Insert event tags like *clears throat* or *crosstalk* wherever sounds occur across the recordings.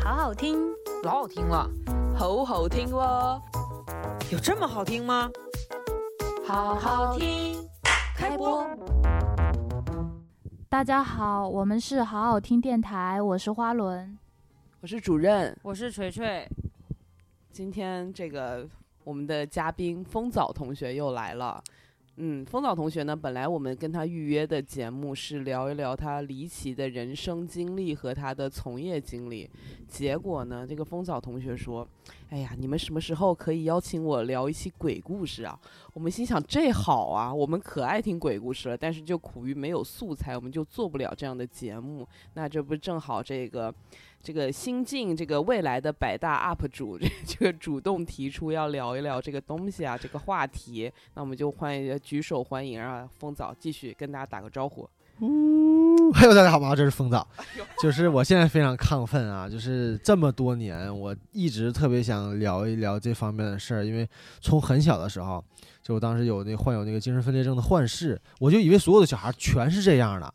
好好听，老好听了，好好听哦，有这么好听吗？好好听，开播。大家好，我们是好好听电台，我是花轮。我是主任，我是锤锤，今天这个我们的嘉宾风早同学又来了。嗯，风早同学呢，本来我们跟他预约的节目是聊一聊他离奇的人生经历和他的从业经历，结果呢，这个风早同学说：“哎呀，你们什么时候可以邀请我聊一期鬼故事啊？”我们心想这好啊，我们可爱听鬼故事了，但是就苦于没有素材，我们就做不了这样的节目。那这不正好这个这个新晋这个未来的百大 UP 主，这 *laughs* 这个主动提出要聊一聊这个东西啊，这个话题，那我们就欢迎呃举手欢迎啊，风早继续跟大家打个招呼。 *laughs* h e 大家好吗？这是风早，就是我现在非常亢奋啊！就是这么多年，我一直特别想聊一聊这方面的事儿，因为从很小的时候，就我当时有那患有那个精神分裂症的幻视，我就以为所有的小孩全是这样的，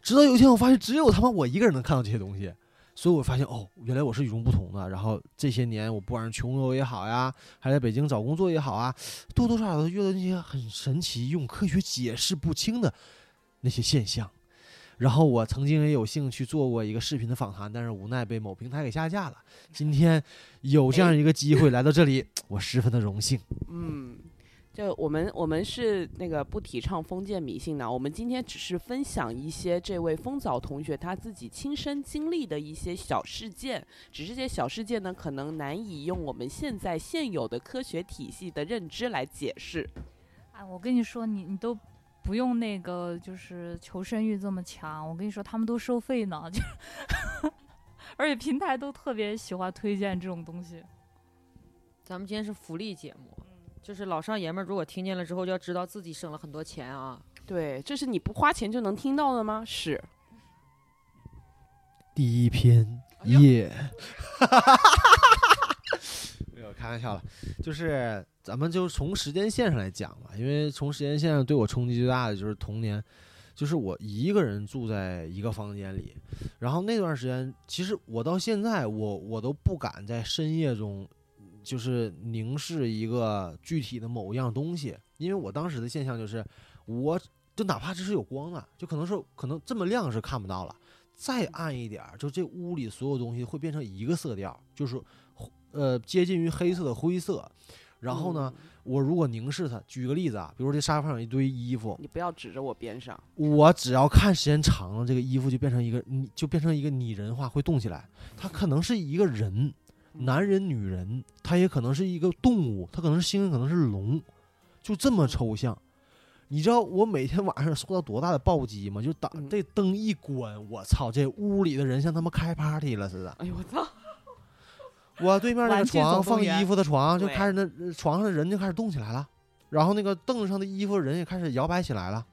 直到有一天我发现只有他妈我一个人能看到这些东西，所以我发现哦，原来我是与众不同的。然后这些年，我不管是穷游也好呀，还是在北京找工作也好啊，多多少少都遇到那些很神奇、用科学解释不清的那些现象。然后我曾经也有幸去做过一个视频的访谈，但是无奈被某平台给下架了。今天有这样一个机会来到这里，我十分的荣幸。嗯，就我们我们是那个不提倡封建迷信的，啊我们今天只是分享一些这位风早同学他自己亲身经历的一些小事件，只是这些小事件呢，可能难以用我们现在现有的科学体系的认知来解释。哎，我跟你说，你你都不用那个，就是求生欲这么强。我跟你说，他们都收费呢，就是 *laughs* 而且平台都特别喜欢推荐这种东西。咱们今天是福利节目，就是老少爷们儿如果听见了之后，就要知道自己省了很多钱啊。对，这是你不花钱就能听到的吗？是。第一篇哎呀夜， *laughs* 没有开玩笑了，就是咱们就从时间线上来讲吧，因为从时间线上对我冲击最大的就是童年，就是我一个人住在一个房间里，然后那段时间，其实我到现在我我都不敢在深夜中。就是凝视一个具体的某样东西，因为我当时的现象就是，我就哪怕这是有光的，就可能是可能这么亮是看不到了，再暗一点儿，就这屋里所有东西会变成一个色调，就是呃接近于黑色的灰色。然后呢，嗯我如果凝视它，举个例子啊，比如说这沙发上有一堆衣服，你不要指着我边上。我只要看时间长了，这个衣服就变成一个拟，就变成一个拟人化，会动起来。它可能是一个人，男人、女人，它也可能是一个动物，它可能是猩猩，可能是龙，就这么抽象。你知道我每天晚上受到多大的暴击吗？就打嗯这灯一关，我操，这屋里的人像他妈开 party 了似的。哎呦我操！我对面那个玩具总床动放员衣服的床就对开始那呃床上的人就开始动起来了，然后那个凳子上的衣服人也开始摇摆起来了。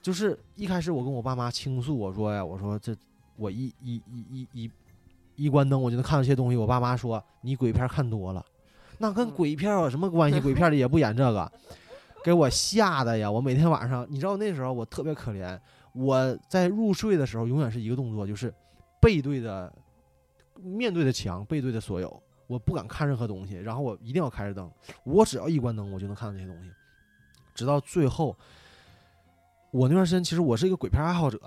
就是一开始我跟我爸妈倾诉，我说呀，我说这我一一一一一一关灯我就能看到这些东西。我爸妈说你鬼片看多了，那跟嗯鬼片有什么关系？鬼片里也不演这个，给我吓得呀！我每天晚上，你知道那时候我特别可怜，我在入睡的时候永远是一个动作，就是背对着面对着墙，背对着所有，我不敢看任何东西，然后我一定要开着灯，我只要一关灯，我就能看到这些东西，直到最后。我那段时间其实我是一个鬼片爱好者，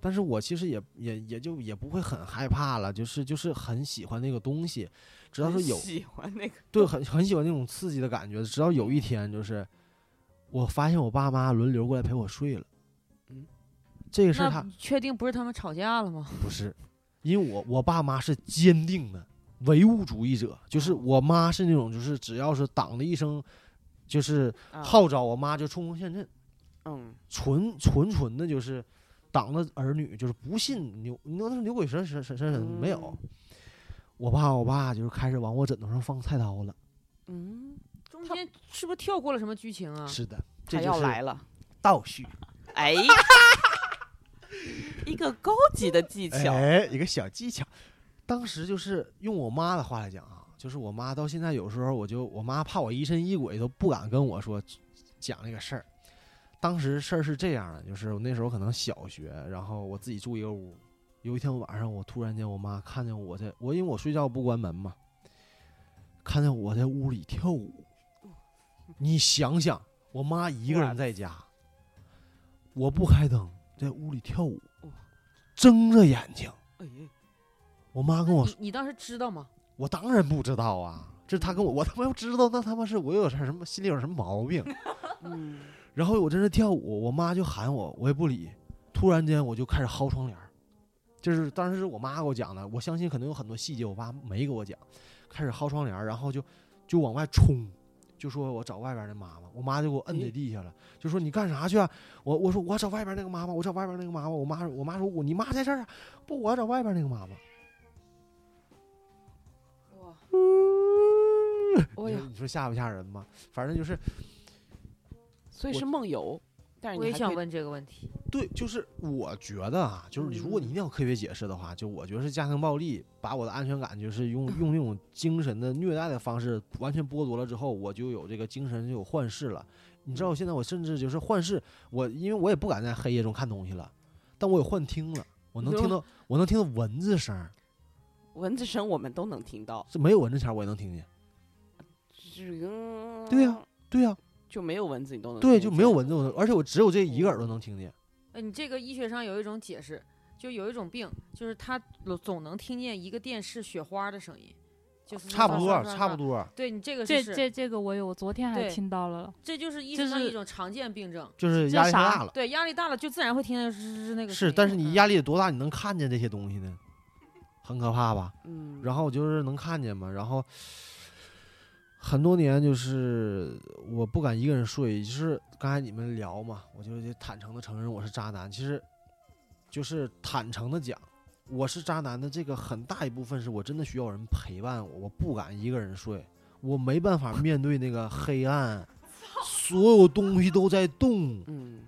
但是我其实也也也就也不会很害怕了，就是就是很喜欢那个东西，直到说很有喜欢那个，对，很很喜欢那种刺激的感觉。直到有一天，就是我发现我爸妈轮流过来陪我睡了。嗯，这个事儿那他你确定不是他们吵架了吗？不是，因为我我爸妈是坚定的唯物主义者，哦就是我妈是那种就是只要是党的一声就是啊号召，我妈就冲锋陷阵，嗯，纯纯纯的就是党的儿女，就是不信牛，那是牛鬼蛇神神神神没有嗯。我爸我爸就是开始往我枕头上放菜刀了。嗯，中间是不是跳过了什么剧情啊？是的，这他就要是来 *laughs* 了，倒叙。 *laughs* 哎，一个高级的技巧，哎，一个小技巧。当时就是用我妈的话来讲啊，就是我妈到现在有时候我就我妈怕我疑神疑鬼，都不敢跟我说讲这个事儿。当时事儿是这样的，就是我那时候可能小学，然后我自己住一个屋，有一天晚上，我突然间我妈看见我在我因为我睡觉不关门嘛，看见我在屋里跳舞。你想想，我妈一个人在家，我不开灯，在屋里跳舞哇，睁着眼睛。哎呀，我妈跟我 *laughs* 你你当时知道吗？我当然不知道啊，这是他跟我，我他妈要知道，那他妈是我有点儿什么心里有什么毛病。 *laughs* 嗯，然后我在那跳舞，我妈就喊我，我也不理。突然间我就开始薅窗帘儿，就是当时是我妈给我讲的，我相信可能有很多细节我爸没给我讲。开始薅窗帘儿，然后就就往外冲，就说我找外边儿的妈妈。我妈就给我摁在地下了，就说你干啥去啊？我我说我找外边儿那个妈妈，我找外边儿那个妈妈。我妈我妈说我你妈在这儿啊，不，我要找外边儿那个妈妈。哇，你哎呀说，你说吓不吓人吗？反正就是所以我是梦游，但是我你也还想可以，问这个问题。对，就是我觉得啊，就是你如嗯果你一定要科学解释的话，就我觉得是家庭暴力把我的安全感，就是用 *laughs* 用那种精神的虐待的方式完全剥夺了之后，我就有这个精神就有幻视了。你嗯知道，我现在我甚至就是幻视，我因为我也不敢在黑夜中看东西了，但我有幻听了，我能听到，我能听到蚊子声儿，蚊子声我们都能听到，是没有蚊子前儿我也能听见。是嗯对呀对呀、就没有蚊子嗯你都能对，听就得没有见蚊子，我能而且我只有这一个耳朵能听见。呃，你这个医学上有一种解释，就有一种病，就是他总总能听见一个电视雪花的声音，嗯就是差不刷多，刷差不刷。多，对你这个这是是这这个我有，我昨天还对听到了，这就是医这学上是一种常见病症。就是这压力太啥大了。对，压力大了就自然会听见吱吱那个声是，音。但是你嗯压力有多大，你能看见这些东西呢？很可怕吧？嗯，然后就是能看见嘛，然后很多年就是我不敢一个人睡，就是刚才你们聊嘛，我就得坦诚的承认我是渣男，其实就是坦诚的讲。我是渣男的这个很大一部分是我真的需要人陪伴我，我不敢一个人睡，我没办法面对那个黑 *laughs* 暗，所有东西都在动。嗯，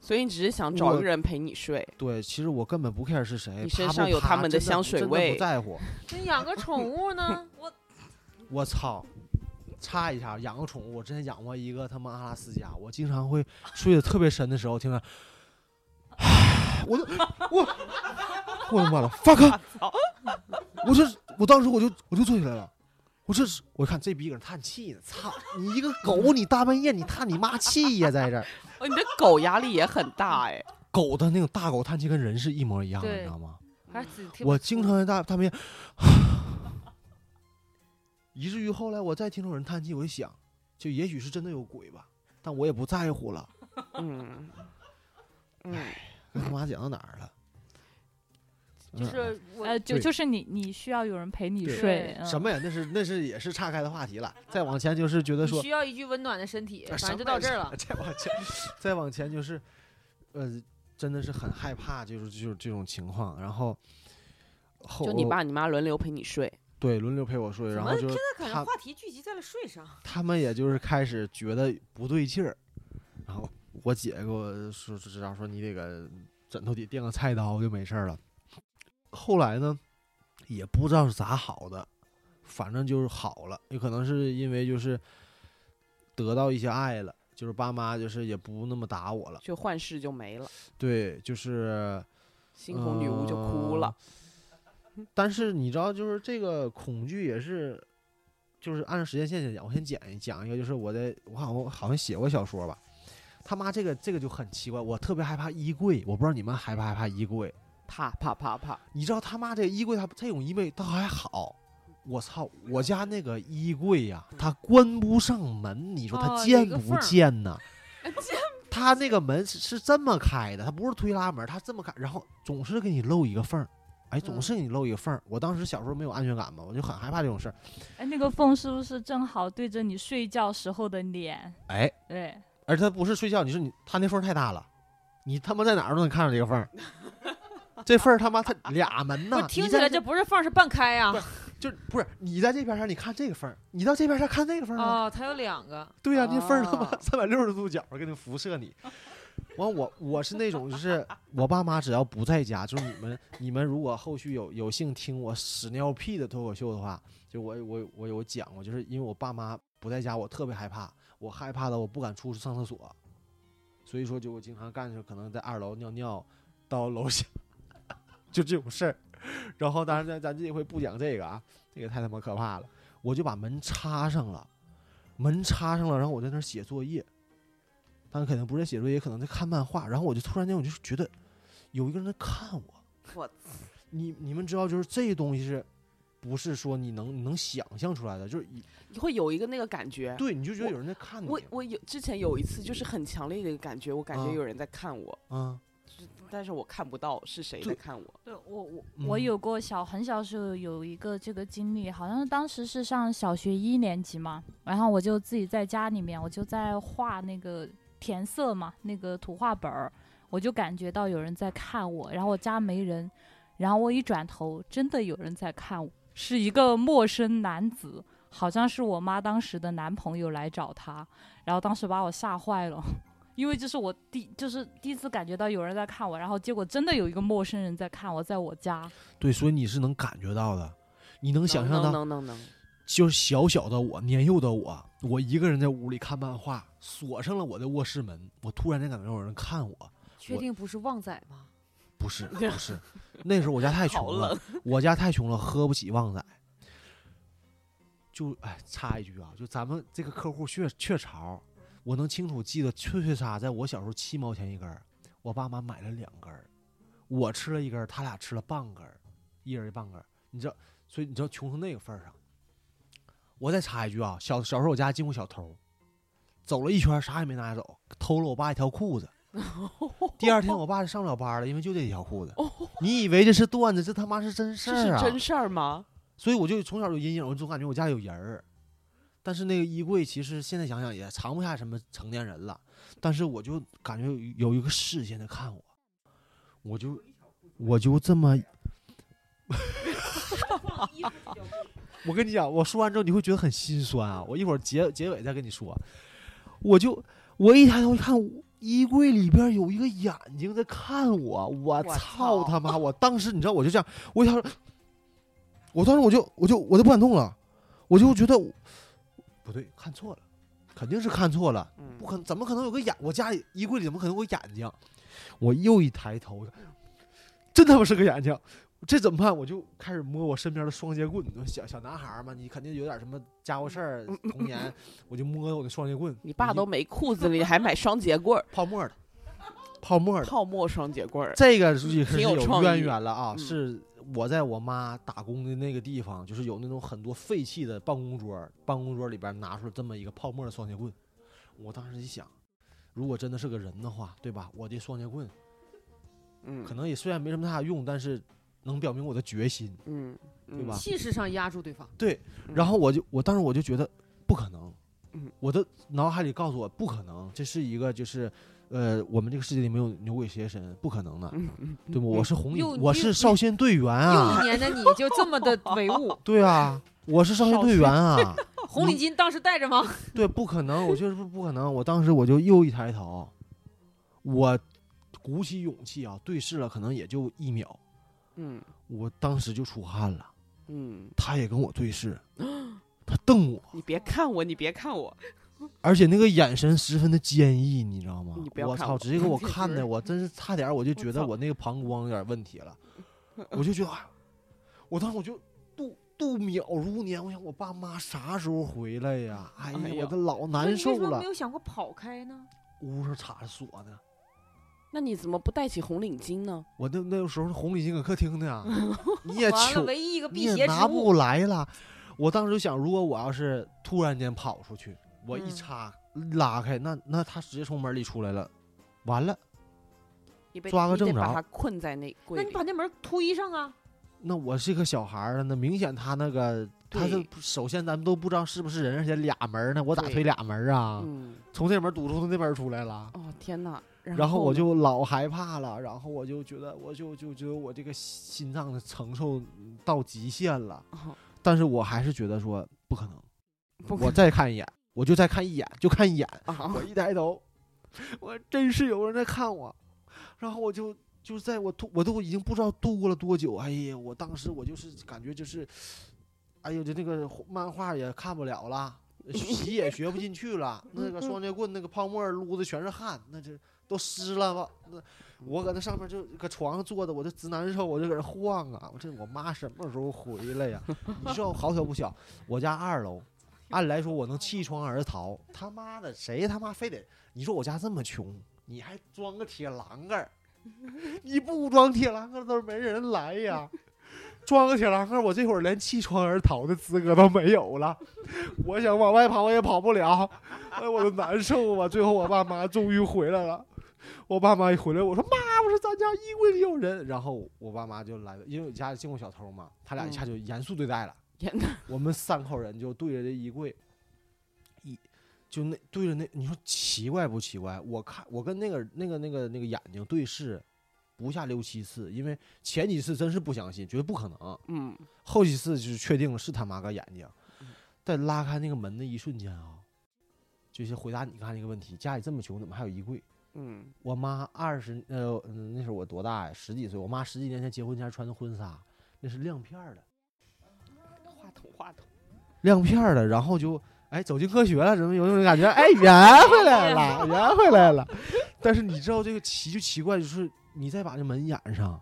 所以你只是想找一我个人陪你睡，对，其实我根本不 care 是谁，你身啪不上有啪他们的真香水真味不在乎。那养个宠物 *laughs* 呢？我我操！插一下，养个宠物，我之前养过一个他妈阿拉斯加，我经常会睡得特别深的时候，听着，唉我就我我的 *laughs* 妈了，fuck！我就我当时我就我就坐起来了，我这是我看这逼搁那叹气呢，操你一个狗，你大半夜你叹你妈气呀，在这儿 *laughs* 哦，你的狗压力也很大哎，狗的那种大狗叹气跟人是一模一样的，对你知道吗？还是自己听不我出经常在大大便，以至于后来我再听到有人叹气，我就想，就也许是真的有鬼吧，但我也不在乎了。 *laughs* 嗯嗯，跟他妈讲到哪儿了？就嗯是我呃，就对就是你你需要有人陪你对睡，嗯嗯什么？么呀？那是那是也是岔开的话题了。再往前就是觉得你说，需要一具温暖的身体，啊反什正就么到呀。这儿了 *laughs* 再往前，再往前就是，呃，真的是很害怕，就是就是这种情况。然后后就你爸你妈轮流陪你睡，对轮流陪我睡，怎然么后就现是在感他觉话题聚集在了睡 *laughs* 上？他们也就是开始觉得不对劲儿，然后我姐给我说说知道说你得搁枕头底垫个菜刀就没事儿了。后来呢，也不知道是咋好的，反正就是好了，也可能是因为就是得到一些爱了，就是爸妈就是也不那么打我了，就幻视就没了，对，就是猩红女巫就哭了，嗯但是你知道，就是这个恐惧也是，就是按照时间线去讲，我先讲一讲一个，就是我在我好像我好像写过小说吧，他妈这个这个就很奇怪，我特别害怕衣柜，我不知道你们害不害怕衣柜。怕怕怕怕，你知道他妈这衣柜它这种衣柜倒还好，我操，我家那个衣柜呀、它关不上门，你说哦它有见一个不缝儿见呢？ *laughs* 啊它那个门是是这么开的，它不是推拉门，它这么开，然后总是给你漏一个缝儿，哎，总嗯是给你漏一个缝儿。我当时小时候没有安全感嘛，我就很害怕这种事儿。哎，那个缝是不是正好对着你睡觉时候的脸？哎，对，而它不是睡觉，你说你它那缝儿太大了，你他妈在哪儿都能看到这个 *laughs* 缝儿，这缝儿他妈它俩门我呢，听你起在来这不是缝儿是半开呀不？就是不是你在这边上你看这个缝儿，你到这边上看那个缝儿啊。哦，它有两个。对呀、这分儿他妈哦三百六十度角儿给你辐射你。完我我是那种就是我爸妈只要不在家，就是你们 *laughs* 你们如果后续有有幸听我屎尿屁的脱口秀的话，就我我我有讲过，就是因为我爸妈不在家，我特别害怕，我害怕的我不敢出去上厕所，所以说就我经常干就可能在二楼尿尿，到楼下 *laughs* 就这种事儿。然后当然咱咱这回不讲这个啊，这个太他妈可怕了。我就把门插上了，门插上了，然后我在那儿写作业，但是肯定不是写作业，可能在看漫画。然后我就突然间我就觉得有一个人在看我，我你你们知道就是这东西是。不是说你能你能想象出来的，就是一会有一个那个感觉。对，你就觉得有人在看你。我我有之前有一次就是很强烈的一个感觉，我感觉啊有人在看我，嗯，但是我看不到是谁在对看我。对我我我嗯有过小很小时候有一个这个经历，好像是当时是上小学一年级嘛，然后我就自己在家里面，我就在画那个填色嘛，那个图画本儿，我就感觉到有人在看我，然后我家没人，然后我一转头，真的有人在看我，是一个陌生男子，好像是我妈当时的男朋友来找她，然后当时把我吓坏了。因为这是我第就是第一次感觉到有人在看我，然后结果真的有一个陌生人在看我，在我家。对，所以你是能感觉到的，你能想象能到，能能能，就是小小的我，年幼的我，我一个人在屋里看漫画，锁上了我的卧室门，我突然间感觉有人看我，确我定不是旺仔 *laughs* 吗？*laughs* 不是不是，那时候我家太好穷了冷，。我家太穷了，喝不起旺仔。就哎，插一句啊，就咱们这个客户雀雀巢，我能清楚记得雀雀沙在我小时候七毛钱一根儿，我爸妈买了两根儿，我吃了一根儿，他俩吃了半根儿，一人一半根儿。你知道，所以你知道穷成那个份儿上。我再插一句啊，小小时候我家进过小偷，走了一圈儿啥也没拿走，偷了我爸一条裤子。哦第二天我爸上不了班了，因为就这一条裤子。你以为这是段子，这他妈是真事这儿哦是啊！真事儿吗？所以我就从小有阴影，我总感觉我家有人儿。但是那个衣柜其实现在想想也藏不下什么成年人了，但是我就感觉有有一个视线在看我，我就我就这么， *laughs* 我跟你讲，我说完之后你会觉得很心酸啊！我一会儿结结尾再跟你说，我就我一抬头一看，衣柜里边有一个眼睛在看我，我操操他妈！我当时你知道我就这样，我一抬头我当时我就我就我就不敢动了，我就觉得我不对，看错了，肯定是看错了，嗯不可能，怎么可能有个眼？我家里衣柜里怎么可能有个眼睛？我又一抬头，真他妈是个眼睛，这怎么办？我就开始摸我身边的双截棍，小小男孩儿嘛，你肯定有点什么家伙事儿，童年，我就摸我的双截棍。你爸都没裤子里还买双节棍 *laughs* 儿，泡沫的，泡沫的，泡沫双节棍儿。这个是也是嗯挺有有创渊意源了啊！嗯是我在我妈打工的那个地方，就是有那种很多废弃的办公桌，办公桌里边拿出了这么一个泡沫的双截棍。我当时一想，如果真的是个人的话，对吧？我的双截棍嗯，可能也虽然没什么大用，但是能表明我的决心。嗯，嗯对吧气势上压住对方，对，嗯然后我就我当时我就觉得不可能嗯，我的脑海里告诉我不可能，这是一个就是。呃，我们这个世界里没有牛鬼邪神，不可能的，嗯嗯对不？我是红又领，我又是少先队员啊！，又一年的你就这么的唯物 *laughs* 对啊，我是少先队员啊，红领巾当时戴着吗？ *laughs* 对，不可能，我就是不不可能。我当时我就又一抬头，我鼓起勇气啊，对视了可能也就一秒，嗯我当时就出汗了。嗯，他也跟我对视，他瞪我，你别看我，你别看我，而且那个眼神十分的坚毅，你知道吗你不？要我看操，我直接 *laughs* 给我就是看的，我真是差点儿我就觉得操我那个膀胱有点问 *laughs* 题了，我就觉得，啊我当时我就度度秒如年，我想我爸妈啥时候回来呀？哎呀哎，我呦这老那难你为受什么了没，有想过跑开呢？屋上插着锁呢，那你怎么不戴起红领巾呢？我那那个时候红领巾搁客 *laughs* 厅呢，你也完了，求唯一一个你辟也邪之拿物，不来了。我当时就想，如果我要是突然间跑出去，我一嗯插拉开，那那他直接从门里出来了，完了，你被抓个你得正着把他困在那柜那里你。把那门推上啊！那我是个小孩儿啊，那明显他那个他是对首先咱们都不知道是不是人，而且俩门儿呢，我咋对推俩门儿啊？嗯，从这门儿堵住，从那门儿出来了。哦天哪！啊然后我呢就老害怕了，然后我就觉得，我就就觉得我这个心脏的承受到极限了，哦但是我还是觉得说不可能，不我可再看一眼，我就再看一眼，就看一眼，啊我一抬头，我真是有人在看我，然后我就就在我度，我都已经不知道度过了多久。哎呀，我当时我就是感觉就是，哎呦，就那个漫画也看不 *laughs* 了了，习也学不嗯进去了，那个双截棍那个泡沫撸的全是汗，那这都湿了吧？那我搁那上面就搁床上坐着，我就直难受，我就搁那晃啊。我这我妈什么时候回来呀、你知道好巧不巧，我家二楼，按理来说我能弃窗而逃，他妈的谁他妈非得你说我家这么穷，你还装个铁栏杆儿？ *laughs* 你不装铁栏杆儿都没人来呀。装个铁栏杆儿，我这会儿连弃窗而逃的资格都没有了。我想往外跑，我也跑不了，哎，我就难受啊。最后我爸妈终于回来了，我爸妈一回来，我说妈，我说咱家衣柜里有人。然后我爸妈就来了，因为我家里进过小偷嘛，他俩一下就严肃对待了。天哪！ *laughs* 我们三口人就对着这衣柜，一就那对着那，你说奇怪不奇怪？我看我跟那个那个那个那个眼睛对视，不下六七次，因为前几次真是不相信，觉得不可能，嗯，后几次就是确定了是他妈个眼睛嗯。在拉开那个门的一瞬间啊，就是回答你刚才那个问题：家里这么穷，怎么还有衣柜？嗯，我妈二十呃，嗯那时候我多大呀？十几岁。我妈十几年前结婚前穿的婚纱，那是亮片儿的。话筒话筒，亮片儿了，然后就哎走进科学了，怎么有那种感觉？哎，圆回 *laughs* 来了，圆回来了。但是你知道这个奇就奇怪，就是你再把这门掩上，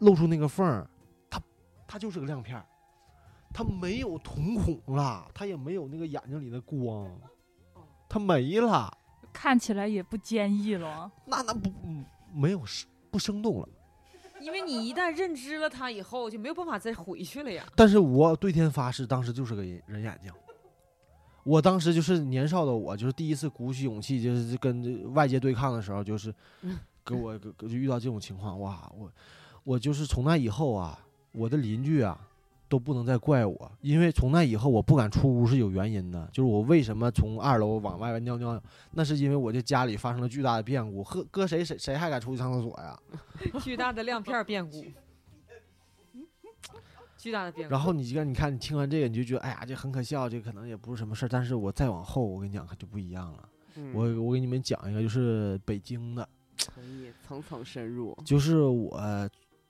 露出那个缝儿，它它就是个亮片儿，它没有瞳孔了，它也没有那个眼睛里的光，哦它没了，看起来也不坚毅 *laughs* 了。那那不嗯没有生不生动了。因为你一旦认知了它以后，就没有办法再回去 *laughs* 了呀。但是我对天发誓，当时就是个人人眼睛。我当时就是年少的我，就是第一次鼓起勇气，就是跟这外界对抗的时候， *laughs* 就是嗯给我给给就遇到这种情况，哇，我我就是从那以后啊，我的邻居啊都不能再怪我，因为从那以后我不敢出屋是有原因的，就是我为什么从二楼往外尿尿，那是因为我这家里发生了巨大的变故，和搁谁谁谁还敢出去上厕所呀？巨大的亮片儿变故，巨大的变故。然后你就看，你看，你听完这个，你就觉得，哎呀，这很可笑，这可能也不是什么事儿。但是我再往后，我跟你讲，可就不一样了。嗯我我给你们讲一个，就是北京的，可以层层深入，就是我，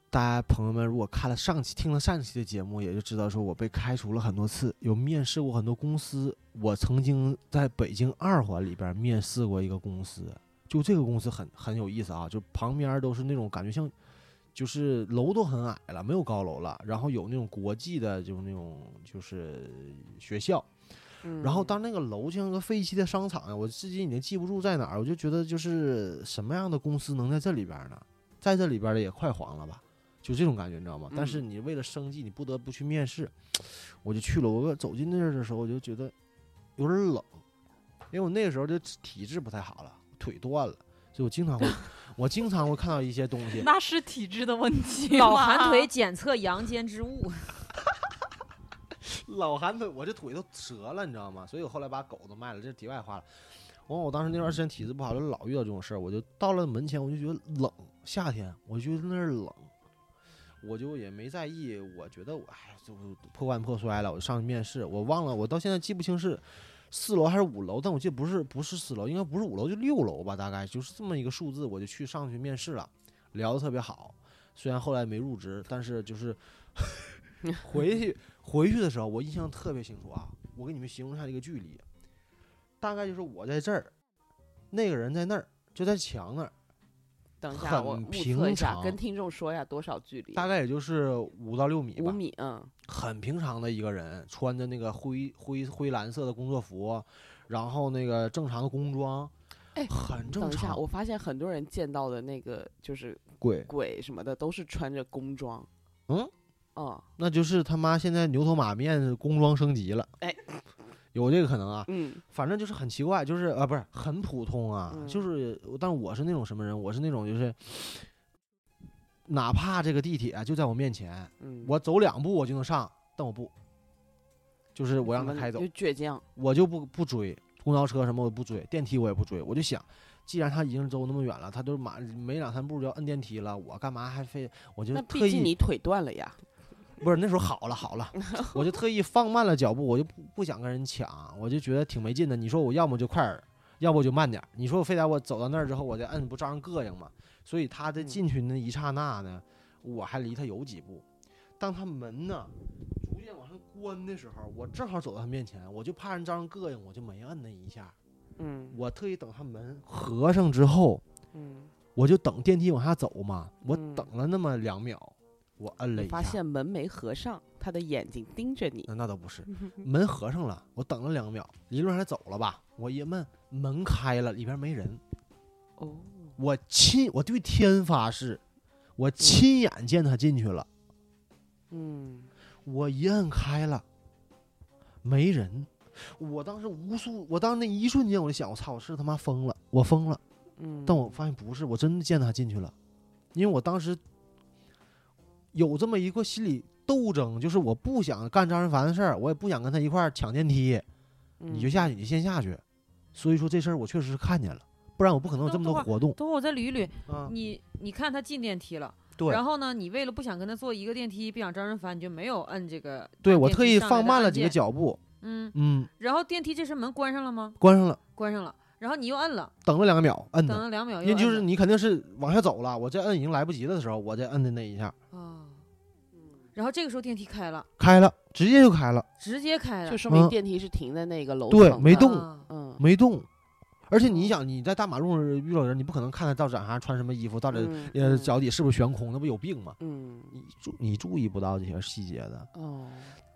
大家朋友们如果看了上期、听了上期的节目，也就知道说我被开除了很多次，有面试过很多公司。我曾经在北京二环里边面试过一个公司，就这个公司很很有意思啊，就旁边都是那种感觉像，就是楼都很矮了，没有高楼了，然后有那种国际的，就是那种就是学校。嗯然后当那个楼就像个废弃的商场呀，我至今已经记不住在哪儿，我就觉得就是什么样的公司能在这里边儿呢？在这里边儿的也快黄了吧，就这种感觉，你知道吗？但是嗯你为了生计，你不得不去面试，我就去了。我走进那儿的时候，我就觉得有点冷，因为我那个时候就体质不太好了，腿断了，所以我经常会， *laughs* 我经常会看到一些东西。那是体质的问题老吧寒腿，检测阳间之物， *laughs* 老寒腿，我这腿都折了，你知道吗？所以我后来把狗都卖了，这是题外话了。完，我当时那段时间体质不好，就老遇到这种事儿，我就到了门前，我就觉得冷，夏天，我就觉得那儿冷，我就也没在意，我觉得我哎，就破罐破摔了，我就上去面试，我忘了，我到现在记不清是四楼还是五楼，但我记得不是不是四楼，应该不是五楼，就六楼吧，大概就是这么一个数字，我就去上去面试了，聊得特别好，虽然后来没入职，但是就是 *laughs* 回去回去的时候，我印象特别清楚啊！我给你们形容一下这个距离，大概就是我在这儿，那个人在那儿，就在墙那儿，等一下，我很目平测一下，常跟听众说一下多少距离？大概也就是五到六米吧，五米，嗯，很平常的一个人，穿着那个灰灰灰蓝色的工作服，然后那个正常的工装，哎很正等一下，常。我发现很多人见到的那个就是鬼，鬼什么的，都是穿着工装。嗯，哦，那就是他妈现在牛头马面是工装升级了，哎，有这个可能啊。嗯，反正就是很奇怪，就是啊，呃不是很普通啊，嗯就是，但我是那种什么人？我是那种就是，哪怕这个地铁啊就在我面前，嗯，我走两步我就能上，但我不，就是我让他怎么开走就，倔强。我就不不追公交车什么，我不追电梯，我也不追。我就想，既然他已经走那么远了，他都马没两三步就要摁电梯了，我干嘛还非？我就那嗯特毕意竟你腿断了呀，不是那时候好了 *laughs* 好了，我就特意放慢了脚步，我就不不想跟人抢，我就觉得挺没劲的。你说我要么就快点儿，要不就慢点儿。你说我非得我走到那儿之后，我再摁，不照样膈应吗？所以他在嗯进去那一刹那呢，我还离他有几步。当他门呢逐渐往上关的时候，我正好走到他面前，我就怕人照样膈应，我就没摁那一下。嗯我特意等他门合上之后，嗯，我就等电梯往下走嘛，我嗯等了那么两秒，我摁了一下，发现门没合上，他的眼睛盯着你。那那倒不是，门合上了，我等了两秒，理论上走了吧，我一摁门开了，里边没人，哦，我亲，我对天发誓，我亲眼见他进去了，嗯，我一摁开了，没人。我当时无数，我当时那一瞬间我就想，我操，我是他妈疯了，我疯了。嗯，但我发现不是，我真的见他进去了，因为我当时有这么一个心理斗争，就是我不想干张人凡的事儿，我也不想跟他一块儿抢电梯，你就嗯下去，你先下去。所以说这事儿我确实是看见了，不然我不可能有这么多等活动。等会儿我再捋一捋，啊，你 *laughs* 你看他进电梯了，对嗯然后呢，你为了不想跟他坐一个电梯，不想招人烦，你就没有摁这个，对按我电特梯意上来放的慢按了几个键脚步，嗯，嗯，然后电梯这时门关上了吗？关上了，关上了，然后你又摁了，等了两个秒，摁等的。了两秒又因为摁了，嗯就是你肯定是往下走了，我再摁已经来不及的时候，我再摁的那一下啊，然后这个时候电梯开了，开了，直接就开了，直接开了，就说明嗯电梯是停在那个楼对层没的动啊嗯，没动。而且哦你想，你在大马路上遇到人，你不可能看他到底啥穿什么衣服，到底嗯呃嗯脚底是不是悬空，那不有病吗？嗯你注你注意不到这些细节的。哦，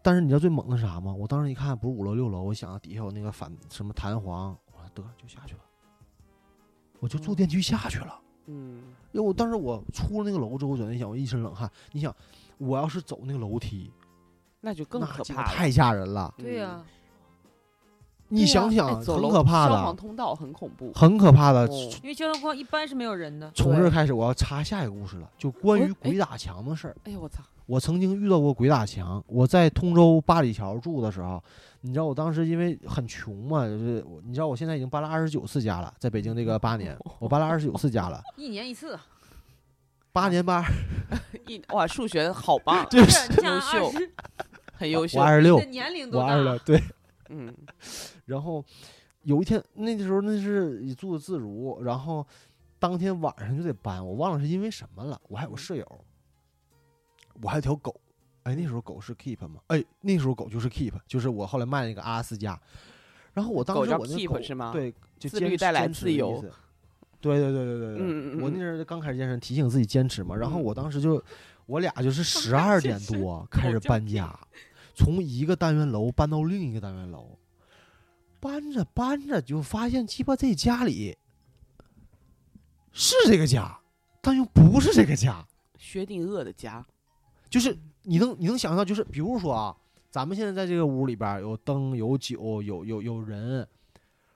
但是你知道最猛的是啥吗？我当时一看不是五楼六楼，我想底下有那个反什么弹簧，我说得就下去吧，我就坐电梯下去了。嗯因为我当时我出了那个楼之后，我转念想，我一身冷汗。你想，我要是走那个楼梯，那就更那可鸡巴怕了。嗯太吓人了。对呀、嗯你对想呀想，哎走很楼可怕消防的，通道很恐怖。很可怕的。哦因为交通光一般是没有人的，从这对哦儿开始，我要插下一个故事了，就关不于是鬼打墙的事儿。哎呦我操！我曾经遇到过鬼打墙。我在通州八里桥住的时候，你知道我当时因为很穷嘛，就是我你知道我现在已经搬了二十九次家了，在北京这个八年，我搬了二十九次家了，一年一次。八年八，，一哇，数学好棒 *laughs* 就不是是你想二优秀十，很优秀我。二十你六的，年龄多我大？二十六，对。嗯然后有一天那时候那是以住的自如，然后当天晚上就得搬，我忘了是因为什么了。我还有嗯个室友，我还有条狗，哎，那时候狗是 Keep 吗？哎，那时候狗就是 Keep，就是我后来卖那个阿拉斯加。然后我当狗时叫我那 Keep 狗是吗对，就自坚律持带来坚持自的意由思。对对对对对对，嗯嗯我嗯那阵儿刚开始健身，提醒自己坚持嘛。然后嗯我当时就，我俩就是十二点多开始搬家，从一个单元楼搬到另一个单元楼，搬着搬着就发现鸡巴这家里是这个家，但又不是这个家，薛定谔的家，就是你能你能想象到，就是比如说啊，咱们现在在这个屋里边儿有灯、有酒、有有有人，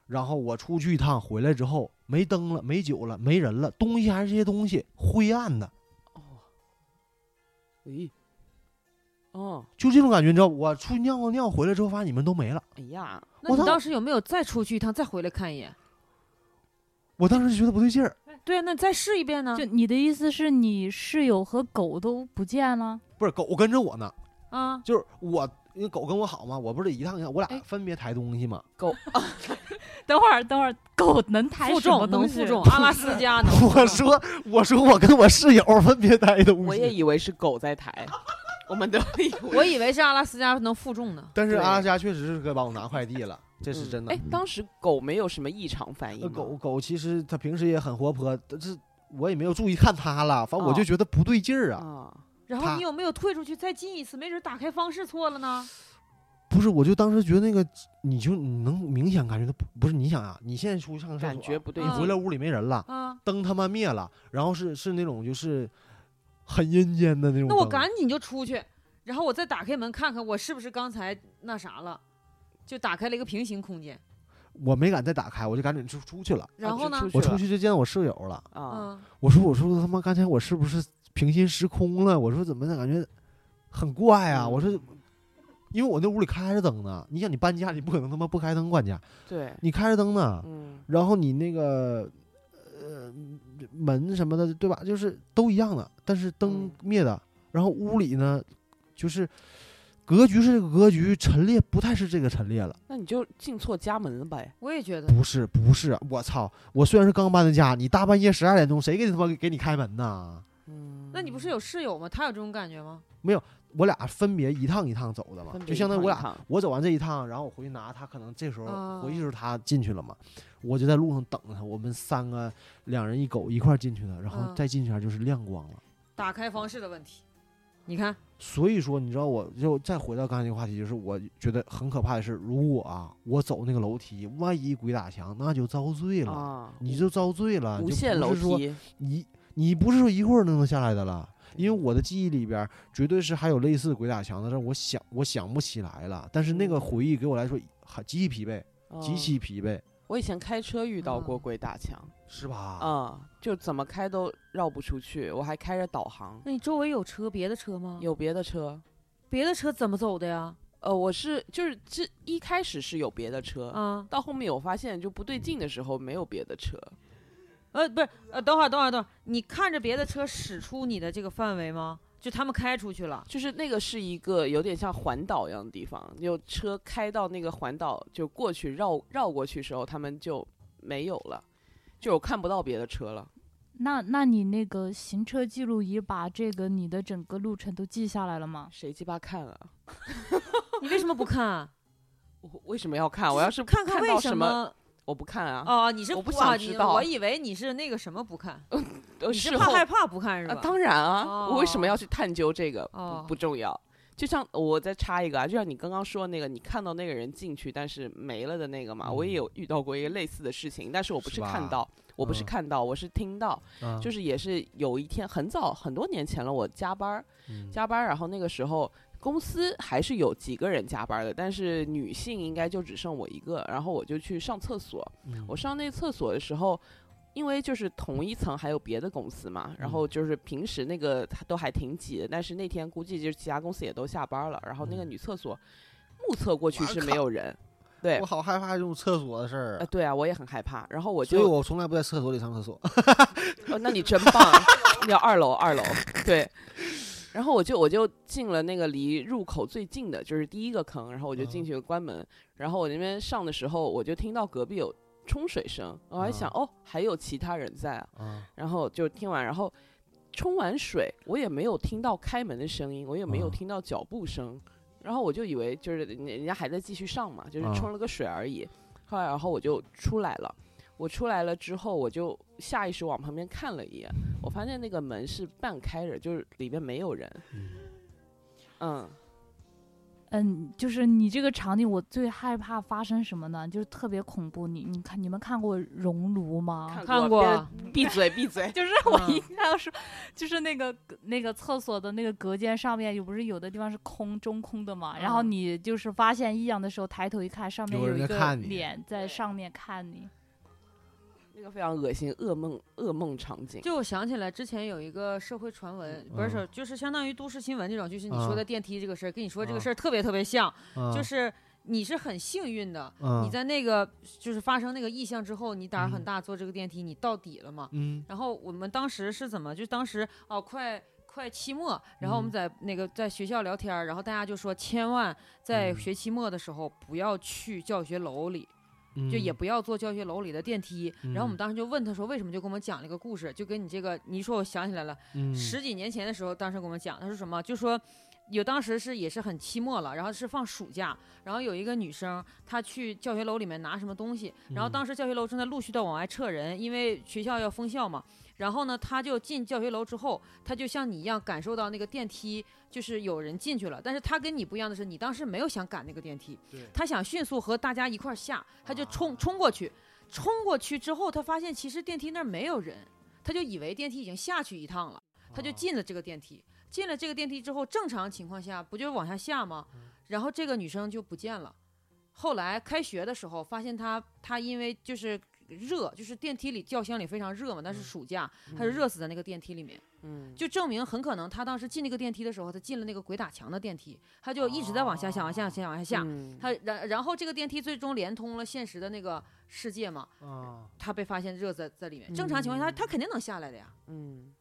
然后我出去一趟回来之后没灯了、没酒了、没人了，东西还是这些东西，灰暗的，哦，咦，哦，就这种感觉，你知道？我出去尿个尿回来之后，发现你们都没了。哎呀，那我你当当时有没有再出去一趟，再回来看一眼？我当时就觉得不对劲儿，对啊，那你再试一遍呢就？你的意思是你室友和狗都不见了？不是狗跟着我呢，啊，就是我，因为狗跟我好嘛，我不是得一趟一趟，我俩哎分别抬东西嘛， *laughs* 等会儿，等会儿，狗能抬负什么重能东西？负重，阿拉斯加能负我重。说，我说我跟我室友分别抬东西，我也以为是狗在 *laughs* 抬，我们都以为。我以为是阿拉斯加能负重呢。但是对阿拉斯加确实是该帮我拿快递了，这是嗯真的。哎，当时狗没有什么异常反应那吗，狗狗其实它平时也很活泼，但是我也没有注意看它了，反正我就哦觉得不对劲儿啊。啊，然他后你有没有退出去再进一次？没准打开方式错了呢。不是，我就当时觉得那个，你就你能明显感觉到不不是你想啊，你现在出去上个厕所，感觉不嗯对你劲嗯回来屋里没人了，啊，灯他妈灭了，然后是是那种就是很阴间的那种灯。那我赶紧就出去，然后我再打开门看看我是不是刚才那啥了，就打开了一个平行空间。我没敢再打开，我就赶紧出出去了。然后呢就？我出出去去就见我室友了，了啊，嗯，我说我说他妈刚才我是不是平行时空了？我说怎么感觉很怪嗯啊？我说因为我那屋里开着灯呢，你想你搬家，你不可能他妈不开灯管家，对，你开着灯呢，嗯，然后你那个呃门什么的，对吧？就是都一样的，但是灯嗯灭的，然后屋里呢就是格局是这个格局，陈列不太是这个陈列了，那你就进错家门了呗。我也觉得。不是不是，我操！我虽然是刚搬的家，你大半夜十二点钟谁给你他妈给你开门呐？嗯，那你不是有室友吗？他有这种感觉吗？我俩分别一趟一趟走的嘛分，别就相当于一我俩趟一哦趟我走完这一趟，然后我回去拿他，可能这时候啊回去的时候他进去了嘛，我就在路上等着他，我们三个两人一狗一块儿进去的，然后嗯再进去一下就是亮光了。打开方式的问题。你看，所以说，你知道，我就再回到刚才那个话题，就是我觉得很可怕的是，如果啊，我走那个楼梯，万一鬼打墙，那就遭罪了，啊，你就遭罪了，无就限不楼是说梯，你你不是说一会儿就能下来的了，因为我的记忆里边儿绝对是还有类似鬼打墙的事儿，我想我想不起来了。但是那哦个回忆给我来说还极其疲惫，极嗯其疲惫，我以前开车遇到过嗯鬼打墙，是吧？嗯，就怎么开都绕不出去，我还开着导航，那你周围有车，别的车嗯吗？，有别的车。别的车怎么走的呀？呃，我是就是这一开始是有别的车，嗯啊，到后面我发现就不对劲的时候没有别的车，呃，不是，呃，等会儿，等会儿，等会儿，你看着别的车驶出你的这个范围吗？就他们开出去 *laughs* 了，就是那个是一个有点像环岛一样的地方，有车开到那个环岛就过去绕绕过去的时候，他们就没有了，就我看不到别的车了。 *laughs* 那那你那个行车记录仪把这个你的整个路程都记下来了吗？谁鸡巴看啊？你为什么不看啊？我为什么要 *laughs* 看？我要是看看为到什什么，我不看啊。哦，你是我不啊想你知道我以为你是那个什么不看，呃你是事怕后害怕不看是啊，吧？当然啊，我为什哦么要去探究这个？哦不不重要。就像我再插一个啊，就像你刚刚说那个，你看到那个人进去但是没了的那个嘛，我也嗯有遇到过一个类似的事情，但是我不是是看吧到，我不是嗯看到，我是听到，啊就是也是有一天很早很多年前了，我加班儿嗯加班儿，然后那个时候公司还是有几个人加班儿的，但是女性应该就只剩我一个，然后我就去上厕所，嗯我上那厕所的时候，因为就是同一层还有别的公司嘛，然后嗯就是平时那个它都还挺挤的，但是那天估计就是其他公司也都下班了，然后那个嗯女厕所目测过去我是靠没有人，对我，好害怕这种厕所的事儿呃，啊，对啊，我也很害怕，然后我所以就，我从来不在厕所里上 *laughs* 厕所。哦那你真棒，你要二楼二楼，对。然后我就我就进了那个离入口最近的，就是第一个坑，然后我就进嗯去关门。然后我那边上的时候，我就听到隔壁有冲水声，我还想、哦，还有其他人在啊，啊，然后就听完，然后冲完水，我也没有听到开门的声音，我也没有嗯听到脚步声，然后我就以为就是人人家还在继续上嘛，就是嗯冲了个水而已。后来，然后我就出来了。我出来了之后，我就下意识往旁边看了一眼，我发现那个门是半开着，就是里边没有人。嗯嗯，嗯，就是你这个场景，我最害怕发生什么呢？就是特别恐怖。你你看，你们看过《熔炉》吗？哦看过，过别闭嘴，闭嘴。 *laughs* 就是我嗯一定要说，就是那个那个厕所的那个隔间上面，有不是有的地方是空中空的嘛？然后嗯你就是发现异样的时候，抬头一看，上面有人一在个看你脸在对上面看你。那个非常恶心，噩梦，噩梦场景。就我想起来之前有一个社会传闻，不是嗯说就是相当于都市新闻这种，就是你说嗯的啊电梯这个事儿，跟你说这个啊事儿特别特别像，啊就是你是很幸运的，啊你在那个就是发生那个异象之后，你胆儿很嗯大，坐这个电梯你到底了嘛？嗯然后我们当时是怎么？就当时哦，快快期末，然后我们嗯在那个在学校聊天儿，然后大家就说，千万在嗯学期末的时候不要去教学楼里，嗯就也不要坐教学楼里的电梯。然后我们嗯当时就问他说，为什么？就给我们讲了一个故事，就跟你这个，你一说我想起来了，嗯十几年前的时候，当时给我们讲，他说什么，就说。有当时是也是很期末了，然后是放暑假，然后有一个女生她去教学楼里面拿什么东西，然后嗯当时教学楼正在陆续的往外撤人，因为学校要封校嘛。然后呢，她就进教学楼之后，她就像你一样感受到那个电梯就是有人进去了，但是她跟你不一样的是，你当时没有想赶那个电梯对，她想迅速和大家一块儿下，她就啊冲冲过去，冲过去之后，她发现其实电梯那儿没有人，她就以为电梯已经下去一趟了。他就啊进了这个电梯。进了这个电梯之后，正常情况下不就往下下吗？然后这个女生就不见了。后来开学的时候，发现她她因为就是热，就是电梯里轿厢里非常热嘛，但是暑假她就嗯热死在那个电梯里面，嗯，就证明很可能她当时进那个电梯的时候，她进了那个鬼打墙的电梯，她就一直在往下下，往下下，往下下。嗯她然然后这个电梯最终连通了现实的那个世界嘛，啊她被发现热在在里面。正常情况下，她她肯定能下来的呀。嗯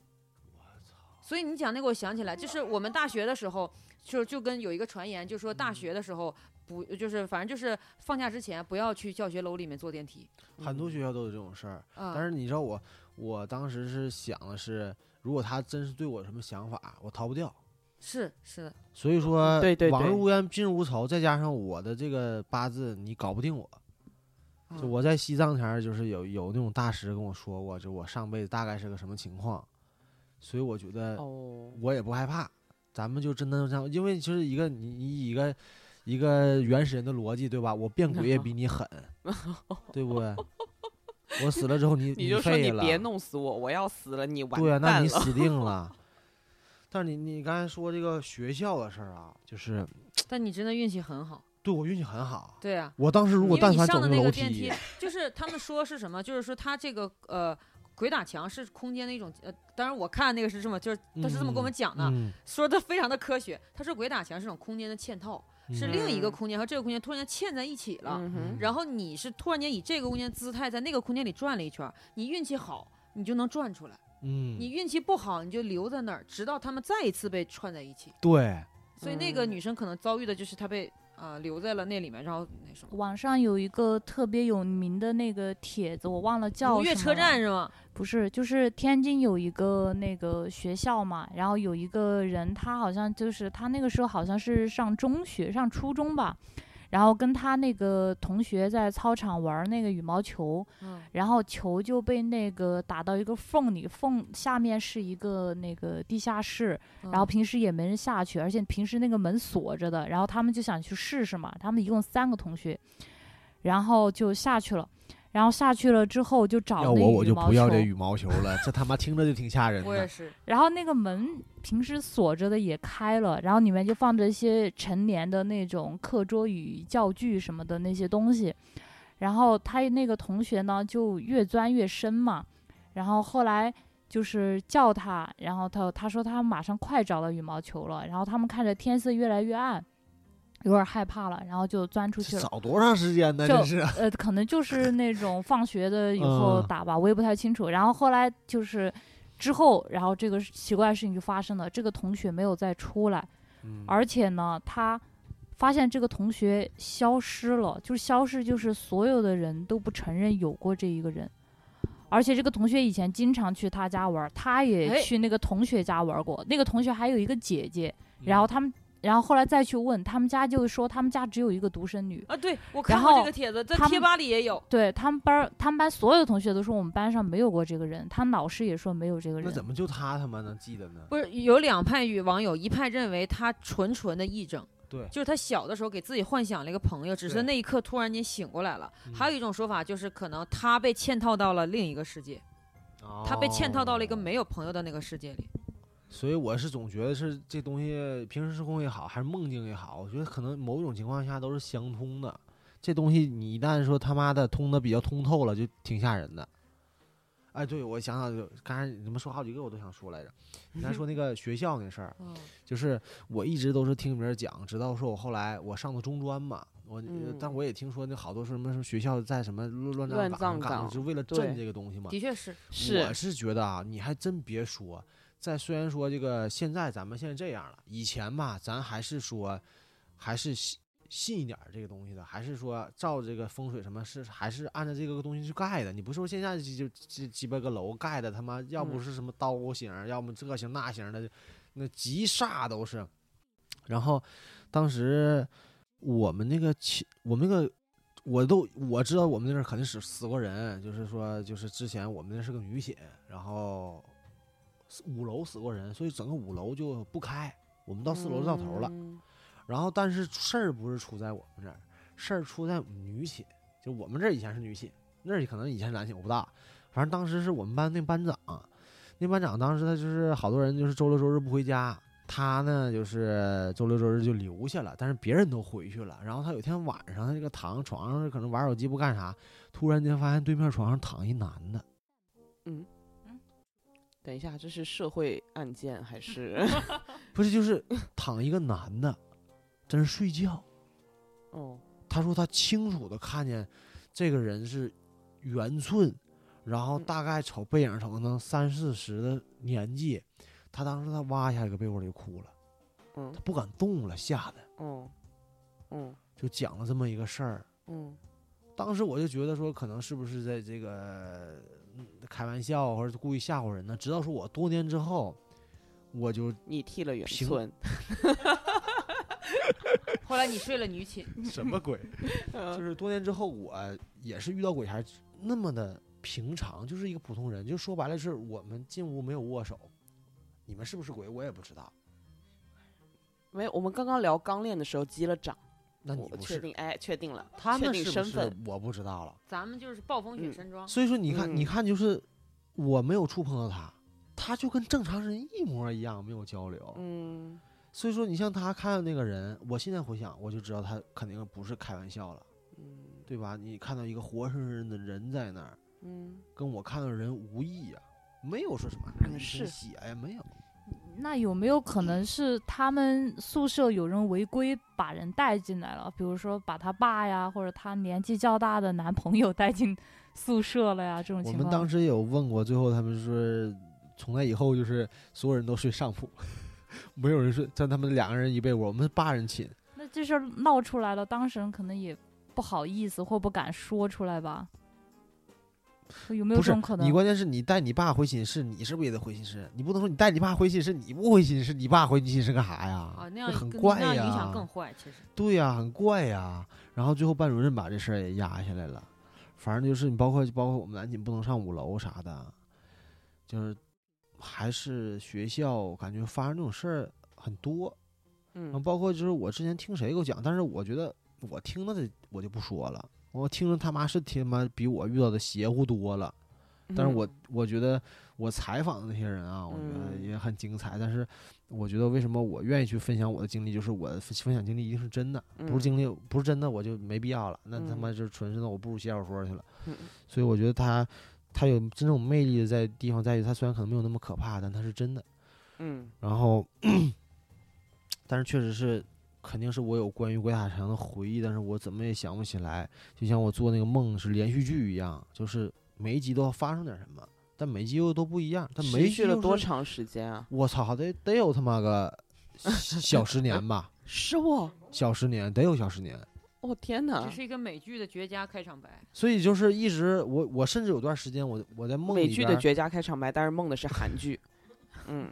所以你讲那个，我想起来，就是我们大学的时候，就就跟有一个传言，就说嗯大学的时候不就是反正就是放假之前不要去教学楼里面坐电梯很嗯多学校都有这种事儿。啊。但是你知道我，我当时是想的是，如果他真是对我有什么想法，我逃不掉，是是的，所以说，嗯对对对往日无冤，近日无仇，再加上我的这个八字，你搞不定我。就嗯我在西藏前儿，就是有有那种大师跟我说过，就我上辈子大概是个什么情况，所以我觉得哦，我也不害怕。咱们就真的这样，因为就是一个你你以一个一个原始人的逻辑，对吧？我变鬼也比 *laughs* 你狠，对不对？我死了之后你 *laughs* 你就说废你了，别弄死我，我要死了，你完对啊，那蛋你了。 *laughs* 死定了。但是你你刚才说这个学校的事儿啊，就是但你真的运气很好。对我运气很好。对啊，我当时如因果为但你凡走上的那楼个电梯梯，，就是他们说是什么？就是说他这个呃鬼打墙是空间的一种呃，当然我看那个是这么，就是他是这么跟我们讲的，嗯，说的非常的科学。他说鬼打墙是种空间的嵌套，是嗯另一个嗯空间和这个空间突然间嵌在一起了。嗯嗯哼，然后你是突然间以这个空间姿态在那个空间里转了一圈儿，你运气好，你就能转出来；嗯，你运气不好，你就留在那儿，直到他们再一次被串在一起。对，所以那个嗯女生可能遭遇的就是她被啊、呃留在了那里面，然后那什么网上有一个特别有名的那个帖子，我忘了叫如月什车么了站是吗？不是，就是天津有一个那个学校嘛，然后有一个人，他好像就是他那个时候好像是上中学，上初中吧，然后跟他那个同学在操场玩那个羽毛球，嗯，然后球就被那个打到一个缝里，缝下面是一个那个地下室，然然后平时也没人下去，而且平时那个门锁着的，然后他们就想去试试嘛，他们一共三个同学，然后就下去了。然后下去了之后就找要那我我羽就毛不要这球羽毛球了，这他妈听着就挺吓人我也的。是，然嗯后那个门平时锁着的也开了，然后里面就放着一些陈年的那种课桌椅、教具什么的那些东西。然后他那个同学呢，就越钻越深嘛。然后后来就是叫他，然后他他说他马上快找到羽毛球了。然后他们看着天色越来越暗，有点害怕了，然后就钻出去这了。找多长时间呢？就这是，呃，可能就是那种放学的以后嗯打吧，我也不太清楚。然后后来就是之后，然后这个事奇怪的事情就发生了，这个同学没有再出来，而且呢，他发现这个同学消失了，就是消失，就是所有的人都不承认有过这一个人。而且这个同学以前经常去他家玩儿，他哎也去那个同学家玩儿过。那个同学还有一个姐姐，嗯然后他们，然后后来再去问他们家，就说他们家只有一个独生女。啊，对我然看过后这个帖子，在他们贴吧里也有。对他们班儿，他们班所有的同学都说我们班上没有过这个人，他们老师也说没有这个那人。怎么就他他妈能记得呢？不是有两派与网友，一派认为他纯纯的癔症，对就是他小的时候给自己幻想了一个朋友，只对是那一刻突然间醒过来了。嗯还有一种说法就是，可能他被嵌套到了另一个世界，他被嵌套到了一个哦没有朋友的那个世界里。所以我是总觉得是这东西，平时时空也好，还是梦境也好，我觉得可能某种情况下都是相通的。这东西你一旦说他妈的通的比较通透了，就挺吓人的。哎，对，我想想就刚才你们说好几个我都想说来着。你刚才说那个学校那事儿，嗯，就是我一直都是听别人讲，直到说我后来我上的中专嘛，我、嗯但我也听说那好多说什么什么学校在什么乱乱葬岗上葬赶上，岗是为了对震这个东西嘛。的确是，我是觉得啊，你还真别说，在虽然说这个现在咱们现在这样了，以前吧，咱还是说还是信信一点儿这个东西的，还是说照这个风水什么是还是按照这个东西去盖的。你不是说现在就就鸡鸡巴个楼盖的他妈要不嗯是什么刀形儿，要么这形那形儿的，那极煞都是。然后当时我们那个亲，我们那个我都我知道我们那阵儿肯定是死过人，就是说就是之前我们那是个女寝，然后四五楼死过人，所以整个五楼就不开，我们到四楼就到头了。嗯然后但是事儿不是出在我们这儿，事儿出在女寝，就我们这儿以前是女寝，那儿可能以前男寝我不大，反正当时是我们班那班长，那班长当时他就是好多人就是周六周日不回家，他呢就是周六周日就留下了，但是别人都回去了。然后他有一天晚上，他这个躺床上可能玩手机不干啥，突然间发现对面床上躺一男的，等一下，这是社会案件还 *laughs* 是？不是就是躺一个男的，在那睡觉。哦，他说他清楚的看见这个人是圆寸，然后嗯大概瞅背影瞅能三四十的年纪，他当时他哇一下搁被窝里就哭了，嗯他，不敢动了，吓得哦，嗯就讲了这么一个事儿。 *laughs* 嗯当时我就觉得说，可能是不是在这个嗯开玩笑，或者是故意吓唬人呢？直到说我多年之后，我就你剃了圆平 *laughs* 寸，后来你睡了女寝， *laughs* 什么鬼？ *laughs* 就是多年之后，我也是遇到鬼还是那么的平常，就是一个普通人。就说白了，是我们进屋没有握手，你们是不是鬼我也不知道。没有，我们刚刚聊刚练的时候击了掌，那你我不确是？定，哎，确定了，他们确定是不身是份，我不知道了。咱们就是暴风雪嗯山庄。所以说，你看，你嗯看，就是我没有触碰到他，他就跟正常人一模一样，没有交流。嗯，所以说，你像他看到那个人，我现在回想，我就知道他肯定不是开玩笑了，嗯对吧？你看到一个活生生的人在那儿，嗯，跟我看到人无异呀、没有说什么嗯一是身血呀，哎没有。那有没有嗯可能是他们宿舍有人违规把人带进来了？比如说把他爸呀，或者他年纪较大的男朋友带进 *laughs* 宿舍了呀？这种我情况，们当时也有问过，最后他们说，从那以后就是所有人都睡上铺， *laughs* 没有人睡，但他们两个人一被窝，我们是八人寝。那这事儿闹出来了，当事人可能也不好意思或不敢说出来吧？有没有这不是种可你能？关键是你带你爸回寝室，你是不是也得回寝室？你不能说你带你爸回寝室，你不回寝室，你爸回寝室干啥呀？啊，那这样很更怪那呀，样影响更坏。其实对呀、很怪呀、然后最后班主任把这事儿也压下来了，反正就是你包括包括我们南寝不能上五楼啥的，就是还是学校感觉发生这种事儿很多。然后嗯，包括就是我之前听谁给我讲，但是我觉得我听了的我就不说了，我听着他妈是他妈比我遇到的邪乎多了。嗯但是我我觉得我采访的那些人啊，我觉得嗯也很精彩。但是我觉得为什么我愿意去分享我的经历，就是我的分分享经历一定是真的，不是嗯经历不是真的我就没必要了。那他嗯妈就是纯是那我不如写小说去了。嗯所以我觉得他他有真正魅力的在地方在于，他虽然可能没有那么可怕，但他是真的。嗯然后， *clears throat* 但是确实是，肯定是我有关于鬼打墙的回忆，但是我怎么也想不起来。就像我做那个梦是连续剧一样，就是每一集都要发生点什么，但每一集又都不一样。但每一持集续了又多是？长时间啊？哎我操，得得有他妈个小十年吧，是我，小十年得有小十年。我天哪啊这！是一个美剧的绝佳开场白。所以就是一直我我甚至有段时间我我在梦美里剧边的儿，绝佳开场白，但是梦的是韩 *laughs* 剧，嗯，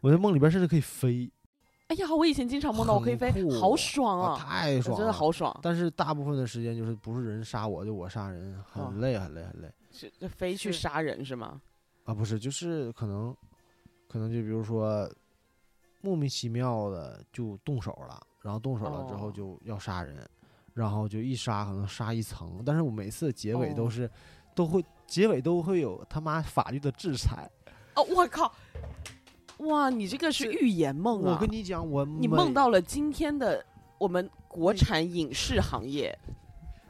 我在梦里边甚至可以飞，哎呀，我以前经常梦到我可以飞很酷，好爽啊，啊，太爽我了，真的好爽，但是大部分的时间就是不是人杀我，就我杀人，哦很累很累很累是这飞去是杀人是吗？啊！不是，就是可能，可能就比如说莫名其妙的就动手了，然后动手了之后哦就要杀人，然后就一杀可能杀一层，但是我每次结尾都哦是、都会结尾都会有他妈法律的制裁。哦，我靠！哇，你这个是这预言梦啊！我跟你嗯讲，我你每梦到了今天的我们国产影视行业，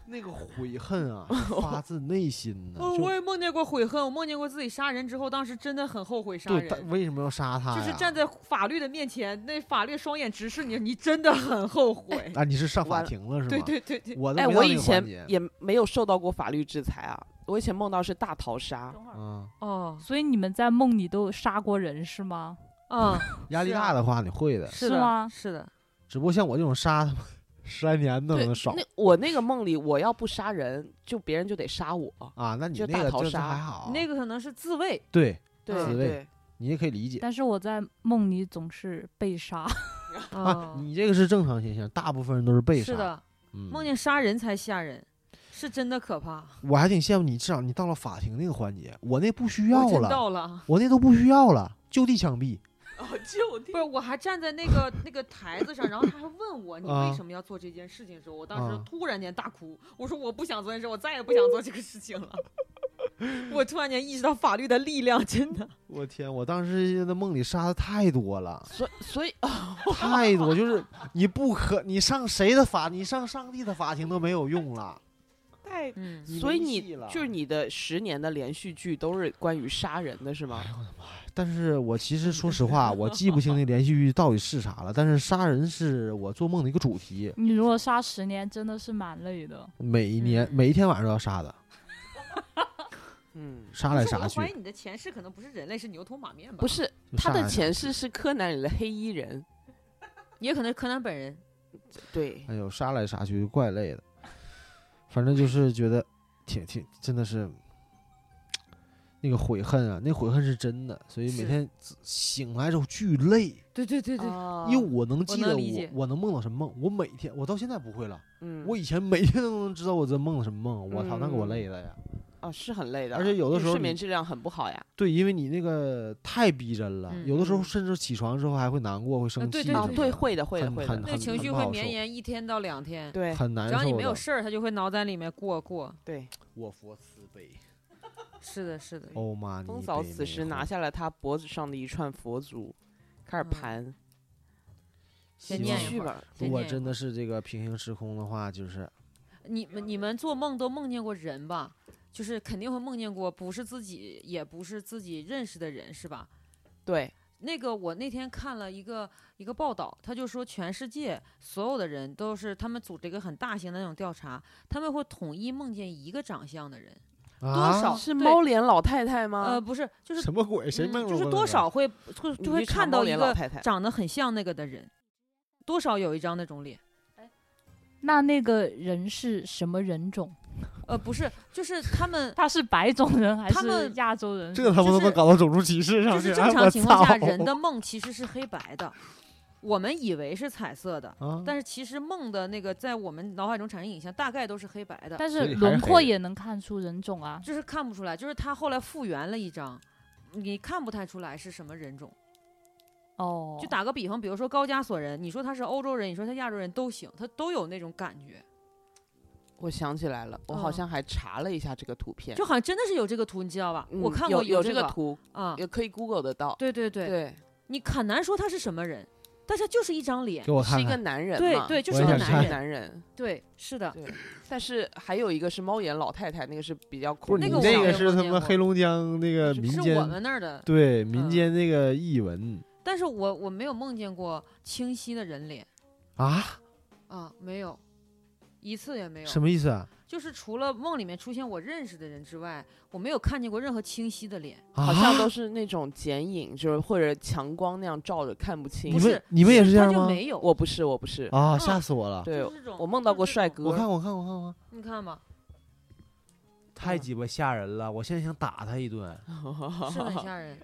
那个悔 *laughs* 恨啊，是发自内心的，我嗯就哦我也梦见过悔恨，我梦见过自己杀人之后，当时真的很后悔杀对，但人。为什么要杀他就呀？是站在法律的面前，那法律双眼直视你，你真的很后悔。啊，你是上法完了庭了是吗？对对对对，我都哎，没到我那以个前环节也没有受到过法律制裁啊。我以前梦到是大逃杀，等会儿嗯，哦，所以你们在梦里都杀过人是吗？嗯，压力是啊大的话你会的，是吗是的，只不过像我这种杀他妈十来年都对，能少那我那个梦里，我要不杀人，就别人就得杀我。啊。那你就那大个逃就是杀还好，那个可能是自卫，对对啊自卫对，，你也可以理解但是我在梦里总是被杀，啊。嗯你这个是正常现象，大部分人都是被杀。是，的，嗯，梦见杀人才吓人，是真的可怕。我还挺羡慕你，至少你到了法庭那个环节，我那不需要我真了，到了，我那都不需要了，就地枪毙。不是，我还站在那个那个台子上，然后他还问我你啊为什么要做这件事情的时候，我当时啊突然间大哭，我说我不想做这件事，我再也不想做这个事情了。 *laughs* 我突然间意识到法律的力量，真的。我天，我当时在梦里杀的太多了所以所以太多，就是你不可，你上谁的法，你上上帝的法庭都没有用了。 *laughs* 太嗯，你所以没你戏了就是你的十年的连续剧都是关于杀人的是吗？哎但是我其实说实话，我记不清 *laughs* 那连续剧到底是啥了。但是杀人是我做梦的一个主题，你如果杀十年，真的是蛮累的。每一年、嗯每一天晚上都要杀的，嗯，杀不来是，杀我去怀。疑你的前世可能不是人类，是牛头马面吧？不，是，就他杀的来杀前世是柯南里的黑衣人。也可能是柯南本人。 *laughs* 对，哎呦，杀来杀去怪累的，反正就是觉得挺挺真的是，那个悔恨啊，那悔恨是真的，所以每是天醒来之后巨累，对对对对，嗯哦因为我能记能得理我解我能梦到什么梦，我每天我到现在不会了，嗯我以前每天都能知道我在梦了什么梦，我操，那给我嗯累的呀。啊是很累的，而且有的就时候睡眠你质量很不好呀。对，因为你那个太逼真了，嗯呃有的时候嗯甚至起床之后还会难过，会生对气对什啊么对的，对，会的会的很会很的，那情绪很不会好绵受延一天到两天，对很难只受要的。你没有事儿，它就会脑袋里面过过。对。我佛慈悲，是的，是的，*laughs* 欧玛尼风嫂北此美时猴拿下了他脖子上的一串佛珠，开始嗯盘，先希念望一去会儿。吧。啊如先果念一真会的是这个平行时空的话，就是你们你们做梦都梦见过人吧？就是肯定会梦见过，不是自己，也不是自己认识的人，是吧？对，那个我那天看了一个一个报道，他就说全世界所有的人都是他们组织一个很大型的那种调查，他们会统一梦见一个长相的人，多啊少、是对猫脸老太太呃吗？不是就是 *laughs* 什么鬼？啊谁嗯梦着就是过多那个少会会你就会去查看猫到一脸老个太太，长得很像那个的人，多少有一张那种脸。那那个人是什么人种？呃，不是，就是他 *laughs* 们他是白种人还他是们亚洲人？这他妈都就能是搞到种族歧视上就去？是哎正我常情况下操人的梦其实是黑白的，我们以为是彩色的， *laughs* 啊，但是其实梦的那个在我们脑海中产生影像大概都是黑白的。但所是以还是轮黑廓人也能看出人种啊。就是看不出来，就是他后来复原了一张，你看不太出来是什么人种。哦，就打个比方，比如说高加索人，你说他是欧洲人，你说他亚洲人都行，他都有那种感觉，我想起来了，我好嗯像还查了一下这个图片，就好像真的是有这个图，你知道吧？嗯我看有过有这个个图，啊，也可以 Google 得到。对对对，对，你很难说他是什么人，但是他就是一张脸给，我是看一个看，男人对嘛，对，就是我个也男想是看一个人，男人。对，是的，对，但是还有一个是猫眼老太太，那个是比较不恐是那你个我那没个有是他见过妈黑龙江那个民是我间们那儿的，对民嗯间那个译文但是我我没有梦见过清晰的人脸啊，啊，没有，一次也没有。什么意思啊？就是除了梦里面出现我认识的人之外，我没有看见过任何清晰的脸。啊好像都是那种剪影，就是或者强光那样照着看不你清不。们是你们也是是这样他就吗？没有，我不是，我不是，啊，嗯吓死我了！对就是这种我梦到过帅，哥。*laughs* 我看我看我看我看，就是这种你看吧，太嗯鸡巴吓人了！我现在想打他一顿，是很吓人，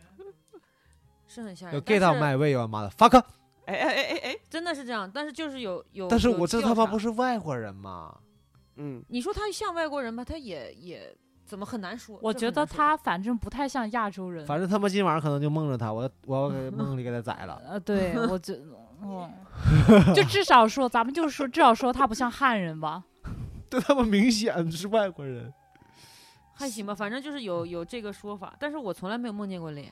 是很吓要人。 get out 但是 my way，我妈的啊 fuck！哎哎哎哎哎，真的是这样，但是就是有有。但是我这他妈不是，是外国人吗？嗯，你说他像外国人吧，他也也怎么很难说。我这觉很得难说他反正不太像亚洲人。反正他妈今晚上可能就梦着他，我我要 *laughs* 给梦里给他宰了。呃，对我觉，嗯，就至少说，咱们就说，至少说他不像汉人吧。这他妈明显是外国人。还行吧，反正就是有有这个说法，但是我从来没有梦见过脸，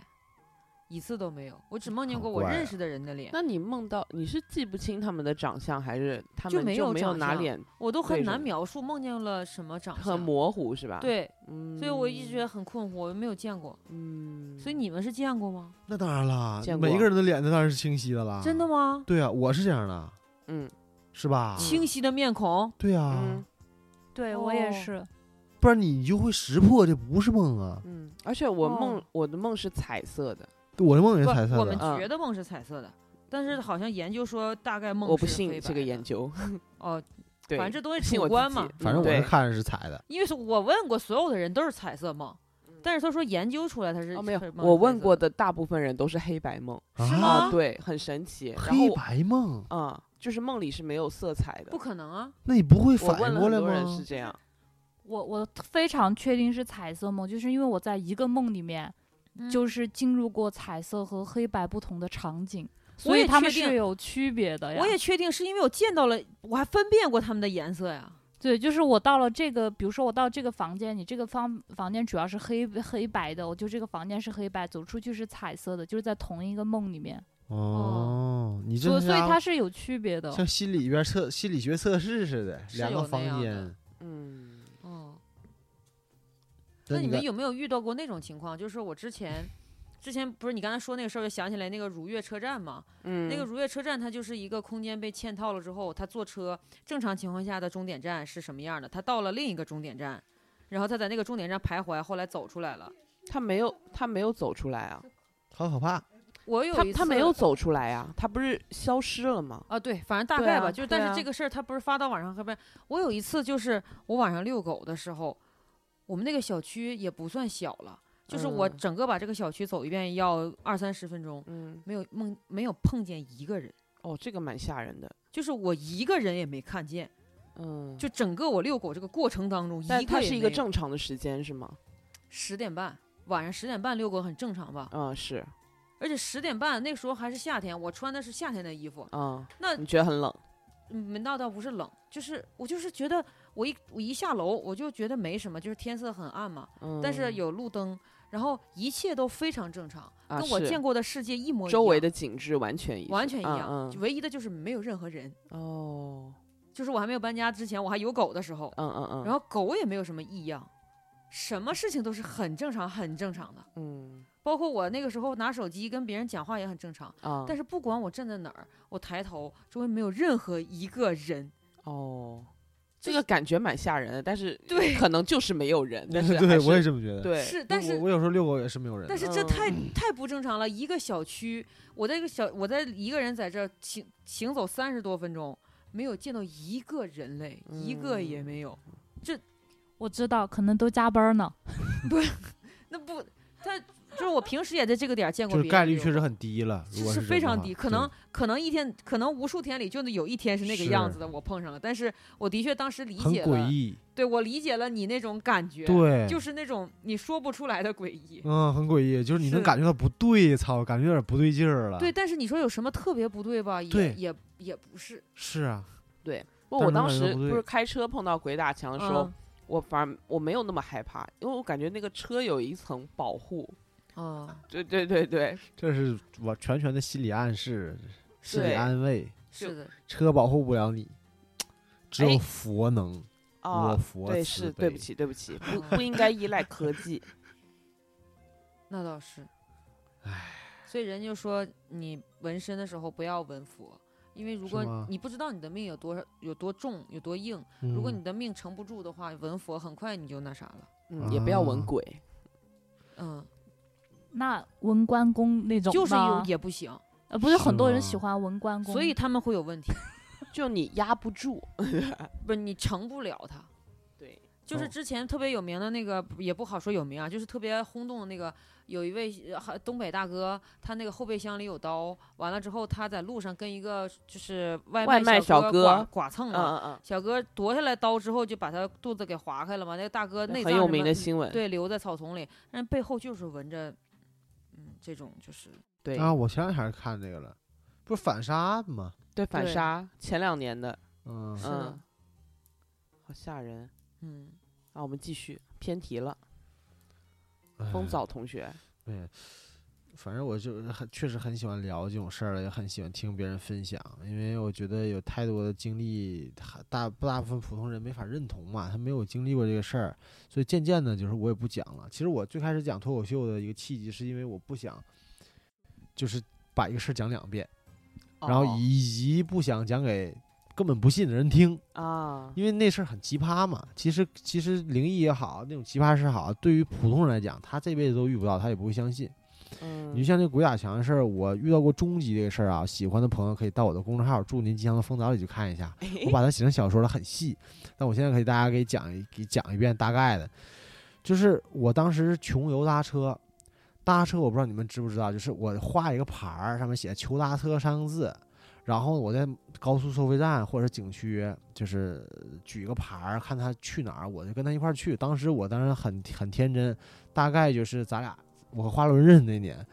一次都没有，我只梦见好过我怪啊认识的人的脸，那你梦到你是记不清他们的长相，还是他就们没就有没有长拿相脸，我都为很什难么描述梦见了什么长相。很模糊是吧？，对，嗯，所以我一直觉得很困惑，我没有见过。嗯，所以你们是见过吗？ *laughs* 那当然啦见，过每一个人的脸那当然是清晰的啦。真的？吗？对啊，我是这样的，嗯是吧？清晰的面孔，对啊，嗯对我也是。不然你就会识破这不是梦啊。嗯，而且我哦梦我的梦是彩色的，我的梦也不是彩，色我们的，啊觉得梦是彩色的，但是好像研究说大概梦我不是信黑这白个的研究， *laughs* 哦，对，反正这东不西信主我自观己嘛。反嗯正我对是看着是彩的。因为是我问过所有的人都是彩色梦，但是他说研究出来他是嗯哦没有黑，梦我是彩问色过的，的大部分人都是黑白梦是啊吗啊，对，很神奇。然后黑我白梦，啊，就是梦里是没有色彩的不，可能啊，那你不会我反问应了过很来多吗人？是 *laughs* 这样，我我非常确定是彩色梦，就是因为我在一个梦里面，嗯就是进入过彩色和黑白不同的场景，我所以也他们确是定有区别的呀。我也确定是因为我见到了，我还分辨过他们的颜色呀。对，就是我到了这个，比如说我到这个房间，你这个房房间主要是黑黑白的，我就这个房间是黑白，走出去是彩色的，就是在同一个梦里面，哦，你这所以所以它家是有区别的。像心理边测心理学测试似的，是两个有那房样的间。嗯，哦，那那你的们有没有遇到过那种情况？就是我之前，之前不是你刚才说那个事儿，就想起来那个如月车站嘛。嗯那个如月车站，它就是一个空间被嵌套了之后，它坐车正常情况下的终点站是什么样的？它到了另一个终点站，然后它在那个终点站徘徊，后来走出来了。他没有他没有走出来啊，好可 *laughs* 怕。我有他一次他没有走出来啊，他不是消失了吗？啊，对，反正大对概啊吧，就是对但啊是这个事儿它不是发到网上，不是我有一次就是我晚上遛狗的时候，我们那个小区也不算小了，就是我嗯整个把这个小区走一遍要二三十分钟，嗯，没有梦没有碰见一个人，哦，这个蛮吓人的，就是我一个人也没看见，嗯，就整个我遛狗这个过程当中，但一它个是一一个正常的时间是吗？十点半。晚上十点半遛狗很正常吧？嗯，是，而且十点半那时候还是夏天，我穿的是夏天的衣服，嗯，那你觉得很冷，嗯，那倒不是冷，就是我就是觉得我一我一下楼我就觉得没什么，就是天色很暗嘛，嗯，但是有路灯，然后一切都非常正常，啊跟我是见过的世界一模一样，周围的景致完全一完致全一嗯样，嗯唯一的就是没有任何人。哦，就是我还没有搬家之前，我还有狗的时候，嗯嗯嗯，然后狗也没有什么异样，什么事情都是很正常、很正常的。嗯包括我那个时候拿手机跟别人讲话也很正常，嗯啊，但是不管我站在哪儿，我抬头周围没有任何一个 *laughs* 人，哦，就这个感觉蛮吓人的，但是对可能就是没有 *laughs* 人，但是还对，我也是这么觉得。对，是，但是我我有时候遛狗也是没有人的。但是这嗯太太不正常了。一个小区，我在一个小，我在一个人在这儿行行走三十多分钟，没有见到一个人类，一个嗯也没有。我知道，可能都加班呢。那不，他就是我平时也在这个点儿见过就别是人，概率确实很低了，如是果是是非人的常话低，可能可能一天，可能无数天里就有一天是那个样是子的，我碰上了。但是我的确当时理对很解了诡，异，对我理解了你那种感觉，对，就是那种你说不出来的诡异。嗯，很诡异，就是你能是感觉到不对，操，感觉有点不对劲儿了。对，，但是你说有什么特别不对吧？也对也也不是，是啊，不，但我是当感觉时不对不是开车碰到鬼打墙的时候，嗯我反而我没有那么害怕，因为我感觉那个车有一层保护。哦，对对对对， *laughs* 这是我全全的心理暗示、心理对安慰。是的，车保护不了你，只哎有佛能。哦我啊，佛对慈是，对不悲起，对不起， *laughs* 不嗯不应该依赖科技。那倒是，所以人就说你纹身的时候不要纹佛，因为如是吗果你不知道你的命有多少、有多重、有多硬，如果嗯你的命撑不住的话，纹佛很快你就那啥了。嗯，也不要闻啊鬼。嗯，那文关公那种就是有呢也不行，呃，不是是很多人吗喜欢文关公，所以他们会有问题，就你压不住。不是你成不了他。对，就是哦之前特别有名的那个，也不好说有名啊，就是特别轰动的那个，有一位呃哈东北大哥，他那个后备箱里有刀，完了之后他在路上跟一个就是外外卖小小剐哥剐蹭嗯了，嗯小哥夺下来刀之后，就把他肚子给划开了嘛。那个大哥内嗯，脏很有什么名的新闻。对，留在草丛里，但背后就是闻着，嗯，这种就是对啊，我前两天看这个了，不是反杀案吗？对，反对杀前两年的，嗯是，的嗯，好吓人嗯，啊！我们继续偏题了，哎风早同学，对，反正我就是很确实很喜欢聊这种事儿了，也很喜欢听别人分享，因为我觉得有太多的经历，还大大部分普通人没法认同嘛，他没有经历过这个事儿，所以渐渐的，就是我也不讲了。其实我最开始讲脱口秀的一个契机，是因为我不想，就是把一个事儿讲两遍，然后哦以及不想讲给根本不信的人听。啊，因为那事儿很奇葩嘛。其实其实灵异也好，那种奇葩事儿好，对于普通人来讲，他这辈子都遇不到，他也不会相信。嗯，你就像这鬼打墙的事儿，我遇到过终极这个事儿啊，喜欢的朋友可以到我的公众号“祝您吉祥的风早”里去看一下，我把它写成小说了，很细。但我现在给大家给讲一给讲一遍大概的，就是我当时是穷游搭车，搭车我不知道你们知不知道，就是我画一个牌儿，上面写“求搭车”三个字，然后我在高速收费站或者景区，就是呃举个牌儿，看他去哪儿，我就跟他一块儿去。当时我当然很很天真，大概就是咱俩我和花轮认识那年。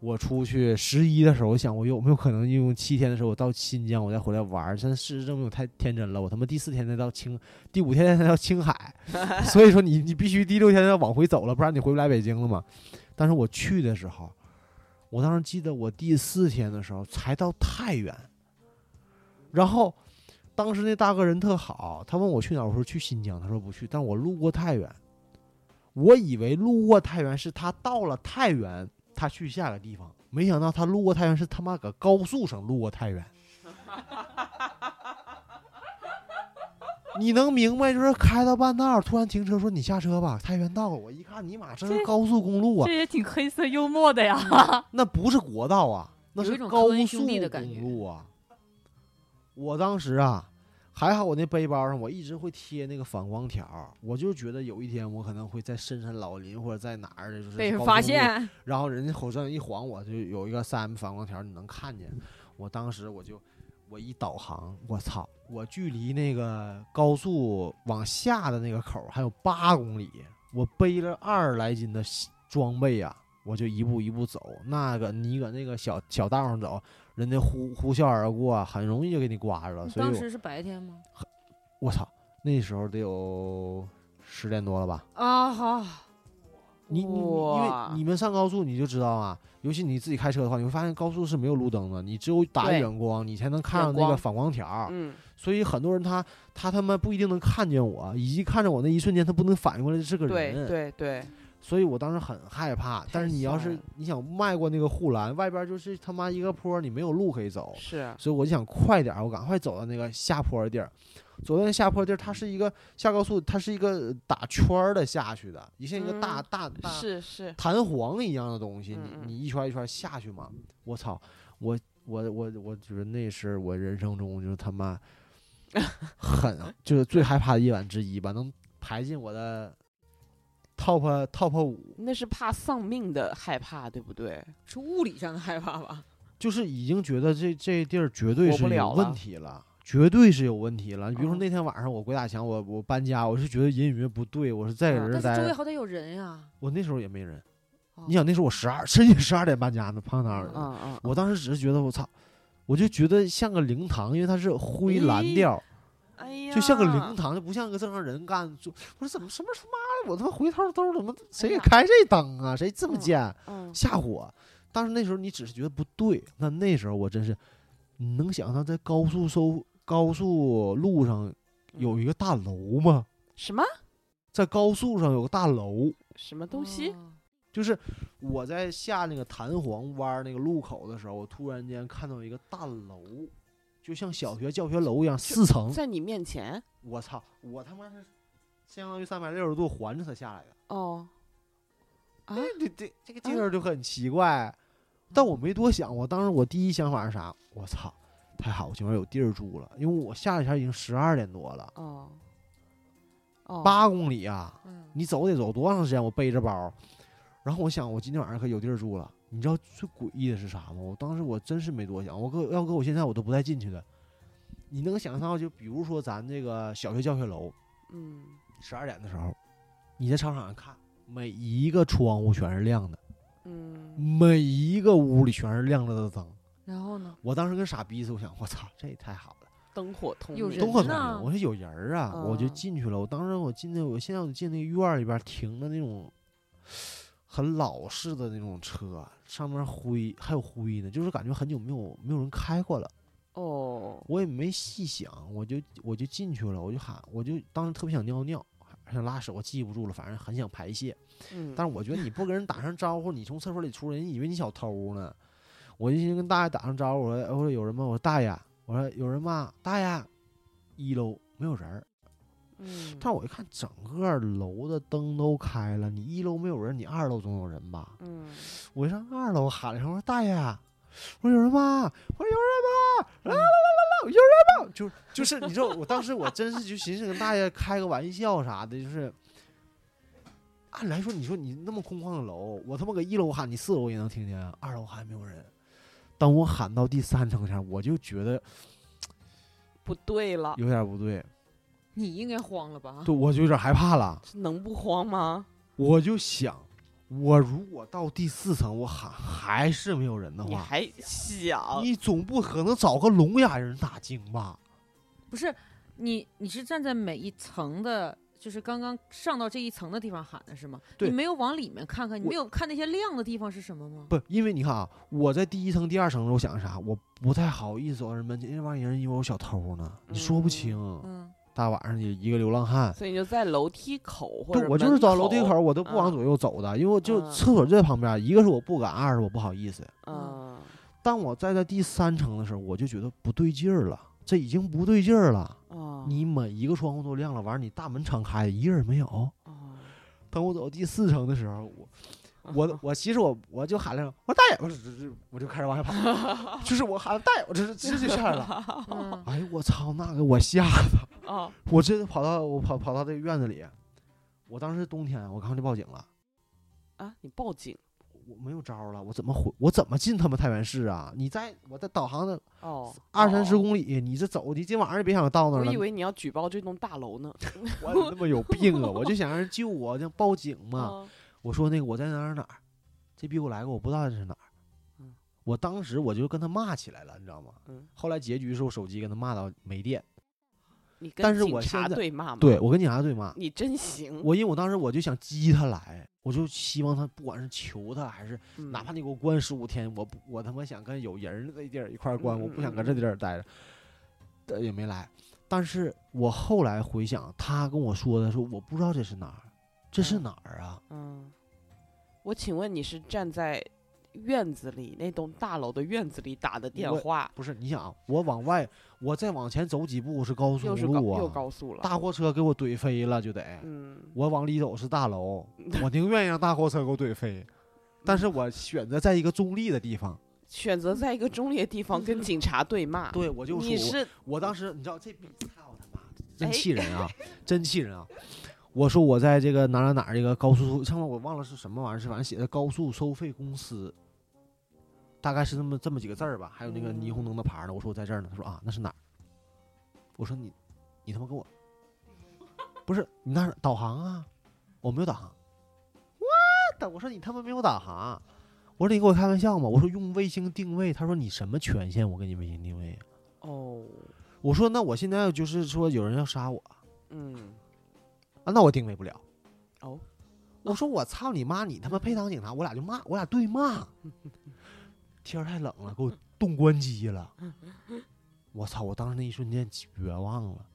我出去十一的时候，我想我有没有可能用七天的时候，我到新疆，我再回来玩儿。但事实证明我太天真了，我他妈第四天才到青，第五天才到青海， *laughs* 所以说你你必须第六天要往回走了，不然你回不来北京了嘛。但是我去的时候，我当时记得我第四天的时候才到太原，然后当时那大哥人特好，他问我去哪儿，我说去新疆，他说不去，但我路过太原，我以为路过太原是他到了太原，他去下个地方，没想到他路过太原是他妈搁高速上路过太原。你能明白，就是开到半道儿，突然停车说你下车吧，太原到了。我一看，尼玛，这是这高速公路啊！这也挺黑色幽默的呀。那不是国道啊，那有是一种高科恩速兄弟的感公路啊。我当时啊，还好我那背包上我一直会贴那个反光条儿，我就觉得有一天我可能会在深山老林或者在哪儿的，就是被人高啊发速公路现，然后人家火车站一晃我，就有一个三 M 反光条，你能看见。我当时我就我一导航，我操，我距离那个高速往下的那个口儿还有八公里，我背了二十来斤的西装备啊，我就一步一步走。那个你搁那个小小道上走，人家呼呼啸而过，很容易就给你刮着了。你所以当我时是白天吗？我操，那时候得有十点多了吧？啊，好，你你你因为哇你们上高速你就知道啊，尤其你自己开车的话，你会发现高速是没有路灯的，你只有打对远光，你才能看到远那个光反光条儿。嗯，所以很多人他他他妈不一定能看见我，以及看着我那一瞬间，他不能反应过来这是个对人。对对，所以我当时很害怕。但是你要吓是人你想迈过那个护栏，外边就是他妈一个坡，你没有路可以走。是所以我就想快点儿，我赶快走到那个下坡的地儿。走到那下坡地儿，它是一个下高速，它是一个打圈儿的下去的，一像一个嗯大、大大是是，弹簧一样的东西，嗯嗯你你一圈儿一圈儿下去嘛。我操，我我我我觉得那是我人生中就是他妈 *laughs* 很就是最害怕的夜晚之一吧，能排进我的 top top 五，那是怕丧命的害怕，对不对？是物理上的害怕吧？就是已经觉得这这地儿绝对活是不有了问了题了。绝对是有问题了。比如说嗯那天晚上我鬼打墙，我我搬家，我是觉得隐隐约不对，我是在嗯人啊但儿是周待围着。好歹有人呀。我那时候也没人，哦你想那时候我十二，深夜十二点搬家呢，胖当儿的。嗯嗯，我当时只是觉得我操，我就觉得像个灵堂，因为它是灰蓝咦调，哎呀，就像个灵堂，就不像个正常人干。就我说怎么什么他妈的，我他妈回头兜儿怎么哎谁给呀开这灯啊？谁这嗯么贱，嗯，吓唬我？当时那时候你只是觉得不对，那那时候我真是，你能想象在高速收高速路上嗯有一个大楼吗？什么在高速上有个大楼，什么东西？哦就是我在下那个弹簧湾儿那个路口的时候，我突然间看到一个大楼，就像小学教学楼一样，四层。在你面前？我操！我他妈是相当于三百六十度环着它下来的。哦，啊，这这这个地方就很奇怪，但我没多想。我当时我第一想法是啥？我操！太好，我今晚有地儿住了，因为我下一天已经十二点多了，哦，哦，八公里啊！嗯，你走得走多长时间？我背着包，然后我想，我今天晚上可有地儿住了。你知道最诡异的是啥吗？我当时我真是没多想，我搁要搁我现在我都不带进去的。你能想象到，就比如说咱这个小学教学楼，嗯，十二点的时候，你在操场上看，每一个窗户全是亮的，嗯每一个屋里全是亮着的灯。然后呢？我当时跟傻逼似的，我想，我操，这也太好了，灯火通有明，人灯火通呢明。我说有人儿啊，嗯我就进去了。我当时我进那，我现在我进那个院儿里边儿停的那种很老式的那种车，啊上面灰还有灰呢，就是感觉很久没有没有人开过了。哦，我也没细想，我就我就进去了，我就喊，我就当时特别想尿尿，还想拉屎，我记不住了，反正很想排泄。嗯，但是我觉得你不跟人打声招呼，你从厕所里出来，人以为你小偷呢。我就先跟大爷打声招呼，我说哎：“我说有人吗？”我说：“大爷。”我说：“有人吗？”大爷，一楼没有人儿。嗯，但我一看，整个楼的灯都开了，你一楼没有人，你二楼总有人吧？嗯，我上二楼喊了一声：“我说大爷，我说有人吗？我说有人吗？来来来来来，有人吗？”就就是你知道，我当时我真是就寻思跟大爷开个玩笑啥的，就是按来说，你说你那么空旷的楼，我他妈搁一楼喊，你四楼也能听见，啊二楼还没有人。当我喊到第三层前，我就觉得不对了，有点不对，你应该慌了吧？对我就有点害怕了。这能不慌吗？我就想，我如果到第四层，我喊还是没有人的你话，还想？你总不可能找个聋哑人打经吧？不是，你你是站在每一层的，就是刚刚上到这一层的地方喊的是吗？对你没有往里面看看，你我没有看那些亮的地方是什么吗？不，因为你看啊，我在第一层、第二层的时候，我想啥？我不太好意思走人门前，那帮人以为我小偷呢，你说不清。嗯，大晚上的一个流浪汉，所以你就在楼梯口或者对我就是门找楼梯口口，，我都不往啊左右走的，因为我就啊厕所就在旁边。一个是我不敢，二是我不好意思。嗯，当我再在第三层的时候，我就觉得不对劲儿了，这已经不对劲儿了。哦，你每一个窗户都亮了，完了你大门敞开，一个人没有。哦等我走到第四层的时候，我 *laughs* 我我其实我我就喊了一声，我大爷，我就我就开始往下跑， *laughs* 就是我喊大爷，我就是直接就下来了。 *laughs* 嗯哎呦我操，那个我吓的，啊，我真的跑到我跑跑到这个院子里，我当时是冬天，我刚就报警了。啊，你报警我没有招儿了，我怎么回？我怎么进他妈太原市啊？你在我在导航的哦，二三十哦，公里，你这走，你今晚上也别想到那儿我了。以为你要举报这栋大楼呢。我怎么那么有病啊！我就想让人救我，就报警 *laughs* 嘛。啊，我说那个我在哪儿哪儿哪儿，这逼我来过，我不知道这是哪儿嗯。我当时我就跟他骂起来了，你知道吗？嗯后来结局是我手机跟他骂到没电，你但跟是我警现察在对骂嗯吗？对，我跟警察对骂。你真行，我因为我当时我就想激他来，我就希望他不管是求他还是嗯哪怕你给我关十五天，我不我他妈想跟有人的地儿一块儿关，嗯我不想嗯搁这地儿待着，但也没来。但是我后来回想，他跟我说的说，我不知道这是哪儿，这是嗯哪儿啊？嗯，我请问你是站在院子里那栋大楼的院子里打的电我话，不是，你想啊，我往外，我再往前走几步是高速又是高路又啊，高速了，大货车给我怼飞了就得。嗯，我往里走是 *laughs* 大楼，我宁愿让大货车给我怼飞，但是我选择在一个中立的地方。选择在一个中立的地方跟警察对骂，对，我就说你我是我当时你知道这逼操他妈的，真哎气人啊， *laughs* 真气人啊！我说我在这个哪儿哪儿哪儿一个高速，上面我忘了是什么玩意儿，是反正写的高速收费公司，大概是这么这么几个字儿吧，还有那个嗯霓虹灯的牌儿呢。我说我在这儿呢，他说啊那是哪儿？我说你你他妈跟我 *laughs* 不是你那儿导航啊？我没有导航，what？我说你他妈没有导航。我说你跟我开玩笑吗？我说用卫星定位，他说你什么权限？我给你卫星定位啊哦，我说那我现在就是说有人要杀我嗯，啊，那我定位不了。哦，我说我操你妈，你他妈配当警察，我俩就骂，我俩对骂。天儿太冷了，给我冻关机了。我操！我当时那一瞬间绝望了。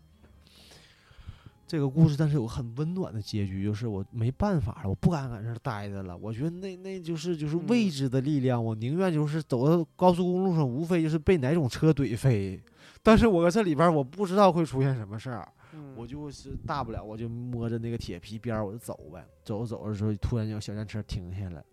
这个故事，但是有个很温暖的结局，就是我没办法了，我不敢在这儿待着了。我觉得那那就是就是嗯位置的力量，我宁愿就是走到高速公路上，无非就是被哪种车怼飞。但是我搁这里边儿，我不知道会出现什么事儿。嗯我就是大不了我就摸着那个铁皮边儿我就走呗，走着走着的时候，突然有小战车停下来，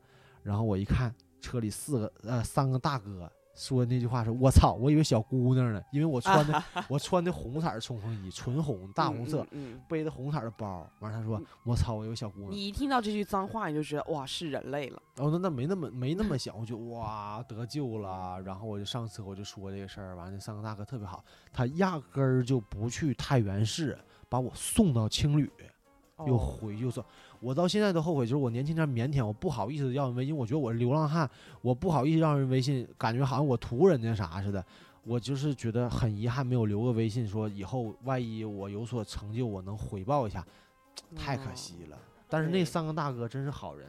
然后我一看车里四个呃三个大哥说那句话说：“我操，我以为小姑娘呢，因为我穿的、 *laughs* 我穿的红色儿冲锋衣，纯红大红色，嗯，嗯嗯背着红色儿的包。”完了他说嗯：“我操，我以为小姑娘。”你一听到这句脏话，你就觉得哇是人类了，然后那那没那么没那么想，我就哇得救了。然后我就上车我就说这个事儿，完了那三个大哥特别好，他压根儿就不去太原市，把我送到青旅，又哦回又送。我到现在都后悔，就是我年轻前腼腆，我不好意思要人微信，我觉得我是流浪汉，我不好意思让人微信，感觉好像我图人家啥似的。我就是觉得很遗憾，没有留个微信，说以后万一我有所成就，我能回报一下。太可嗯惜哦了。但是那对三个大哥真是好人，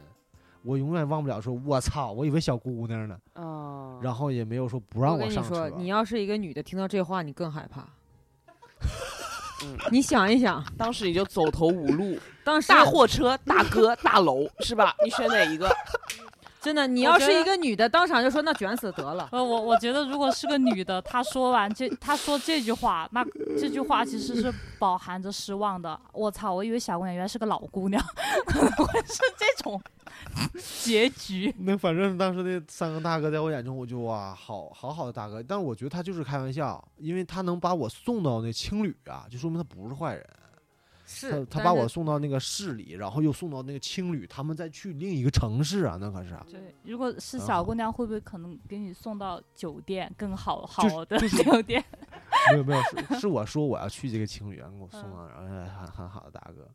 我永远忘不了说，我操，我以为小姑娘呢，啊，然后也没有说不哦我让跟你上说，车。你要是一个女的，听到这话你更害怕。嗯你想一想，当时你就走投无路，当时大货车、大哥、大楼是吧？你选哪一个？真的，你我要觉是得一个女的，当场就说那卷死得了。呃，我我觉得如果是个女的，她说完这，她说这句话，那这句话其实是饱含着失望的。我操，我以为小姑娘原来是个老姑娘，可能会是这种结局。那反正当时那三个大哥在我眼中，我就哇，好好好的大哥。但是我觉得他就是开玩笑，因为他能把我送到那青旅啊，就说明他不是坏人。是他他把我送到那个市里，然后又送到那个青旅，他们再去另一个城市啊，那 *laughs* 可是。对，如果是很小好姑娘，会不会可能给你送到酒店更好就是好的就是酒店？没有没有，是是我说我要去这个青旅，然后给我嗯送到，然后很很好的大哥。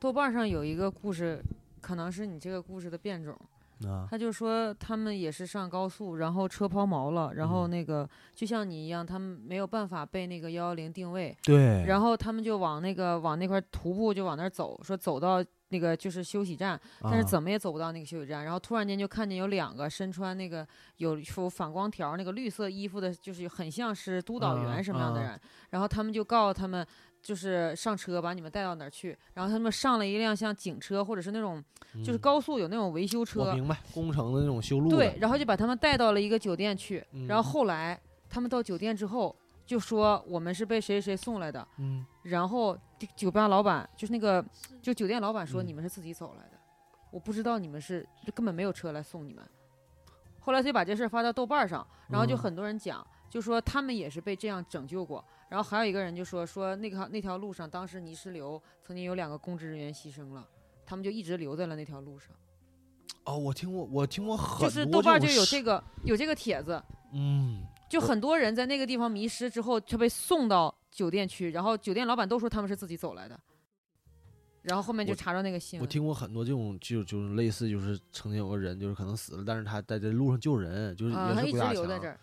豆瓣上有一个故事，可能是你这个故事的变种。啊，他就说他们也是上高速，然后车抛锚了，然后嗯那个就像你一样，他们没有办法被那个幺幺零定位，对然后他们就往那个往那块徒步就往那儿走，说走到那个就是休息站，但是啊怎么也走不到那个休息站。然后突然间就看见有两个身穿那个有有反光条、那个绿色衣服的，就是很像是督导啊员什么样的啊人。然后他们就告诉他们，就是上车把你们带到哪儿去。然后他们上了一辆像警车或者是那种就是嗯高速有那种维修我车，明白工程的那种修路的对，然后就把他们带到了一个酒店去。然后嗯后来他们到酒店之后就说我们是被谁谁谁送来的。嗯，然后酒吧老板就是那个就酒店老板说嗯你们是自己走来的。我不知道你们是就根本没有车来送你们。后来他就把这事儿发到豆瓣儿上，然后就嗯很多人讲，就说他们也是被这样拯救过。然后还有一个人就说说那个那条路上，当时泥石流曾经有两个公职人员牺牲了，他们就一直留在了那条路上。哦，我听过，我听过很多就是豆瓣儿就种有事这个有这个帖子，嗯，就很多人在那个地方迷失之后，就被送到酒店去，然后酒店老板都说他们是自己走来的，然后后面就我查着那个新我闻。听过很多这种，就就是类似，就是曾经有个人就是可能死了，但是他在这路上救人，就是啊，也他是一鬼直打留在墙这。儿，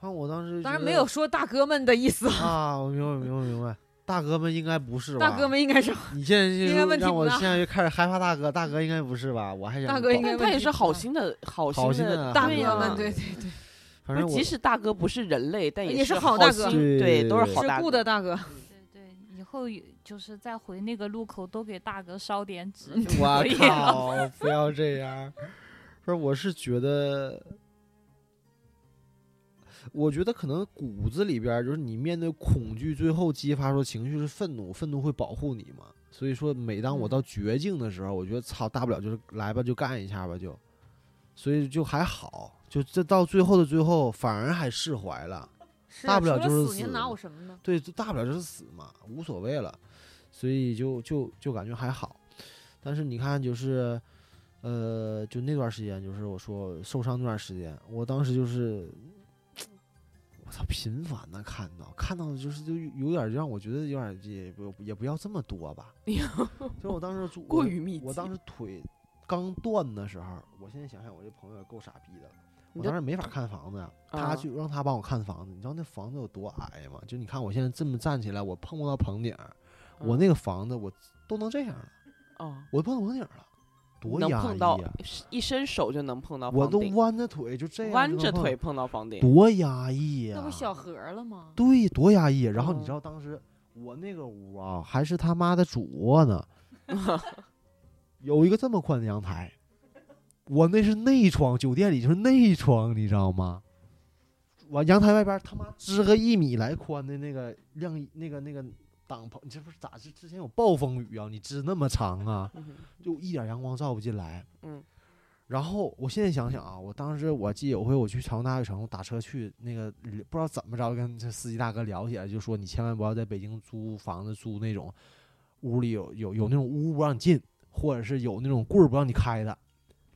啊，我当时当觉然没 *laughs* 得有说大哥们的意思，啊，我明白，我明白，我明白。大哥们应该不是吧？啊大哥，们应该是你现在应就该是问题让不我大现在就开始害怕大哥，大哥应该不是吧？我还想大哥应保该但他也是好心的好好心心的大好心哥的们，对对对，反正不我是即使大哥不是人类，但也是是好大哥心对对，都是好大是哥雇的大哥， *laughs* 对对，以后有就是再回那个路口都给大哥烧点纸嗯就我可以了。靠，不要这样！不是，我是觉得，我觉得可能骨子里边儿就是你面对恐惧，最后激发出情绪是愤怒，愤怒会保护你嘛。所以说，每当我嗯到绝境的时候，我觉得操，大不了就是来吧，就干一下吧，就，所以就还好，就这到最后的最后，反而还释怀了。是大不了除就是死，死您拿我什么呢？对，就大不了就是死嘛，无所谓了，所以就就就感觉还好。但是你看，就是，呃，就那段时间，就是我说受伤那段时间，我当时就是，我操，频繁的看到，看到的就是就有点儿让我觉得有点儿也不也不要这么多吧。就是我当时住过我于密集。我当时腿刚断的时候，我现在想想，我这朋友也够傻逼的了。你我这当时没法看房子呀，他啊去让他帮我看房子，你知道那房子有多矮吗？就你看我现在这么站起来，我碰不到棚顶儿，我嗯那个房子我都能这样了，哦，我碰到棚顶儿了，多能压碰抑到呀！一伸手就能碰到我房都顶，弯着腿就这样，弯着腿，碰到房顶，多压抑哎呀！那不小盒儿了吗？对，多压抑。然后你嗯知道当时我那个屋啊，还是他妈的主卧呢，有一个这么宽的阳台，我那是内窗，酒店里就是内窗，你知道吗？往阳台外边儿他妈支个一米来宽的那个晾衣那个那个挡棚，你这不是咋是之前有暴风雨啊？你支那么长啊？嗯哼就一点阳光照不进来。嗯。然后我现在想想啊，我当时我记得有回我去朝阳大悦城，我打车去那个不知道怎么着跟这司机大哥聊起来，就说你千万不要在北京租房子租那种屋里有有有那种屋不让你进，或者是有那种棍儿不让你开的，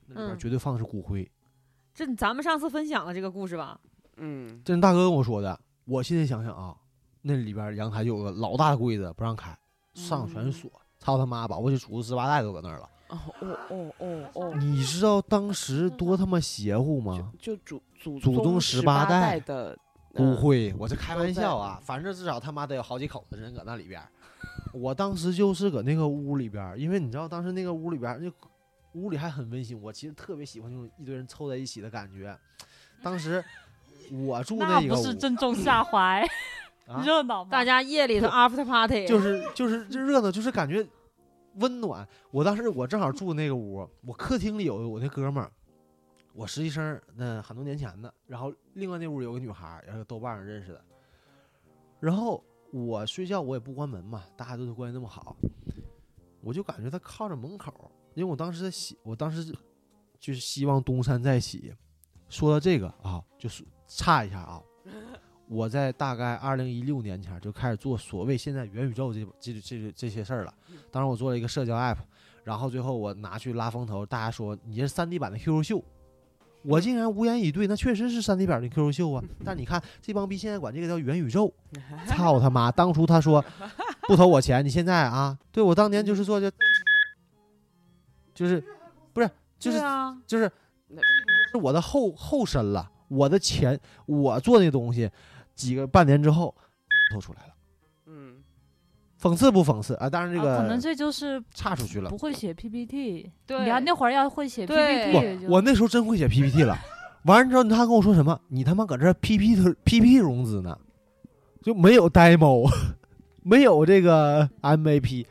那里边嗯绝对放的是骨灰。这咱们上次分享了这个故事吧？嗯，这是大哥跟我说的。我现在想想啊，那里边阳台就有个老大的柜子不让开，上全是锁，操他妈把我这祖宗十八代都搁那儿了。嗯哦哦哦哦哦，你知道当时多他妈邪乎吗？就就祖祖祖宗十十八代代的不嗯会，我这开玩在笑啊，反正至少他妈得有好几口子人搁那里边儿。我当时就是搁那个屋里边儿，因为你知道当时那个屋里边儿，那屋里还很温馨。我其实特别喜欢那种一堆人凑在一起的感觉。当时我住那一个不屋是正中下怀，啊，热闹吗？大家夜里头 after party，就是就是就热闹，就是感觉温暖。我当时我正好住那个屋，我客厅里有我那哥们儿，我实习生儿，那很多年前的。然后另外那屋有个女孩儿，也是豆瓣上认识的。然后我睡觉我也不关门嘛，大家都是关系那么好，我就感觉她靠着门口儿，因为我当时在希，我当时就就是希望东山再起。说到这个啊，就是差一下啊，我在大概二零一六年前就开始做所谓现在元宇宙这这这这些事儿了。当时我做了一个社交 app，然后最后我拿去拉风投，大家说你这是三 D 版的 QQ 秀，我竟然无言以对，那确实是三 D 版的 QQ 秀啊。但你看这帮逼现在管这个叫元宇宙，操他妈！当初他说不投我钱，你现在啊，对我当年就是做这，就是不是就是对啊，就是那是我的后后身了，我的前我做那东西，几个半年之后透出来了，嗯讽刺不讽刺啊？当然这啊个、可能这就是差出去了不。会写 PPT。对你要那会儿要会写对 PPT，就我那时候真会写 PPT 了，完了之后他跟我说什么？你他妈搁这 PP PP 融资呢，就没有 demo，没 *laughs* 有这个 MVP。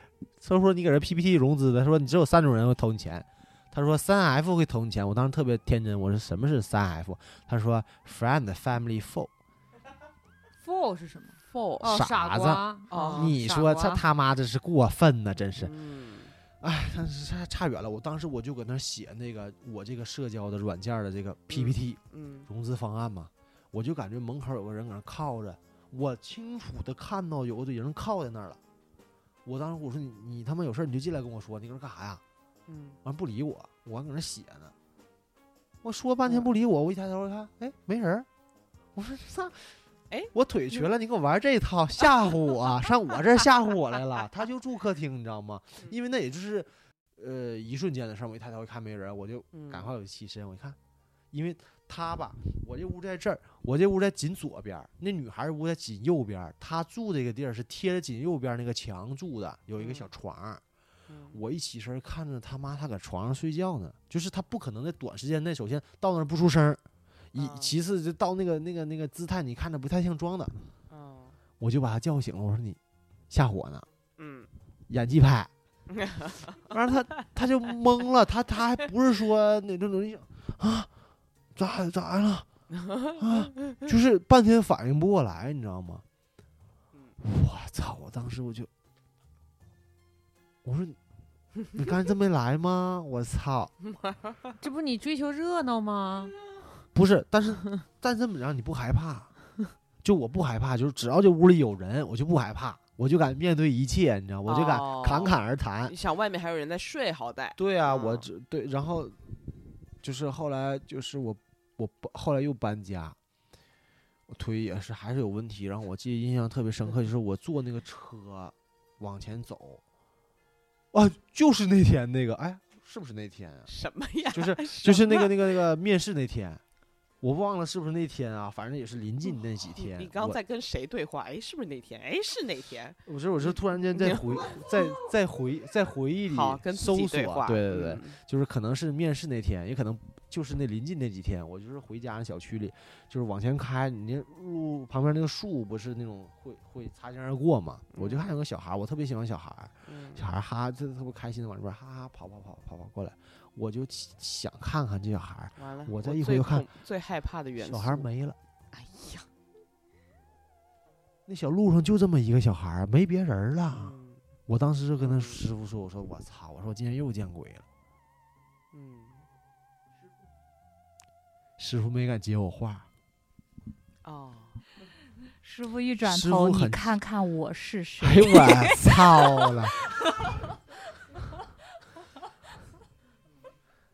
他说你搁这 PPT 融资的，他说你只有三种人会投你钱。他说三 F 会投你钱，我当时特别天真，我说什么是三 F？他说 friend family four。 fool 是什么？ ，four，哦，啊傻傻子瓜，哦哦你说傻这瓜他妈这是过分呐、真是。嗯哎，但是差差远了。我当时我就搁那儿写那个我这个社交的软件儿的这个 PPT，、嗯融资方案嘛，我就感觉门口有个人搁那靠着，我清楚的看到有个人靠在那儿了。我当时我说你你他妈有事儿你就进来跟我说，你搁那干啥呀？嗯，完不理我，我还搁那写呢。我说半天嗯不理我，我一抬头一看，哎，没人儿。我说上，哎，我腿瘸了，你给我玩这套吓唬我，上我这儿吓唬我来 *laughs* 了。他就住客厅，你知道吗？嗯因为那也就是，呃，一瞬间的事儿。我一抬头一看没人儿，我就嗯赶快我就起身，我一看，因为他吧，我这屋在这儿，我这屋在紧左边儿，那女孩儿屋在紧右边儿，她住这个地儿是贴着紧右边儿那个墙住的，有一个小嗯床儿。嗯我一起身看着他妈，她搁床上睡觉呢，就是她不可能在短时间内，首先到那儿不出声儿，一、啊其次就到那个那个那个姿态，你看着不太像装的，哦我就把她叫醒了，我说你吓唬我呢，嗯演技派。完了他他就懵了，他他还不是说那种东西啊，咋咋了啊，就是半天反应不过来，你知道吗？我操！我当时我就，我说你刚才真没来吗？我操！ *laughs* 这不你追求热闹吗？不是，但是但这么着你不害怕？就我不害怕，就是只要这屋里有人，我就不害怕，我就敢面对一切，你知道，我就敢哦侃侃而谈。你想外面还有人在睡，好歹对啊，我嗯只对，然后就是后来就是我我不后来又搬家，我腿也是还是有问题。然后我记得印象特别深刻，就是我坐那个车往前走，啊，就是那天那个，哎，是不是那天啊？哎什么呀？ *laughs* 就是就是那个那个那个面试那天，我忘了是不是那天啊，反正也是临近那几哦你天。你刚我在跟谁对话？哎，是不是那天？哎，是那天？我是我是突然间在回在在回在回忆里好，跟自搜己索，对话。对对对，嗯，就是可能是面试那天，也可能就是那临近那几天，我就是回家那小区里，就是往前开，你那路旁边那个树不是那种会会擦肩而过嘛，我就看有个小孩儿，我特别喜欢小孩儿，嗯小孩儿哈这特别开心的往这边儿哈哈跑跑跑跑跑过来，我就起想看看这小孩儿，嗯完了，我再最一回头看恐最害怕的元素，小孩儿没了，哎呀，那小路上就这么一个小孩儿，没别人儿了。嗯我当时就跟他嗯师傅说，我说我操，我说我今天又见鬼了。嗯，师傅没敢接我话儿，哦，师傅一转师头，傅你很看看我是谁？哎呦我操了！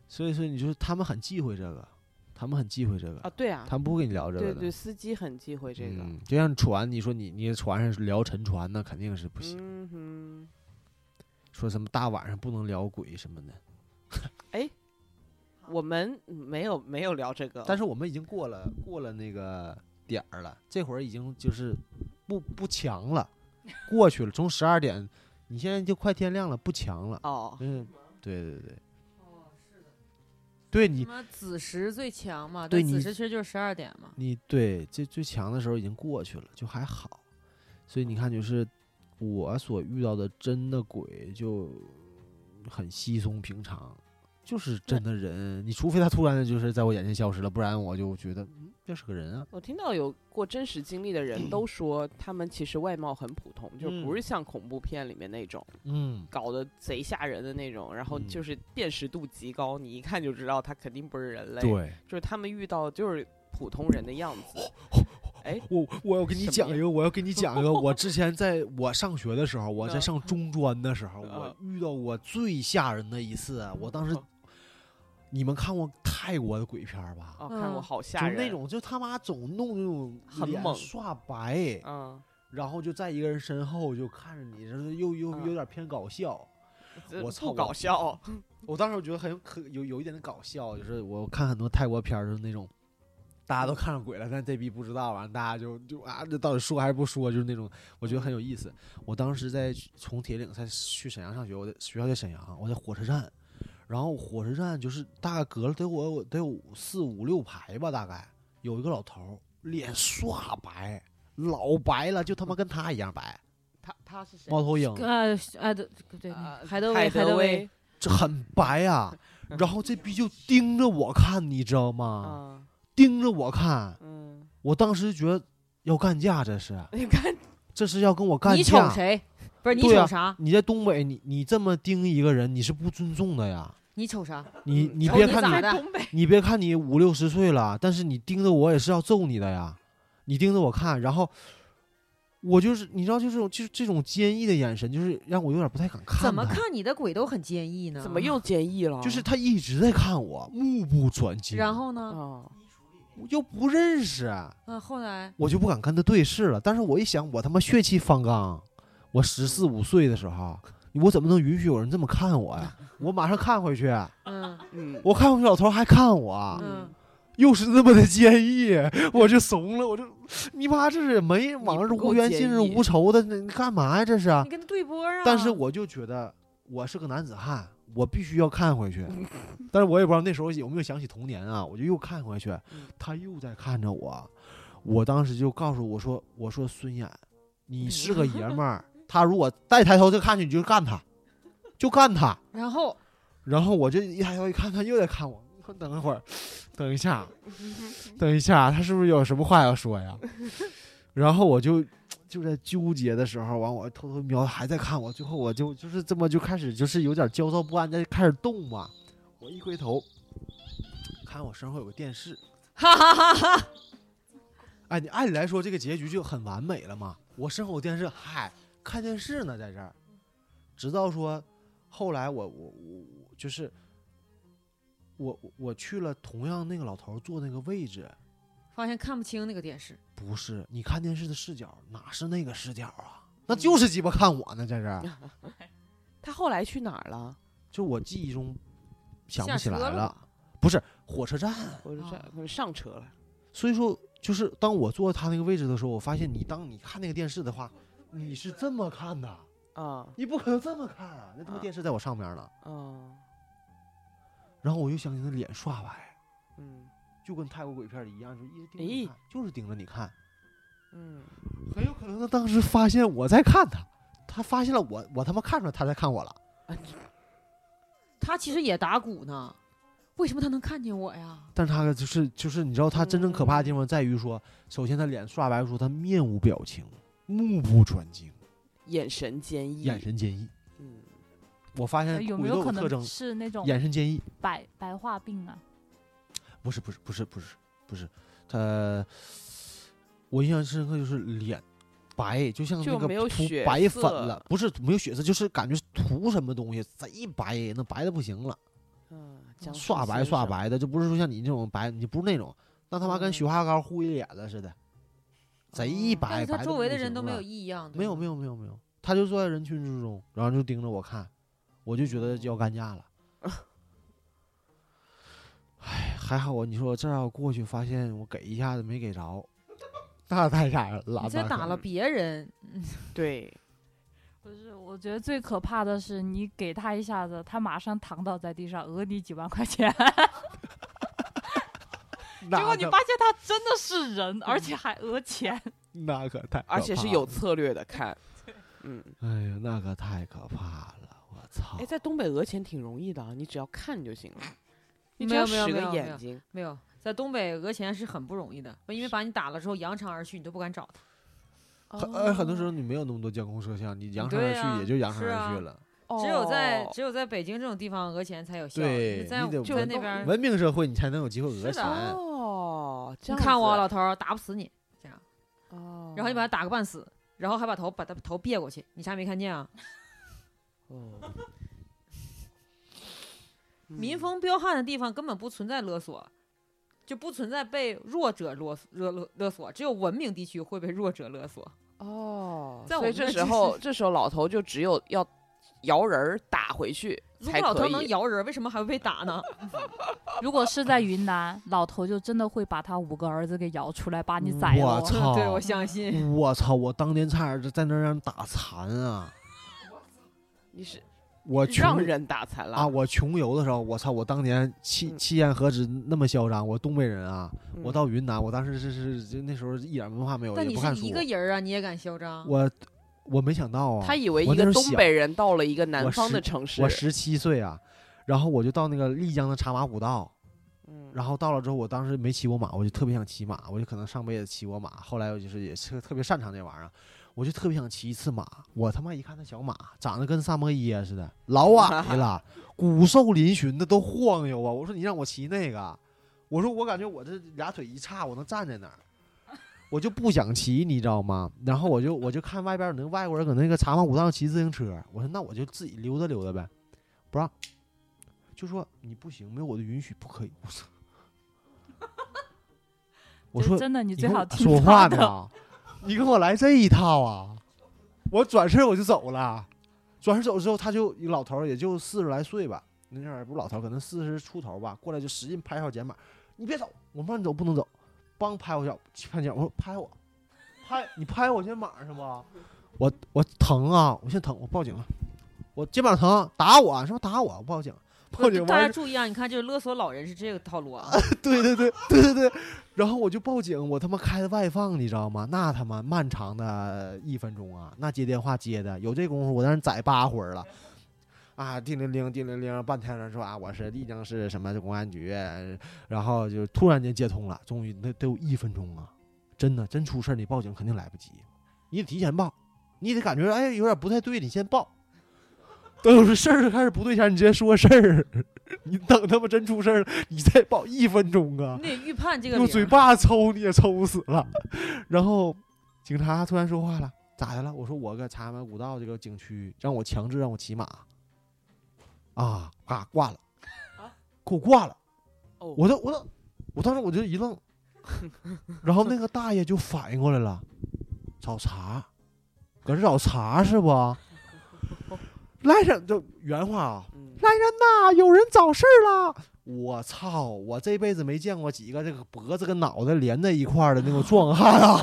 所以说，你就是他们很忌讳这个，他们很忌讳这个，啊，对啊，他们不会跟你聊这个对的。对，司机很忌讳这个，嗯，就像船，你说你你船上聊沉船那肯定是不行。嗯哼，说什么大晚上不能聊鬼什么的，哦我们没有没有聊这个，但是是我们已经过了过了那个点儿了，这会儿已经就是不不强了，过去了。从十二点，你现在就快天亮了，不强了。哦，嗯，对对对。对你什么子时最强嘛？对但你子时其实就是十二点嘛。你对这最强的时候已经过去了，就还好。所以你看，就是我所遇到的真的鬼就很稀松平常，就是真的人。你除非他突然就是在我眼前消失了，不然我就觉得嗯这是个人啊。我听到有过真实经历的人都说，他们其实外貌很普通，就嗯不是像恐怖片里面那种嗯，搞得贼吓人的那种，然后嗯就是辨识度极高，你一看就知道他肯定不是人类，对。就是他们遇到就是普通人的样子。哎，我我要跟你什么讲呀一个，我要跟你讲一个，我之 *laughs* 前在我上学的时候，我在嗯上中专的时候，嗯我遇到我最吓人的一次，啊我当时嗯。你们看过泰国的鬼片儿吧？哦，看过嗯好就吓是人，那种，就他妈总弄那种很脸猛刷白，嗯，然后就在一个人身后就看着你，就是又又嗯有点偏搞笑。这我操不搞我笑，我当时我觉得很有可有有一点点搞笑，就是我看很多泰国片儿就是那种。大家都看上鬼了，但这逼不知道，完了大家就就啊，这到底说还是不说？就是那种，我觉得很有意思。我当时在从铁岭在去沈阳上学，我在学校在沈阳，我在火车站，然后火车站就是大概隔了得有我得有四五六排吧，大概有一个老头儿脸刷白，老白了，就他妈跟他一样白，他他是谁？猫头鹰，呃，哎，对对，啊海德海威，海德威，，这很 *laughs* 白啊。然后这逼就盯着我看，你知道吗？啊，盯着我看，嗯，我当时觉得要干架，这是 *laughs* 你看，这是要跟我干你瞅架。谁？不是你对啊瞅啥？你在东北，你你这么盯一个人，你是不尊重的呀。你瞅啥？你嗯你瞅别你看咋你，的东北你别看你五六十岁了，但是你盯着我也是要揍你的呀。你盯着我看，然后我就是你知道，就是就是这种坚毅的眼神，就是让我有点不太敢看。怎么？看你的鬼都很坚毅呢？嗯怎么？又坚毅了？就是他一直在看我，目不转睛。然后嗯呢？啊，我又不认识，啊，后来我就不敢跟他对视了。但是我一想，我他妈血气方刚，我十四五岁的时候，我怎么能允许有人这么看我呀？我马上看回去，嗯啊嗯，我看回去，老头还看我，嗯，又是那么的坚毅， *laughs* 我就怂了，我就你妈这是没不往日够无冤，坚近日毅无仇的，那你干嘛呀？这是？你跟他对波啊。但是我就觉得我是个男子汉，我必须要看回 *laughs* 去。但是我也不知道那时候有没有想起童年啊，我就又看回去，嗯他又在看着我。我当时就告诉我说：“我说孙冉，你是个爷 *laughs* 们儿，他如果再抬头再看你，你就干他，就干他。然后”然后我就一抬头一看，他又在看我。你说等一会儿， *sniffs* 等一下，等一下，他是不是有什么话要说呀？然后我就 *sniffs* 就在纠结的时候，完我偷偷瞄，还在看我。最后我就就是这么就开始就是有点焦躁不安，在开始动嘛。我一回头，看我身后有个电视。哈哈哈哈哈，哎，你按理来说这个结局就很完美了嘛。我身后有电视，嗨，看电视呢，在这儿。直到说后来我我我我就是我我我去了同样那个老头儿坐那个位置，发现看不清那个电视，不是，你看电视的视角哪是那个视角啊？那就是鸡巴看我呢，在这儿。他后来去哪儿了？就我记忆中想不下起车了来了，不是火车站。我就啊上上车了，所以说，就是当我坐他那个位置的时候，我发现你当你看那个电视的话，你是这么看的，啊你不可能这么看啊！那他妈啊电视在我上面呢，啊然后我又想起他脸刷白，嗯就跟泰国鬼片里一样，就一直盯着你看，就是盯着你看。嗯很有可能他当时发现我在看他，他发现了我，我他妈看出来他在看我了。他其实也打鼓呢，为什么他能看见我呀？但是他就是就是，你知道他真正可怕的地方在于说，首先他脸刷白的时候，他面无表情，目不转睛，眼神坚毅，眼神坚毅。嗯我发现呃有鬼没都有可特能征，是那种眼神坚毅。白白化病啊？不是不是不是不是不是，他我印象深刻就是脸白，就像就那个没有涂血白粉色了，不是没有血色，就是感觉涂什么东西贼白，那白的不行了，嗯，僵尸刷白先刷生，白的，就不是说像你这种白，你不是那种，那他妈跟嗯雪花膏糊一脸子似的，贼白但是。他白得周不围的行人都没了有异样，对啊没有吗没有没有没有，他就坐在人群之中，然后就盯着我看，我就觉得要干架了。哎，还好我你说我这要过去，发现我给一下子没给着，那太吓人了。你这那打可了别人，对，不是，我觉得最可怕的是你给他一下子，他马上躺倒在地上，讹你几万块 *laughs* 钱。那嗯结果你可发现他真的是人，而且还讹 *laughs* 钱。那可太，而且是有。策略的看，嗯，哎呀，那可太可怕了，我操哎，！在东北讹钱挺容易的啊，你只要看就 *laughs* 行了，你只没要有没有使没个有没眼有睛，没有在东北讹钱是很不容易的，因为把你打了之后扬长而去，你都不敢找他。哦很呃，很多时候你没有那么多监控摄像，你扬长而哦对去啊也就扬长是而啊去了。哦只有在只有在北京这种地方讹钱才有效，对你在你得就在文那边儿，文明社会你才能有机会讹是的钱。哦，这你样看我子老头儿打不死你，这样，哦，然后你把他打个半死，然后还把头把他头别过去，你啥也没看见啊？哦，民嗯风彪悍的地方根本不存在勒索，就不存在被弱者勒索勒勒勒索，只有文明地区会被弱者勒索。哦，在我所以们这这就时是 *laughs* 候这时候老头就只有要摇人儿打回去如才果老可头能以。摇人，为什么还会被打 *laughs* 呢？如果是在云南，老头就真的会把他五个儿子给摇出来，把你宰了嗯我。*laughs* 操！对，我相信。我操！我当年差点在那儿让人打残啊！你是我让呃穷人打残了啊！我穷游的时候，我操！我当年气嗯气焰何止那么嚣张？我东北人啊，嗯我到云南，我当时是是就那时候一点文化没有，但也你不看是书一。个人儿啊，你也敢嚣张？我我没想到啊他，以为我一那个时候东北人到了一个南我方的十城市，我十七岁啊，然后我就到那个丽江的茶马古道，嗯然后到了之后，我当时没骑过马，我就特别想骑马，我就可能上辈子骑过马，后来我就是也是特别擅长这玩意儿，啊我就特别想骑一次马。我他妈一看那小马长得跟萨摩耶似的，老矮了，骨瘦嶙峋的都晃悠啊。我说你让我骑那个，啊我说我感觉我这俩腿一叉，我能站在那儿。我就不想骑，你知道吗？然后我就我就看外边有那个外国人搁那个茶马古道上骑自行车，我说那我就自己溜达溜达呗，不让，就说你不行，没有我的允许不可以。我操！ *laughs* 我就说真的，你你最跟好我听说他话呢的。啊， *laughs* 你跟我来这一套啊！我转身我就走了，转身走之后，他就一老头儿也就四十来岁吧，那阵儿也不是老头儿，可能四十出头吧，过来就使劲拍我肩膀，你别走，我不让你走，不能走，帮拍我脚，拍脚，我说拍我，拍你拍我肩膀上吧，我我疼啊，我现在疼，我报警了，我肩膀疼，打我，是不是打我？我报警，报警，大完家事注意啊！你看，就是勒索老人是这个套 *laughs* 路啊。对对对 *laughs* 对对对，然后我就报警，我他妈开的外放，你知道吗？那他妈漫长的一分钟啊，那接电话接的有这功夫，我让人宰八回儿了。啊，叮铃铃，叮铃铃，半天了说啊，我是丽江市什么公安局，然后就突然间接通了，终于那得有一分钟啊，真的真出事儿你报警肯定来不及，你得提前报，你得感觉哎有点不太对，你先报，等有事儿开始不对前，你直接说事儿， *laughs* 你等他妈真出事儿了，你再报一分钟啊你，得预判这个用嘴理儿巴抽你也抽不死了。 *laughs* 然后警察突然说话了：“咋的了？”我说：“我搁茶门古道这个景区，让我强制让我骑马。”啊啊，挂了，给我挂了。哦我都我都我当时我就一愣，然后那个大爷就反应过来了，找茬，搁这找茬是不？来人，就原话啊，嗯来人呐，有人找事儿了！我操，我这辈子没见过几个这个脖子跟脑袋连在一块儿的那种壮汉啊，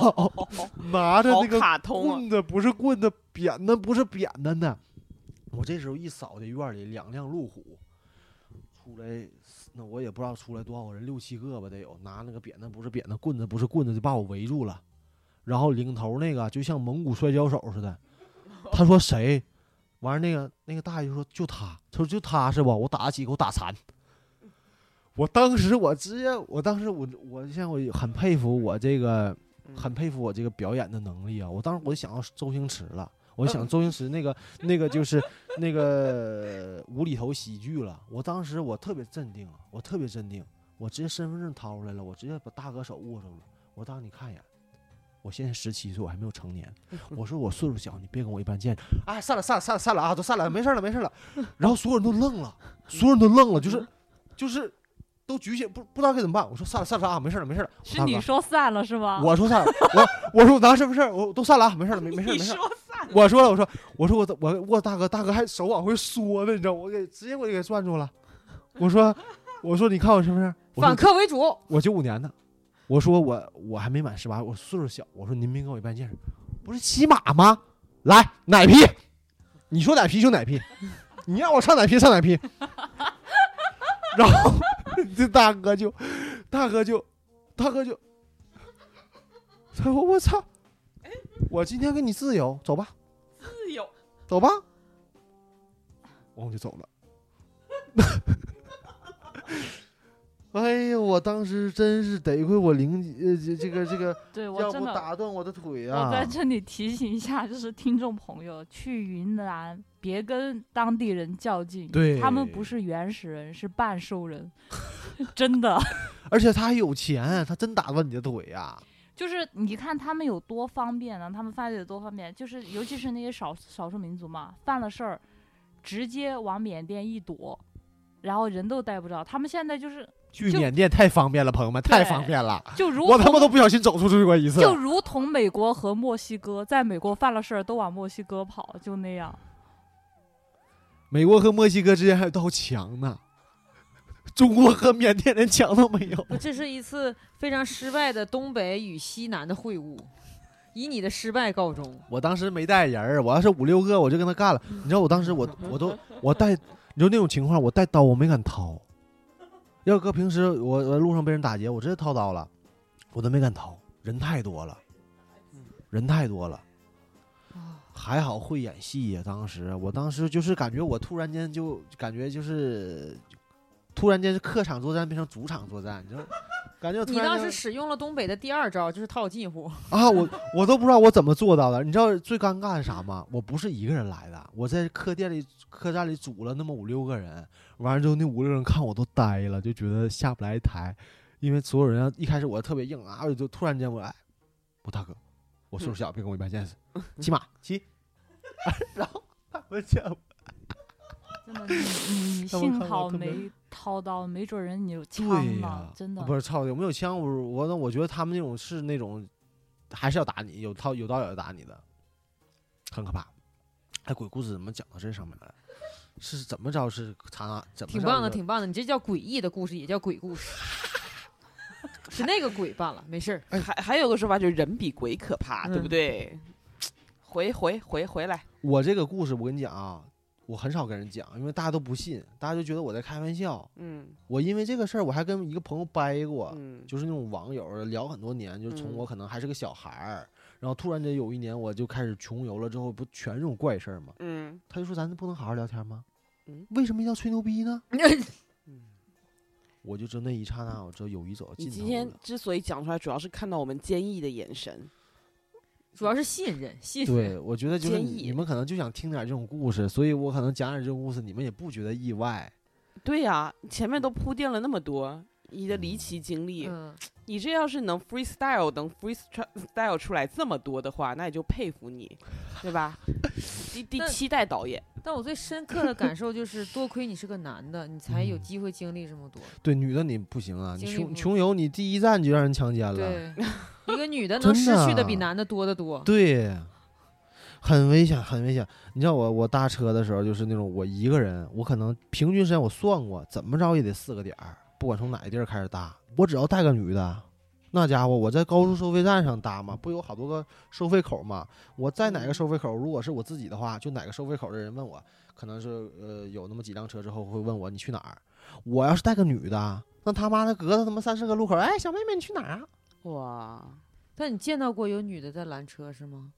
拿着好那个卡通啊，棍子不是棍子，扁担不是扁担呢。我这时候一扫这院里两辆路虎，出来那我也不知道出来多少个人，六七个吧得有，拿那个扁担不是扁担，棍子不是棍子就把我围住了。然后领头那个就像蒙古摔跤手似的，他说谁？完事那个那个大爷就说就他，他说就他是吧？我打得起，给我打残。我当时我直接，我当时我我像我很佩服我这个很佩服我这个表演的能力啊！我当时我就想到周星驰了，我就想周星驰那个、那个就是那个呃无厘头喜剧了。我当时我特别镇定，啊我特别镇定，我直接身份证掏出来了，我直接把大哥手握住了。我说大哥你看一眼，我现在十七岁，我还没有成年。我说我岁数小，你别跟我一般见识。哎，散了散了散了散了啊，都散了，没事了没事了。然后所有人都愣了，所有人都愣了，就是就是都局限，不不知道该怎么办。我说散了散了啊，没事了没事了。 *laughs* 是大哥你说散了是啊吧？我说散了，我我说我拿身份证，我都散了啊，没事了，没没事了你没事了。说散了，我说了，我说我说我我我大哥大哥还手往回缩呢，你知道，我给直接我就给攥住了。我说我说你看我身份证，我反说客为主，我九五年的，我说我我还没满十八，我岁数小，我说您别跟我一般见识，不是骑马吗？来奶批，你说奶批就奶批，你让我上奶批上奶批。然后 *laughs* 这大哥就大哥就大哥就，他说我操，我今天给你自由，走吧。自由，走吧。然后我就走了。哎呦，我当时真是得亏我灵机呃这这个这个，对我要真不的打断我的腿我啊在！这里提醒一下，就是听众朋友，去云南别跟当地人较劲，对他们不是原始人，是半兽 *laughs* 人，真的。 *laughs* 而且他还有钱，他真打断你的腿啊呀、就是你看他们有多方便啊呢？他们犯罪有多方便？就是尤其是那些少少数民族嘛，犯了事儿，直接往缅甸一躲，然后人都逮不着。他们现在就是去就缅甸太方便了，朋友们，对太方便了！就如哎我他妈同都不小心走出去过一次。就如同美国和墨西哥，在美国犯了事儿都往墨西哥跑，就那样。美国和墨西哥之间还有道墙呢，中国和缅甸连墙都没有。不这是一次非常失败的东北与西南的会晤，以你的失败告终。我当时没带人儿，我要是五六个我就跟他干了。嗯你知道我当时我 *laughs* 我都我带，你说那种情况，我带刀我没敢掏。要搁平时我我路上被人打劫，我直接掏刀了，我都没敢掏，人太多了，人太多了。还好会演戏呀、当时我当时就是感觉我突然间就感觉就是，突然间是客场作战变成主场作战，你知道，感觉我突你然当就时使用了东北的第二招，就是套近乎。啊，我我都不知道我怎么做到的。你知道最尴尬的是啥吗？我不是一个人来的，我在客店里客栈里组了那么五六个人，完了之后那五六个人看我都呆了，就觉得下不来台，因为所有人一开始我特别硬啊，我就突然间我哎，我大哥，我岁数小，别跟我一般见识，骑马骑， *laughs* 然后他们就真 *laughs* 的，你你他们幸看我好特别 *laughs* 没掏刀，没准人你有对枪呀、啊呢，真的。不是操有没有枪？我我那我觉得他们那种是那种，还是要打你，有刀有刀也要打你的，很可怕。哎，鬼故事怎么讲到这上面来了？是怎么着？是他拿怎么挺着棒的，就挺棒的。你这叫诡异的故事，也叫鬼故事，是那个鬼罢了，没事儿。 *laughs* 嗯还还有个说法就是人比鬼可怕，对不嗯对？回回回回来，我这个故事，我跟你讲啊，我很少跟人讲，因为大家都不信，大家就觉得我在开玩笑。嗯我因为这个事儿，我还跟一个朋友掰过，嗯，就是那种网友聊很多年，就是从嗯我可能还是个小孩儿，然后突然间有一年我就开始穷游了，之后不全是这种怪事儿吗？嗯他就说咱不能好好聊天吗？嗯为什么一定要吹牛逼呢？嗯。我就知道那一刹那，我知道友谊走到你尽今头天了。 *laughs* 之所以讲出来，主要是看到我们坚毅的眼神。主要是信任，信任。对，我觉得就是建你议你们可能就想听点这种故事，所以我可能讲点这种故事，你们也不觉得意外。对呀、前面都铺垫了那么多，你的离奇经历，嗯，你这要是能 freestyle 能 freestyle 出来这么多的话，那也就佩服你，对吧？第第那七代导演，但我最深刻的感受就是，多亏你是个男的，你才有嗯机会经历这么多。对，女的你不行啊，你经历穷不穷游，你第一站就让人强奸了，对， *laughs* 一个女的能失去的比男的多得多。对，很危险，很危险。你知道我我搭车的时候，就是那种我一个人，我可能平均时间我算过，怎么着也得四个点儿，不管从哪个地儿开始搭，我只要带个女的，那家伙我在高速收费站上搭嘛，不有好多个收费口嘛，我在哪个收费口，如果是我自己的话，就哪个收费口的人问我，可能是呃有那么几辆车之后会问我你去哪儿，我要是带个女的，那他妈的隔着他妈三四个路口，哎小妹妹你去哪儿啊？哇，但你见到过有女的在拦车是吗？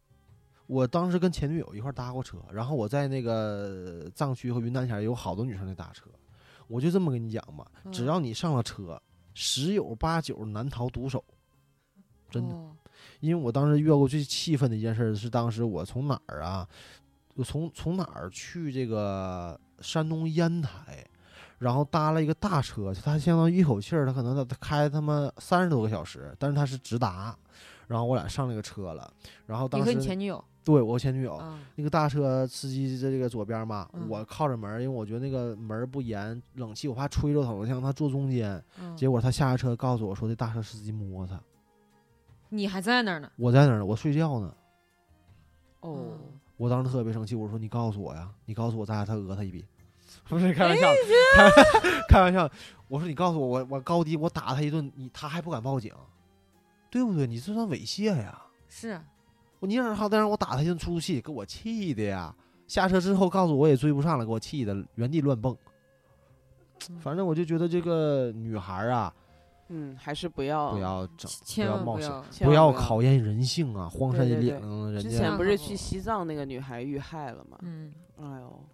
我当时跟前女友一块儿搭过车，然后我在那个藏区和云南前儿有好多女生在搭车。我就这么跟你讲吧，嗯只要你上了车，十有八九难逃毒手，真的。哦因为我当时遇到过最气愤的一件事儿是，当时我从哪儿啊，我从从哪儿去这个山东烟台，然后搭了一个大车，它相当于一口气儿，它可能它开他妈三十多个小时，但是它是直达。然后我俩上那个车了，然后你当和时哦你前女友对我前女友，啊，那个大车司机在这个左边嘛，嗯我靠着门儿，因为我觉得那个门儿不严，冷气我怕吹着他，我就让他坐中间。嗯结果他下了车告诉我说，这大车司机摸他，你还在那儿呢。我在哪儿呢？我睡觉呢。哦，嗯我当时特别生气，我说你告诉我呀，你告诉我咱俩他讹他一笔， *laughs* 不是开玩哎笑， *laughs* 开开玩笑。我说你告诉我，我我高低我打他一顿，你他还不敢报警，对不对？你这算猥亵呀！是，啊我你让好再让我打他一顿出气，给我气的呀！下车之后告诉我也追不上了，给我气的原地乱蹦。嗯反正我就觉得这个女孩儿啊，嗯，还是不要不。要整，千万冒不险要。千不万要不要考验人性啊！荒山对野对岭对，人之家前不是不去西藏那个女孩遇害了吗？嗯，哎呦，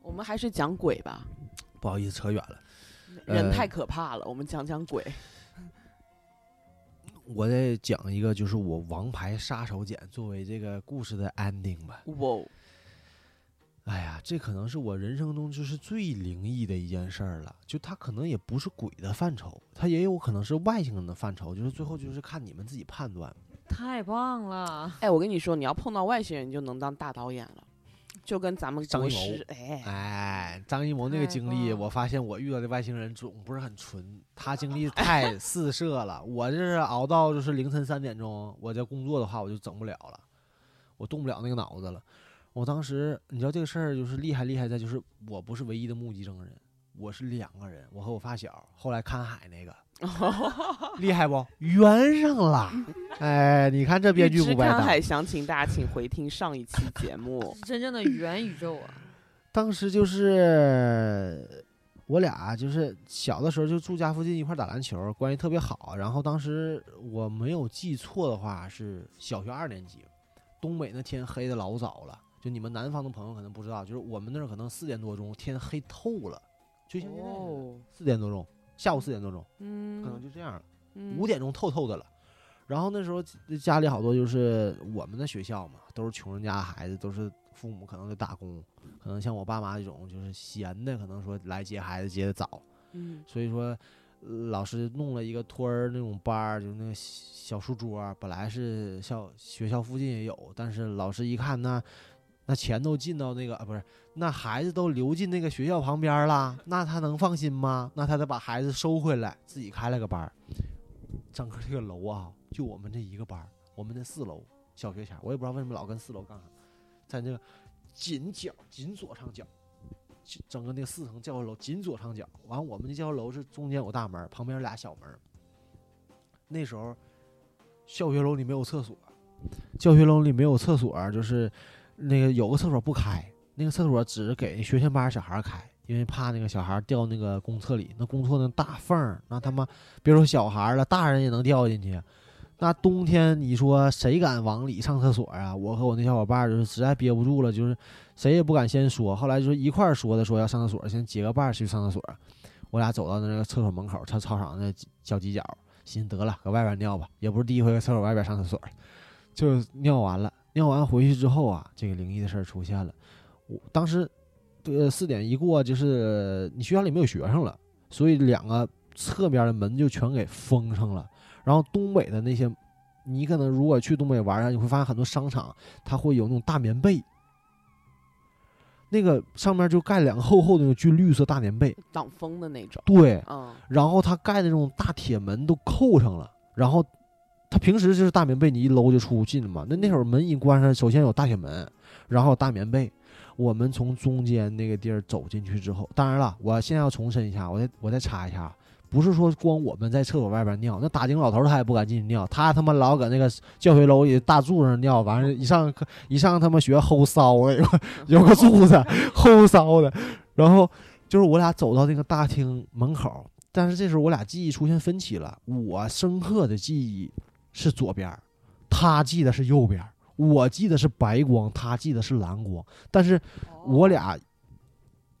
我们还是讲鬼吧，不好意思扯远了。人呃太可怕了，我们讲 *laughs* 讲鬼。我再讲一个，就是我《王牌杀手锏》作为这个故事的 ending 吧。哇哦，哎呀，这可能是我人生中就是最灵异的一件事儿了。就它可能也不是鬼的范畴，它也有可能是外星人的范畴，就是最后就是看你们自己判断。太棒了。哎，我跟你说，你要碰到外星人，你就能当大导演了，就跟咱们张国艺谋师，哎，哎，张艺谋那个太经棒历，了我发现我遇到的外星人总不是很纯，他经历太四射了。我这是熬到就是凌晨三点钟，我在工作的话我就整不了了，我动不了那个脑子了。我当时你知道这个事儿就是厉害厉害在就是我不是唯一的目击证人，我是两个人，我和我发小，后来看海那个厉害不？圆上了。哎，你看这编剧欲知不白看搭。海详情，大家请回听上一期节 *laughs* 目。是真正的元宇宙啊！当时就是我俩就是小的时候就住家附近一块儿打篮球，关系特别好。然后当时我没有记错的话是小学二年级，东北那天黑的老早了，就你们南方的朋友可能哦不知道，就是我们那儿可能四点多钟天黑透了，就像现在似的四点多钟下午四点多钟，嗯，可能就这样了，嗯五点钟透透的了。然后那时候家里好多就是我们的学校嘛，都是穷人家的孩子，都是父母可能得打工，可能像我爸妈这种就是闲的，可能说来接孩子接的早，嗯所以说，呃老师弄了一个托儿那种班儿，就是那个小书桌儿，本来是校学校附近也有，但是老师一看那那钱都进到那个啊，不是那孩子都流进那个学校旁边儿啦，那他能放心吗？那他得把孩子收回来，自己开了个班儿。整个这个楼啊，就我们这一个班儿，我们这四楼小学前儿，我也不知道为什么老跟四楼干啥，在那个紧角紧左上角。去整个那个四层教学楼紧左上角，完我们的教学楼是中间有大门儿，旁边有俩小门儿。那时候，教学楼里没有厕所，教学楼里没有厕所，就是那个有个厕所不开，那个厕所只给学前班小孩儿开，因为怕那个小孩儿掉那个公厕里，那公厕那大缝儿，那他妈别说小孩儿了，大人也能掉进去。那冬天你说谁敢往里上厕所啊？我和我那小伙伴儿就是实在憋不住了，就是谁也不敢先说，后来就一块儿说的，说要上厕所，先结个伴儿去上厕所。我俩走到那个厕所门口，操操场那小犄角，寻思得了，搁外边尿吧，也不是第一回搁厕所外边上厕所了，就尿完了。尿完回去之后啊，这个灵异的事儿出现了。我当时，呃，四点一过，就是呃你学校里没有学生了，所以两个侧边的门就全给封上了。然后东北的那些，你可能如果去东北玩啊，你会发现很多商场它会有那种大棉被，那个上面就盖两个厚厚的那种军绿色大棉被，挡风的那种，对，嗯然后它盖的那种大铁门都扣上了，然后它平时就是大棉被，你一搂就出不进了嘛。那那会儿门一关上，首先有大铁门，然后有大棉被。我们从中间那个地儿走进去之后，当然了，我现在要重申一下，我再我再插一下，不是说光我们在厕所外边尿，那打井老头他也不敢进去尿，他他妈老搁那个教学楼里大柱上尿，完了，一上课一上他妈学齁骚的，有个有个柱子齁骚的， *laughs* 然后就是我俩走到那个大厅门口，但是这时候我俩记忆出现分歧了，我深刻的记忆是左边儿，他记得是右边儿，我记得是白光，他记得是蓝光，但是我俩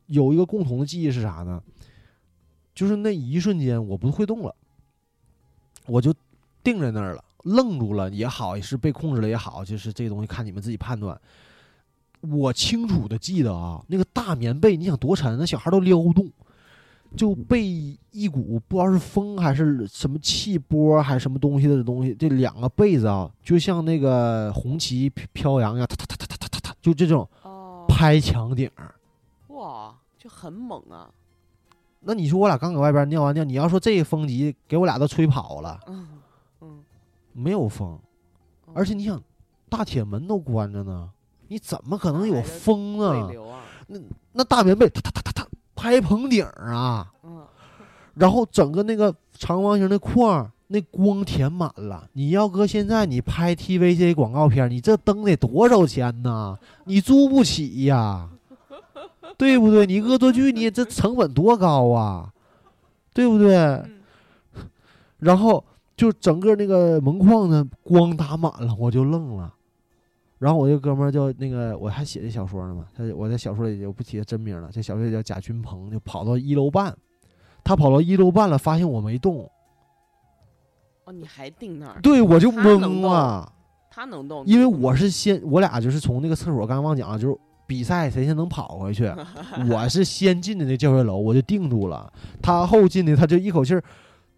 有一个共同的记忆是啥呢？就是那一瞬间我不会动了，我就定在那儿了，愣住了也好，也是被控制了也好，就是这东西看你们自己判断。我清楚的记得啊，那个大棉被，你想多沉，那小孩都撩不动，就被一股不知道是风还是什么气波还是什么东西的东西，这两个被子啊，就像那个红旗飘飘扬一样，哒哒哒哒哒哒哒，就这种哦，拍墙顶儿。哇，就很猛啊，那你说我俩刚搁外边尿完尿，你要说这个风级给我俩都吹跑了，嗯嗯，没有风，嗯而且你想，大铁门都关着呢，你怎么可能哪有来的风啊对？流啊，那大棉被哒哒哒哒哒拍棚顶儿啊，嗯然后整个那个长方形的框儿，那光填满了。你要搁现在你拍 TVC 广告片儿，你这灯得多少钱呢？你租不起呀、对不对？你恶作剧，你这成本多高啊，对不对？然后就整个那个门框呢，光打满了，我就愣了。然后我这哥们儿叫那个，我还写这小说呢嘛，他我在小说里我不提他真名了，这小说里叫贾君鹏，就跑到一楼半，他跑到一楼半了，发现我没动，哦，你还定那儿，对我就他能懵动了，他能动，因为我是先我俩就是从那个厕所，刚才忘讲了，就是比赛谁先能跑 *laughs* 回去，我是先进的那教学楼，我就定住了，他后进的，他就一口气儿，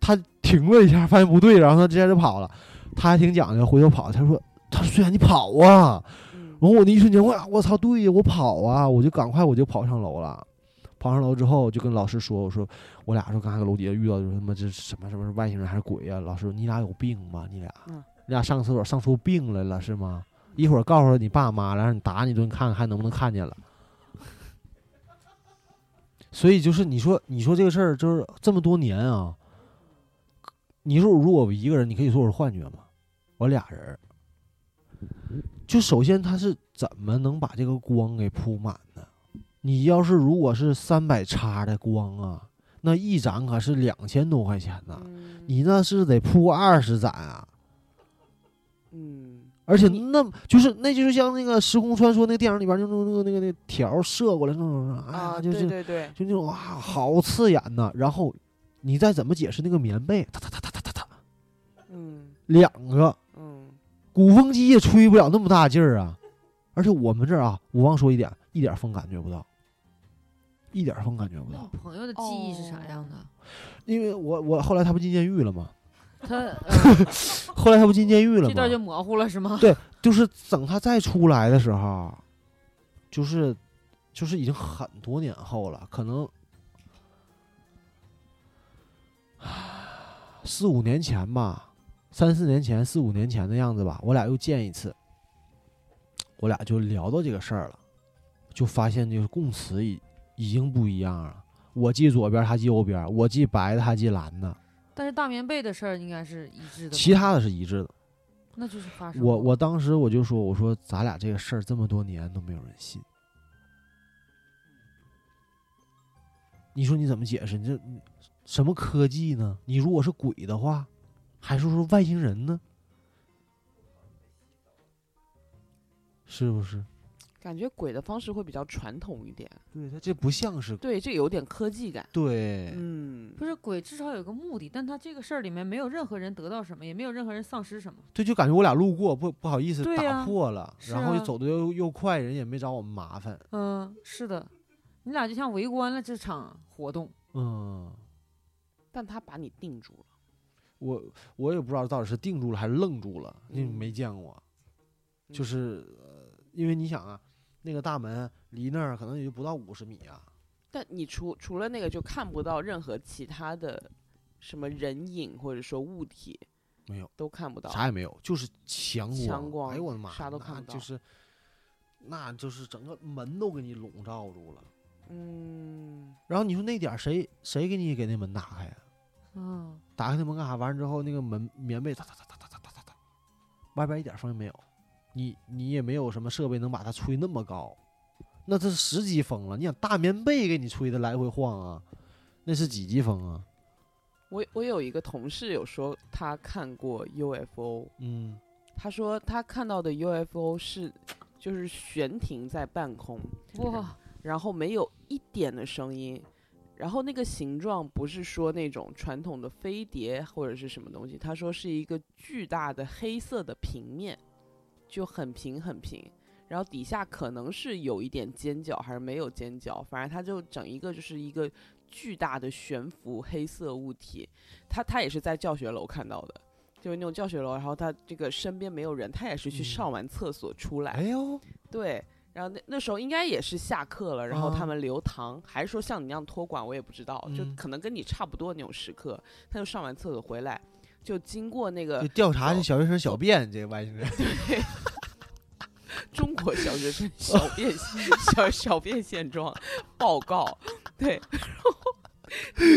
他停了一下，发现不对，然后他直接就跑了，他还挺讲究，回头跑，他说他说虽然你跑啊，嗯然后我那一瞬间，哇！我操，对呀，我跑啊！我就赶快我就跑上楼了。跑上楼之后，就跟老师说：“我说我俩说刚才搁楼底下遇到就是他妈这什么什么外星人还是鬼呀、啊老师说，你俩有病吧？你俩，嗯你俩上厕所上出病来了是吗？一会儿告诉你爸妈了，让你打你一顿，看看还能不能看见了。所以就是你说你说这个事儿，就是这么多年啊。你说如果我一个人，你可以说我是幻觉吗？我俩人儿，就首先他是怎么能把这个光给铺满呢？你要是如果是三百叉的光啊，那一盏可是两千多块钱呢、嗯你那是得铺二十盏啊，嗯而且那就是那就是像那个时空穿梭那个电影里边就那个那个那个条射过来那种啊，啊，就是对对对，就那种哇，好刺眼呐、然后你再怎么解释那个棉被，哒哒哒哒哒哒哒，嗯两个嗯鼓风机也吹不了那么大劲儿啊。而且我们这儿啊，我忘说一点，一点风感觉不到，一点风感觉不那到你，朋友的记忆是啥样的？因为我我后来他不进监狱了吗？ *laughs* 他、呃后来他不进监狱了这段就吗？模糊了是吗？对就是等他再出来的时候，就是就是已经很多年后了，可能四五年前吧，三四年前、四五年前的样子吧，我俩又见一次，我俩就聊到这个事儿了，就发现这个供词已已经不一样了。我记左边，他记右边；我记白的，他记蓝的。但是大棉被的事儿应该是一致的吧，其他的是一致的。那就是发生我过我当时我就说，我说咱俩这个事儿这么多年都没有人信，你说你怎么解释？你这什么科技呢？你如果是鬼的话，还是说外星人呢？是不是？感觉鬼的方式会比较传统一点，对他这不像是对，这有点科技感。对嗯，不是鬼，至少有个目的，但他这个事儿里面没有任何人得到什么，也没有任何人丧失什么。对，就感觉我俩路过，不不好意思对打呀破了，是然后又啊走的又又快，人也没找我们麻烦，嗯，是的，你俩就像围观了这场活动。嗯。但他把你定住了。我我也不知道到底是定住了还是愣住了，因嗯为没见过。嗯就是、呃、因为你想啊，那个大门离那儿可能也就不到五十米啊。但你除除了那个，就看不到任何其他的什么人影或者说物体，没有，都看不到。啥也没有，就是强光。强哎光呦我的妈，啥都看那不就到是，那就是整个门都给你笼罩住了。嗯，然后你说那点儿谁谁给你给那门打开啊呀、嗯，打开那门干啥？完了之后，那个门棉被哒哒哒哒哒哒哒哒哒，外边一点风也没有，你你也没有什么设备能把它吹那么高，那这是十级风了。你想大棉被给你吹的来回晃啊，那是几级风啊？我我有一个同事有说他看过 UFO，嗯，他说他看到的 UFO 是就是悬停在半空，哇，然后没有一点的声音，然后那个形状不是说那种传统的飞碟或者是什么东西，他说是一个巨大的黑色的平面，就很平很平，然后底下可能是有一点尖角还是没有尖角，反正它就整一个就是一个巨大的悬浮黑色物体，他他也是在教学楼看到的。就是那种教学楼，然后他这个身边没有人，他也是去嗯上完厕所出来，哎呦，对，然后那那时候应该也是下课了，然后啊他们留堂，还是说像你那样托管，我也不知道，就嗯可能跟你差不多那种时刻，他就上完厕所回来，就经过那就个调查这走小学生小便，这外星人中国小学生小哦便小小便现状报告，对，然后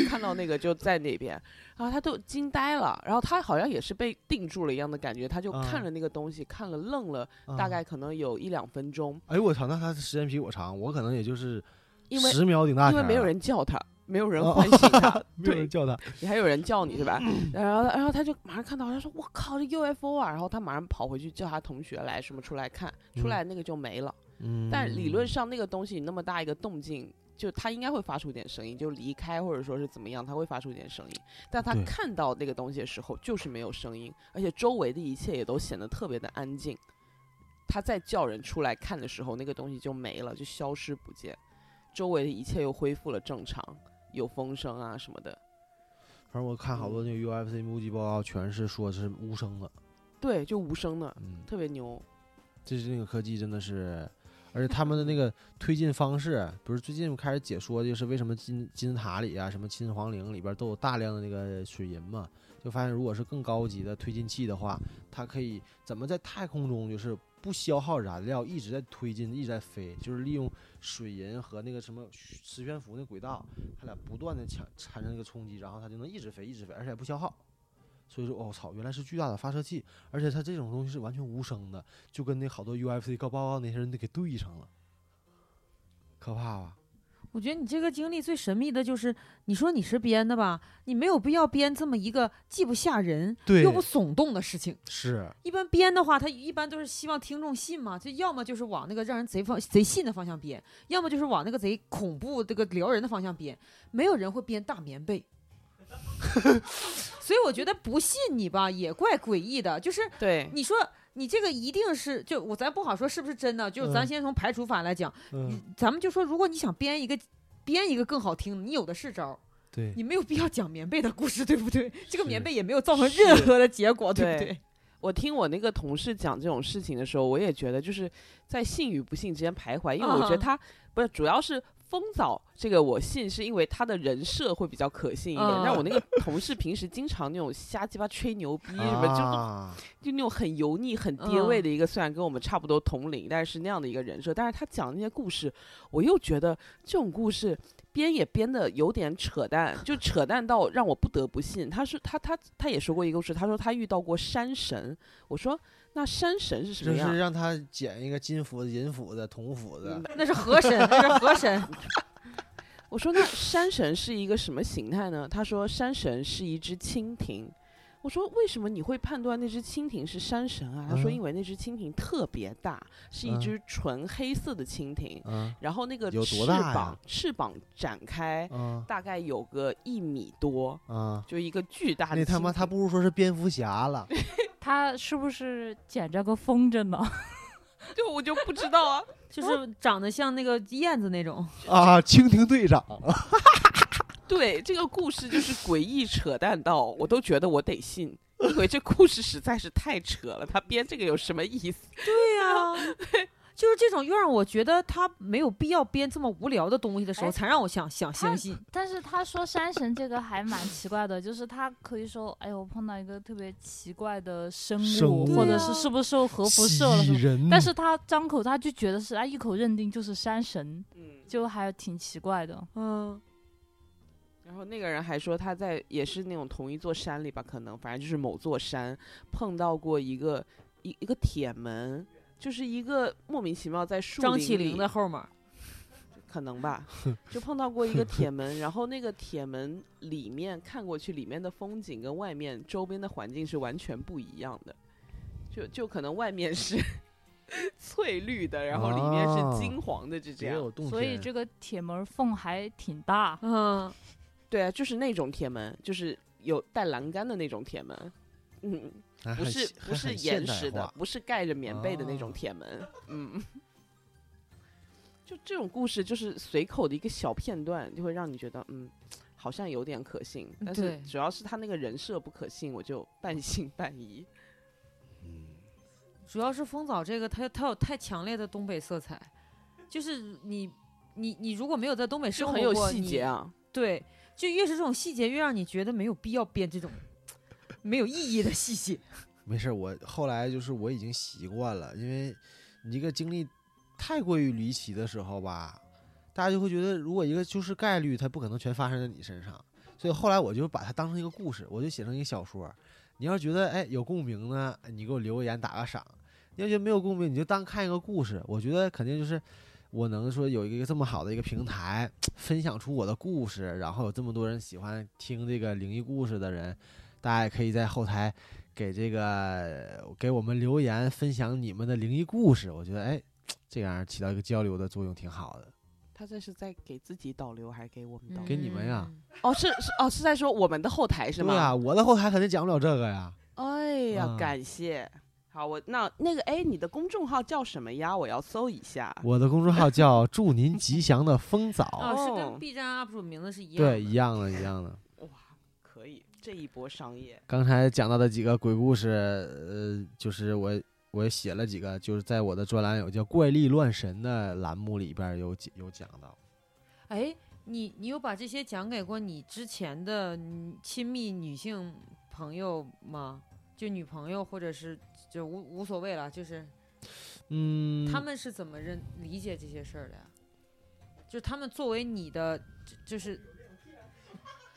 看到那个就在那边，然后他都惊呆了，然后他好像也是被定住了一样的感觉，他就啊看了那个东西，看了愣了，*laughs* 啊大概可能有一两分钟，哎呦我操，那他时间比我长，我可能也就是因为十秒顶大因为前没有了人叫他，没有人哦 *laughs* 唤醒他，没有对人，叫他，你还有人叫你是吧？嗯然后，然后他就马上看到，他说：“我靠，这 UFO 啊！”然后他马上跑回去叫他同学来什么出来看，出嗯来那个就没了。嗯，但理论上那个东西那么大一个动静，就它应该会发出点声音，就离开或者说是怎么样，它会发出点声音。但他对看到那个东西的时候，就是没有声音，而且周围的一切也都显得特别的安静。他在叫人出来看的时候，那个东西就没了，就消失不见，周围的一切又恢复了正常，有风声啊什么的。反正我看好多那个 UFC 目击报告，全是说是无声的，对，就无声的，嗯，特别牛。这是那个科技真的是，而且他们的那个推进方式，比如最近开始解说，就是为什么金金字塔里啊，什么秦始皇陵里边都有大量的那个水银嘛，就发现如果是更高级的推进器的话，它可以怎么在太空中就是不消耗燃料，一直在推进，一直在飞，就是利用水银和那个什么磁悬浮那轨道，它俩不断的产产生那个冲击，然后它就能一直飞，一直飞，而且还不消耗。所以说，我、操，原来是巨大的发射器，而且它这种东西是完全无声的，就跟那好多 UFC 告报告那些人都给对上了，可怕吧？我觉得你这个经历最神秘的就是，你说你是编的吧，你没有必要编这么一个既不吓人对又不耸动的事情。是，一般编的话，他一般都是希望听众信嘛，就要么就是往那个让人贼方贼信的方向编，要么就是往那个贼恐怖这个撩人的方向编。没有人会编大棉被， *laughs* 所以我觉得不信你吧，也怪诡异的。就是对，你说你这个一定是，就我咱不好说是不是真的，就咱嗯先从排除法来讲，嗯，咱们就说，如果你想编一个。编一个更好听，你有的是招儿，对，你没有必要讲棉被的故事，对不对？这个棉是被也没有造成任何的结果，对不对对？我听我那个同事讲这种事情的时候，我也觉得就是在信与不信之间徘徊，因为我觉得嗯他、不是主要是。风早这个我信，是因为他的人设会比较可信一点。嗯但我那个同事平时经常那种瞎鸡巴吹牛逼什么，啊，就就那种很油腻、很爹嗯味的一个，虽然跟我们差不多同龄，但是那样的一个人设。但是他讲的那些故事，我又觉得这种故事编也编的有点扯淡，就扯淡到让我不得不信。他说他他他也说过一个故事，他说他遇到过山神。我说那山神是什就么样？是让他捡一个金斧子、银斧子、铜斧子，那是河神，那是河神，我说那山神是一个什么形态呢？他说山神是一只蜻蜓。我说为什么你会判断那只蜻蜓是山神啊？他说嗯因为那只蜻蜓特别大，是一嗯只纯黑色的蜻蜓，嗯然后那个有翅多大呀膀翅膀展开嗯大概有个一米多，啊，就一个巨大的蜻蜓。那他妈他不如说是蝙蝠侠了，他是不是捡着个风筝呢？ *laughs* 就我就不知道啊。 *laughs* 就是长得像那个燕子那种。啊，蜻蜓队长，对，这个故事就是诡异扯淡到我都觉得我得信，因为这故事实在是太扯了，他编这个有什么意思？对 *laughs* 呀、就是这种又让我觉得他没有必要编这么无聊的东西的时候，哎才让我想想他相信。但是他说山神这个还蛮奇怪的，就是他可以说，哎呦，我碰到一个特别奇怪的生物，生物或对者啊是是不是受核辐喜射了什么？人，但是他张口他就觉得是，哎，一口认定就是山神，嗯，就还挺奇怪的。嗯，然后那个人还说他在也是那种同一座山里吧，可能反正就是某座山碰到过一个一一个铁门，就是一个莫名其妙在树张林起灵里的后面儿，可能吧，就碰到过一个铁门，然后那个铁门里面看过去，里面的风景跟外面周边的环境是完全不一样的，就就可能外面是 *laughs* 翠绿的，然后里面哦是金黄的，就这也样。有洞天，所以这个铁门缝还挺大。嗯，对啊，就是那种铁门，就是有带栏杆的那种铁门。嗯，还不很是现不还是很岩现代石的化，不是盖着棉被的那哦种铁门。嗯， *laughs* 就这种故事，就是随口的一个小片段，就会让你觉得，嗯，好像有点可信。但嗯是对主要是他那个人设不可信，我就半信半 *laughs* 疑。主要是风早这个，它它有太强烈的东北色彩，就是你你你如果没有在东北生就活过，很有细节啊，你对，就越是这种细节，越让你觉得没有必要编这种没有意义的细节。没事儿，我后来就是我已经习惯了，因为你一个经历太过于离奇的时候吧，大家就会觉得，如果一个就是概率，它不可能全发生在你身上，所以后来我就把它当成一个故事，我就写成一个小说儿。你要是觉得哎有共鸣呢，你给我留个言打个赏；你要觉得没有共鸣，你就当看一个故事。我觉得肯定就是我能说有一个这么好的一个平台，分享出我的故事，然后有这么多人喜欢听这个灵异故事的人，大家也可以在后台给这个给我们留言分享你们的灵异故事。我觉得哎，这样起到一个交流的作用挺好的。他这是在给自己导流还是给我们导嗯流？给你们呀哦，是是哦，是在说我们的后台是吗？对呀、我的后台肯定讲不了这个 *laughs* 呀。哎呀，嗯感谢。好，我那那个哎，你的公众号叫什么呀？我要搜一下。我的公众号叫“祝您吉祥的风啊，早哦是跟 B 站 UP 主名字是一”，样的。对，一样的，一样的。哇，可以，这一波商业。刚才讲到的几个鬼故事，呃，就是我我写了几个，就是在我的专栏有叫“怪力乱神”的栏目里边有讲有讲到。哎，你你有把这些讲给过你之前的嗯亲密女性朋友吗？就女朋友或者是就无无所谓了，就是嗯，他们是怎么认理解这些事儿的呀？就是他们作为你的，就就是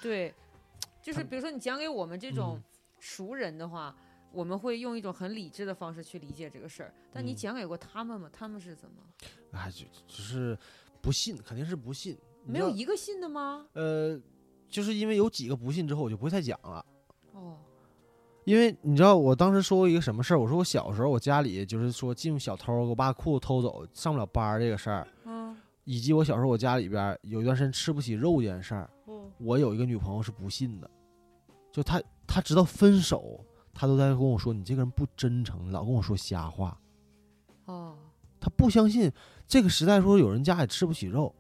对，就是比如说你讲给我们这种嗯熟人的话。我们会用一种很理智的方式去理解这个事儿，但你嗯讲给过他们吗？他们是怎么？哎，就就是不信，肯定是不信。你没知有道一个信的吗？呃，就是因为有几个不信之后，我就不会太讲了。哦，因为你知道我当时说过一个什么事儿？我说我小时候我家里就是说进小偷，给我把裤子偷走，上不了班儿这个事儿，嗯，以及我小时候我家里边儿有一段时间吃不起肉这件事儿，哦，我有一个女朋友是不信的，就他他直到分手，他都在跟我说你这个人不真诚，老跟我说瞎话。哦，他不相信这个时代说有人家也吃不起肉，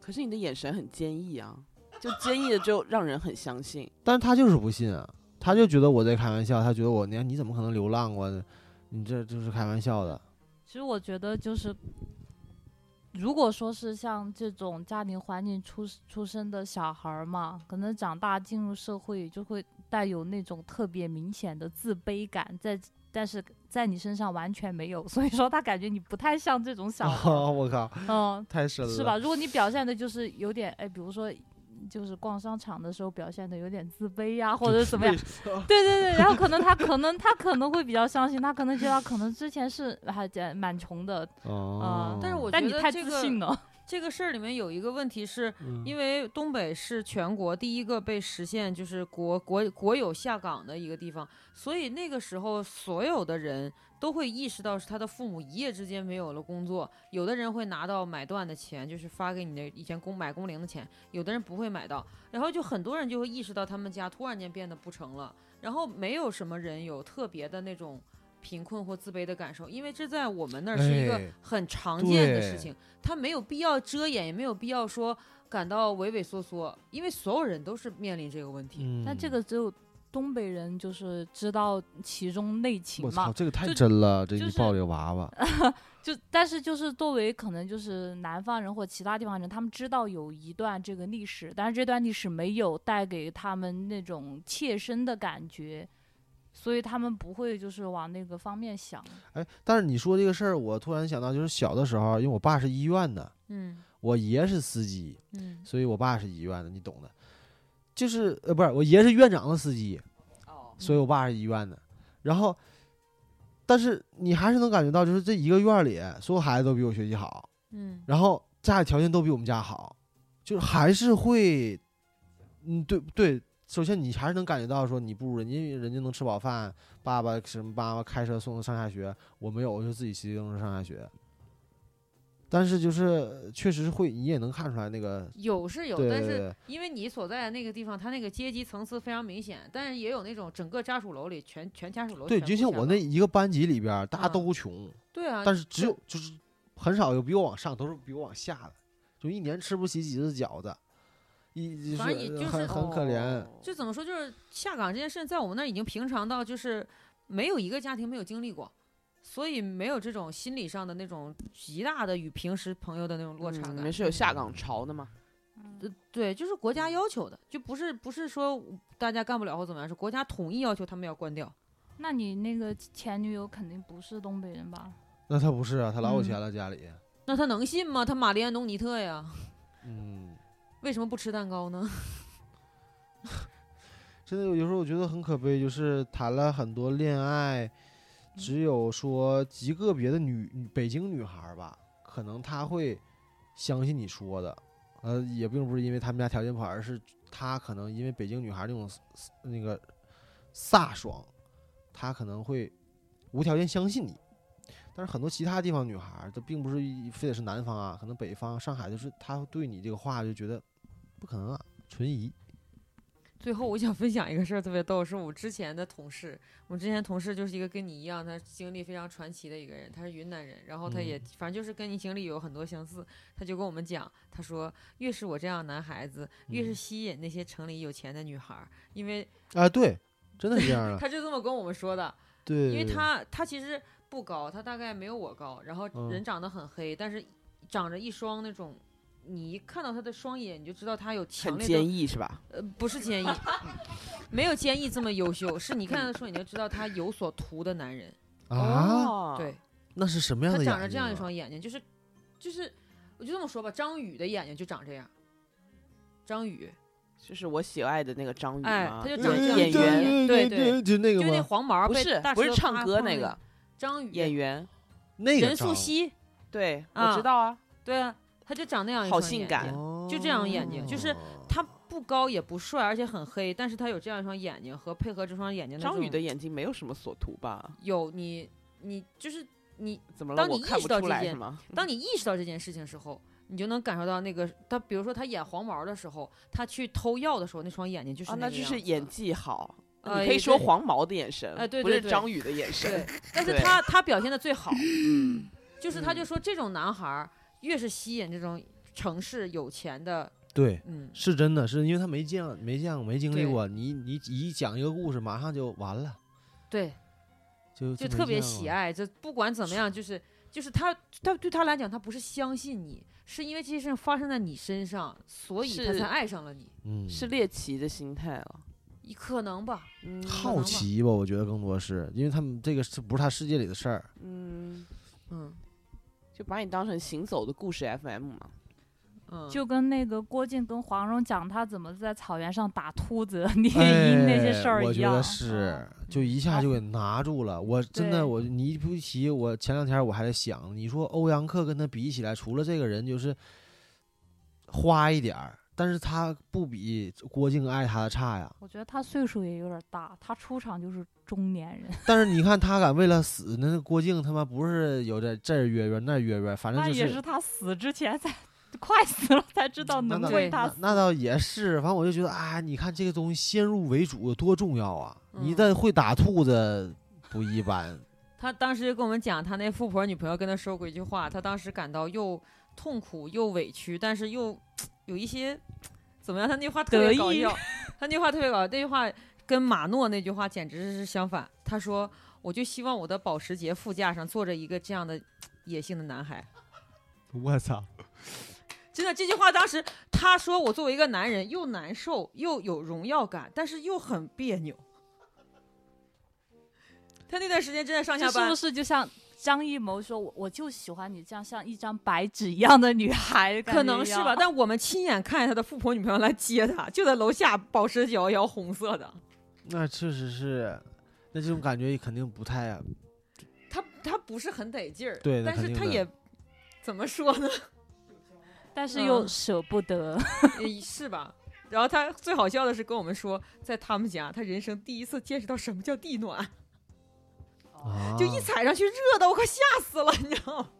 可是你的眼神很坚毅啊， *laughs* 就坚毅的就让人很相信。但是他就是不信啊，他就觉得我在开玩笑，他觉得我哎你看你怎么可能流浪过呢？你这就是开玩笑的。其实我觉得就是，如果说是像这种家庭环境出出生的小孩儿嘛，可能长大进入社会就会带有那种特别明显的自卑感，在但是在你身上完全没有，所以说他感觉你不太像这种 *laughs* 小孩儿，啊！我靠，嗯，太深了，是吧？？如果你表现的就是有点，哎，比如说。就是逛商场的时候表现的有点自卑呀、或者怎么样？对对对，然后可能他可能他可能会比较相信，他可能觉得他可能之前是还蛮穷的，哦，但是我啊但觉你得太这自个信了。这个事儿里面有一个问题是，嗯因为东北是全国第一个被实现就是国国国有下岗的一个地方，所以那个时候所有的人都会意识到是他的父母一夜之间没有了工作，有的人会拿到买断的钱，就是发给你的以前工买工龄的钱，有的人不会买到，然后就很多人就会意识到他们家突然间变得不成了，然后没有什么人有特别的那种。贫困或自卑的感受，因为这在我们那儿是一个哎很常见的对事情，他没有必要遮掩，也没有必要说感到畏畏缩缩，因为所有人都是面临这个问题。嗯但这个只有东北人就是知道其中内情我嘛操，，这个太就真了，这就你是抱这个娃 *laughs* 娃，就但是就是作为可能就是南方人或其他地方人，他们知道有一段这个历史，但是这段历史没有带给他们那种切身的感觉，所以他们不会就是往那个方面想。哎，但是你说这个事儿，我突然想到，就是小的时候，因为我爸是医院的，嗯我爷是司机，嗯，所以我爸是医院的，你懂的。就是呃，不是，我爷是院长的司机，哦，所以我爸是医院的。然后，但是你还是能感觉到，就是这一个院儿里，所有孩子都比我学习好，嗯，然后家里条件都比我们家好，就是还是会，嗯，对对。首先，你还是能感觉到说你不如人家，因为人家能吃饱饭，爸爸什么妈妈开车送他上下学，我没有，我就自己骑自行车上下学。但是就是确实会，你也能看出来那个，有是有，对但对是对因为你所在的那个地方，它那个阶级层次非常明显，但是也有那种整个家属楼里全全家属楼对，全就部像下我岗那一个班级里边儿，大家啊都穷，对啊，但是只对有就是很少有比我往上，都是比我往下的，就一年吃不起几次饺子，一就反正也是就是哦很很可怜。就怎么说，就是下岗这件事在我们那儿已经平常到就是没有一个家庭没有经历过。所以没有这种心理上的那种极大的与平时朋友的那种落差嗯感，你们是有下岗潮的吗？呃，对，就是国嗯家要求的，就不是不是说大家干不了或怎么样，是国家统一要求他们要关掉。那你那个前女友肯定不是东北人吧？那他不是啊，他老有钱嗯了，家里，那他能信吗？他玛丽安东尼特呀， *laughs* 嗯，为什么不吃蛋糕呢？ *laughs* 真的有有时候我觉得很可悲，就是谈了很多恋爱，只有说极个别的女女北京女孩儿吧，可能她会相信你说的，呃，也并不是因为他们家条件不好，而是她可能因为北京女孩儿那种那个飒爽，她可能会无条件相信你。但是很多其他地方女孩儿，这并不是一非得是南方啊，可能北方、上海，就是她对你这个话就觉得不可能啊，存疑。最后我想分享一个事儿，特别逗，是我之前的同事，我之前同事就是一个跟你一样，他经历非常传奇的一个人，他是云南人，然后他也、嗯反正就是跟你经历有很多相似，他就跟我们讲，他说越是我这样男孩子，越是嗯吸引那些城里有钱的女孩儿，因为啊，对，真的是这 *laughs* 样的。他就这么跟我们说的，对，因为他他其实不高，他大概没有我高，然后嗯人长得很黑，但是长着一双那种，你一看到他的双眼，你就知道他有强很烈坚的，毅是吧？呃，不是坚毅， *laughs* 没有坚毅这么优秀，是你看他的双眼就知道他有所图的男人。啊，哦，对那是什么样他的眼睛啊？长着这样一双眼睛，就是就是，我就这么说吧，张宇的眼睛就长这样。张宇就是我喜爱的那个张宇哎嘛，他就那长个这样啊演对员，对对，就那就个那吗？黄毛不被是大不是舌头唱啪歌碰那个个张宇演员，那个任素张汐，对，我啊知道啊，对啊，他就长那样一好双性眼感睛哦就这样眼睛就是他不高也不帅，而且很黑，但是他有这样一双眼睛和配合这双眼睛张宇的这种眼睛没有什么所图吧？有你你就是你怎么了？当你我意看识不到出这来件是吗？当你意识到这件事情的时候，你就能感受到那个他，比如说他演黄毛的时候，他去偷药的时候，那双眼睛就是啊，那个就样是子演技好。呃你可以也说对黄毛的眼神，哎对不对是对张宇的眼神对。， *laughs* 但是对他他表现的最好，嗯，就是他就说这种男孩儿越是吸引这种城市有钱的，对，嗯，是真的是因为他没见没见过没经历对过，你你一讲一个故事，马上就完了，对，就就就特没别见喜过。爱。这不管怎么样，就是就是他他对他来讲，他不是相信你，是因为这些事情发生在你身上，所以他是才爱上了你，嗯，是猎奇的心态啊了。你可能吧？嗯，好奇吧，我觉得更多是因为他们这个是不是他世界里的事儿，嗯，嗯就把你当成行走的故事 FM 嘛。嗯，就跟那个郭靖跟黄蓉讲他怎么在草原上打秃子、 *laughs* 猎鹰那些事哎儿我一觉样。啊哎得是，就一下就给拿住了。我真对的，我你一不提，我前两天我还在想，你说欧阳克跟他比起来，除了这个人就是花一点儿，但是他不比郭靖爱他的差呀。我觉得他岁数也有点大，他出场就是中年人，但是你看他敢为了死，那郭靖他妈不是有点这儿约约那儿约约，反正那就也是他死之前才快死了才知道能那为倒他那死。那倒也是，反正我就觉得啊，你看这个东西先入为主有多重要啊！你嗯再会打兔子不一般，他当时跟我们讲，他那富婆女朋友跟他说过一句话，他当时感到又痛苦又委屈，但是又有一些怎么样？他那句话特得别意搞 *laughs* 笑，他那句话特别搞笑，那句话跟马诺那句话简直是相反。他说：“我就希望我的保时捷副驾上坐着一个这样的野性的男孩。” *laughs* 我操！真的，这句话当时他说我作为一个男人，又难受又有荣耀感，但是又很别扭。他那段时间真的上这下是班不，是就像张艺谋说，我我就喜欢你这样像一张白纸一样的女孩的感觉可一样？能是吧，但我们亲眼看见他的富婆女朋友来接他，就在楼下保时捷摇红色的。那确实是，那这种感觉也肯定不太啊他他不是很得劲儿，对那但是肯定他的也怎么说 *laughs* 呢，但是又嗯舍不得。诶是吧？然后他最好笑的是跟我们说，在他们家，他人生第一次见识到什么叫地暖，啊，就一踩上去热的我快吓死了，你知道吗？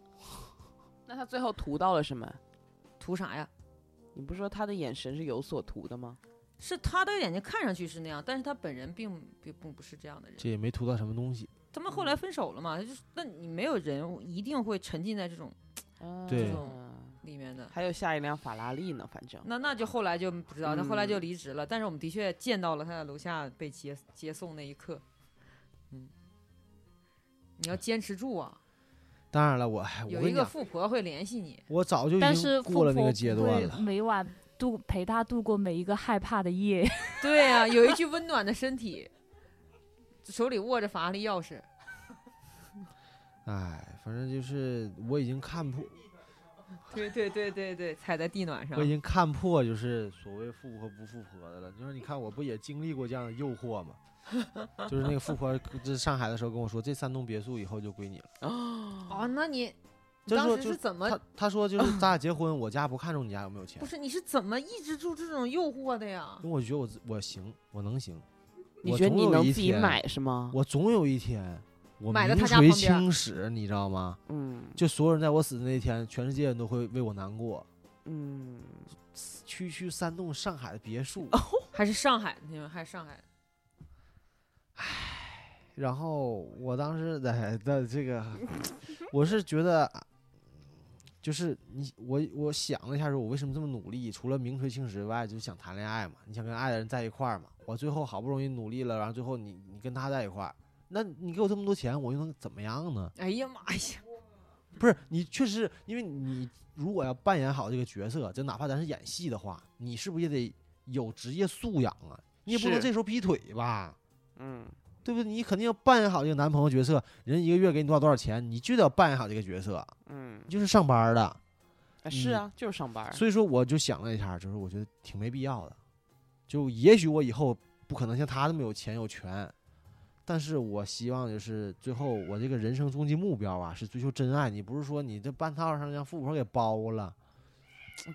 那他最后图到了什么？图啥呀？你不是说他的眼神是有所图的吗？是他的眼睛看上去是那样，但是他本人并并并不是这嗯样的人。这也没图到什么东西。他们后来分手了嘛？就是那你没有人一定会沉浸在这种对啊里面的。还有下一辆法拉利呢，反正那那就后来就不知道，他后来嗯就离职了。但是我们的确见到了他在楼下被接接送那一刻，嗯，你要坚持住啊！当然了，我哎我有跟一你个讲，富婆会联系你，我早就已但经是过了那个富阶婆不段会了。每晚度陪他度过每一个害怕的夜。对啊，有一具温暖的身体，手里握着法拉利钥匙，哎，反正就是我已经看破， *laughs* 对对对对对，踩在地暖上我已。经看破，就是所谓富婆不富婆的了。就是你看，我不也经历过这样的诱惑吗？就是那个富婆，就是上海的时候跟我说，这三栋别墅以后就归你了。啊哦，那你你就是当说时就是怎么他他说就是咱俩结婚，我家不看重你家有没有钱不，是，你是怎么抑制住这种诱惑的呀因？为我觉得我自我行，我能行。你我觉得总你有能一自己天买是吗？我总有一天，我啊买在名他家垂旁边儿青史，你知道吗？嗯就所有人在我死的那一天，全世界人都会为我难过。 *laughs* 嗯，区区三栋上海的别墅，还是上海？你们还是上海？然后我当时在在 *laughs* 这个，我是觉得，就是你我我想了一下，说我为什么这么努力？除了名垂青史之外，就是想谈恋爱嘛，你想跟爱的人在一块儿嘛。我最后好不容易努力了，然后最后你你跟他在一块儿，那你给我这么多钱，我又能怎么样呢？哎呀妈呀！不是你确实，因为你如果要扮演好这个角色，就哪怕咱是演戏的话，你是不是也得有职业素养啊？你也不能是这时候劈腿吧，嗯，对不对？你肯定要扮演好这个男朋友角色，人一个月给你多少多少钱，你就得扮演好这个角色，嗯你，就是上班儿的。啊是嗯啊，就是上班儿。所以说，我就想了一下，就是我觉得挺没必要的。就也许我以后不可能像他那么有钱有权，但是我希望就是最后我这个人生终极目标啊，是追求真爱。你不是说你这半套上让富婆给包了？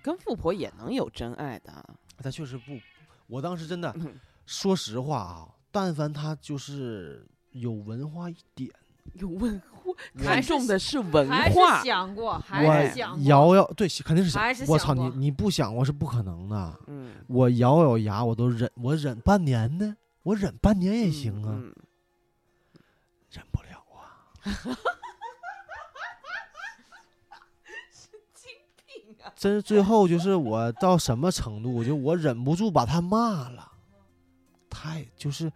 跟富婆也能有真爱的，他确实不，我当时真的嗯说实话啊，但凡他就是有文化一点，有文化，我看重的是文还化是。想过，还是想我过。咬咬对，肯定是想。还是我想操你过！你不想我是不可能的。嗯，我咬咬牙，我都忍，我忍半年呢，我忍半年也行啊，嗯。忍不了啊。真是最后就是我到什么程度，就我忍不住把他骂了，太就是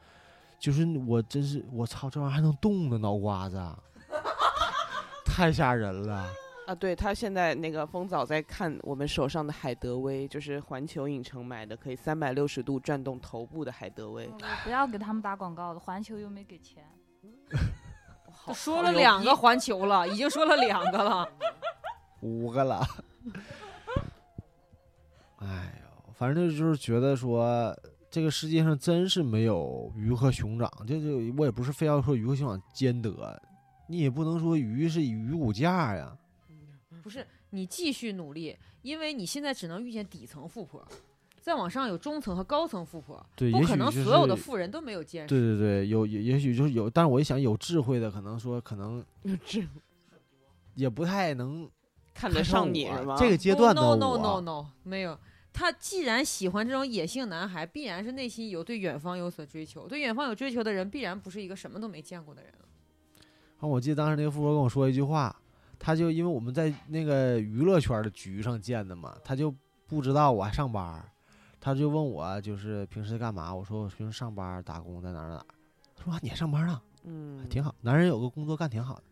就是我真是我操，这玩意儿还能动呢，脑瓜子啊， *laughs* 太吓人了。啊，对他现在那个风早在看我们手上的海德威，就是环球影城买的，可以三百六十度转动头部的海德威。嗯哦不要给他们打广告的，环球又没给钱。都说了两个环球了，已经说了两个了。 *laughs* 五个了。 *laughs* 哎呦，反正就是觉得说，这个世界上真是没有鱼和熊掌，这就我也不是非要说鱼和熊掌兼得，你也不能说鱼是鱼骨架呀。不是，你继续努力，因为你现在只能遇见底层富婆，再往上有中层和高层富婆，对，不也可许能就是所有的富人都没有见识。对对对，有也也许就是有，但是我一想有智慧的，可能说可能这也不太能看得看上我你是吗？这个阶段的哦 no 我。 no no no no 没有。他既然喜欢这种野性男孩，必然是内心有对远方有所追求。对远方有追求的人，必然不是一个什么都没见过的人。然后我记得当时那个富婆跟我说一句话，他就因为我们在那个娱乐圈的局上见的嘛，他就不知道我还上班儿，他就问我就是平时干嘛，我说我平时上班儿打工在哪儿哪儿哪儿，他说、啊、你还上班呢，嗯，挺好，男人有个工作干挺好的。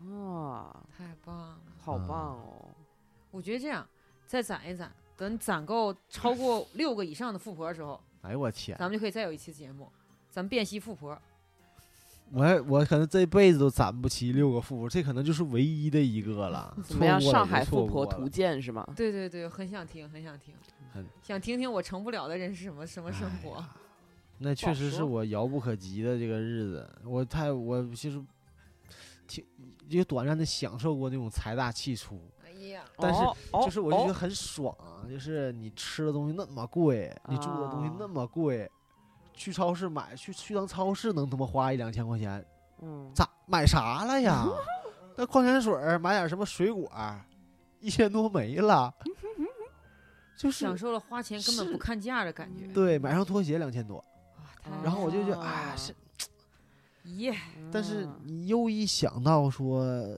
啊，太棒了！好嗯棒哦！我觉得这样，再攒一攒，等你攒够超 *laughs* 过六个以上的富婆之后，哎呦我天，咱们就可以再有一期节目，咱们辨析富婆。我我可能这辈子都攒不齐六个富婆，这可能就是唯一的一个了。 *laughs* 怎么样？错过了上就海富错婆过了图鉴是吗？对对对，很想听，很想听很，想听听我成不了的人是什么什么生活。哎呀那好确实是说我遥不可及的这个日子，我太我其实挺也短暂的享受过那种财大气粗，哎呀，但是哦哦就是我就觉得哦很爽，就是你吃的东西那么贵，你住的东西啊那么贵，去超市买去去趟超市能他妈花一两千块钱，嗯，咋买啥 *laughs* 了呀？那矿泉水儿买点什么水果儿，一千多没了， *laughs* 就是享受了花钱根本不看价的感觉。对买双拖鞋两千多，哇，太然后我就觉得哎呀啊是耶，但是嗯你又一想到说呃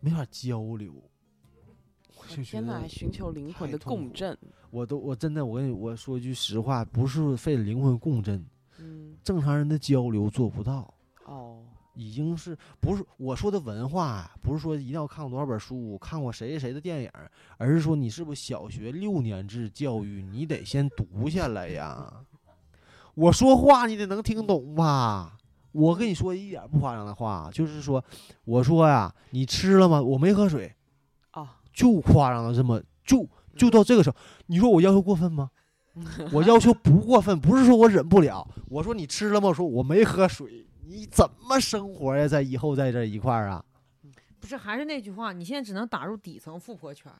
没法交流，我我就觉天哪，得还寻求灵魂太的痛共苦振。我都我真的我跟你我说句实话，不是费灵魂共振，嗯，正常人的交流做不到，哦，已经是不是我说的文化啊，不是说一定要看过多少本书，看过谁谁谁的电影儿，而是说你是不是小学六年制教育，你得先读下来呀。我说话你得能听懂吧？我跟你说一点不夸张的话，就是说，我说呀、你吃了吗？我没喝水，哦，就夸张到这么就就到这个时候，你说我要求过分吗？ *laughs* 我要求不过分，不是说我忍不了。我说你吃了吗？我说我没喝水，你怎么生活呀？在以后在这一块儿啊？不是，还是那句话，你现在只能打入底层富婆圈儿，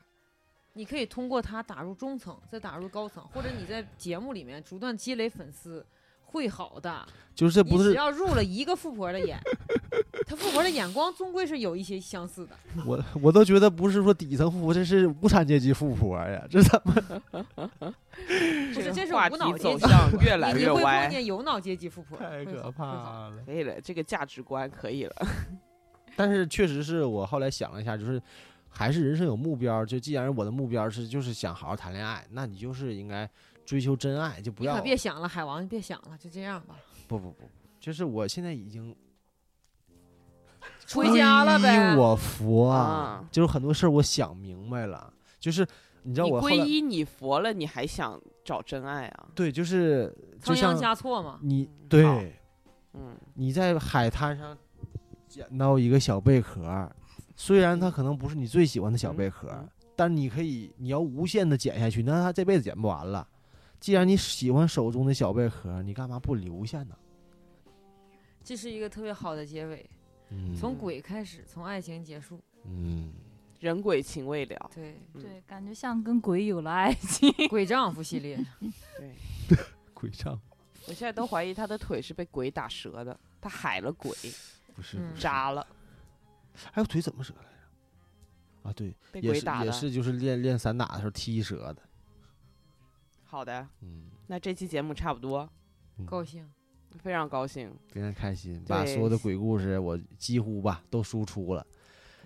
你可以通过它打入中层，再打入高层，或者你在节目里面逐段积累粉丝，会好的。就是这你不只是要入了一个富婆的眼，她富婆的眼光终归是有一些相似的。我，我都觉得不是说底层富婆，这是无产阶级富婆呀， *laughs* 这怎么？不是，这是话无题脑阶走级，向 *laughs* 越来你你越会碰歪。见有脑阶级富婆，太会可好会好怕了。可以了，这个价值观可以了。但是确实是我后来想了一下，就是还是人生有目标儿。就既然我的目标儿是就是想好好谈恋爱，那你就是应该追求真爱，就不你要可别想了，海王，你别想了，就这样吧，不不不，就是我现在已经回家了呗皈依。我佛啊就是很多事儿我想明白了，就是你知道你我后皈来依你佛了，你还想找真爱啊？对，就是就仓央像嘉措嘛，你好对嗯，你在海滩上捡到一个小贝壳儿，虽然它可能不是你最喜欢的小贝壳儿，嗯但你可以你要无限的捡下去，那它这辈子捡不完了。既然你喜欢手中的小贝壳儿，你干嘛不留下呢？这是一个特别好的结尾，嗯，从鬼开始，从爱情结束。嗯，人鬼情未了。对，嗯对，感觉像跟鬼有了爱情。鬼丈夫系列，对，鬼丈夫我现在都怀疑他的腿是被鬼打折的。他海了鬼，不是嗯不是，扎了，哎，我腿怎么折来着？啊，对，被也鬼是打也的。是就是练练散打的时候踢折的，好的，嗯，那这期节目差不多，嗯高兴。非常高兴，非常开心，把所有对的鬼故事我几乎吧都输出了，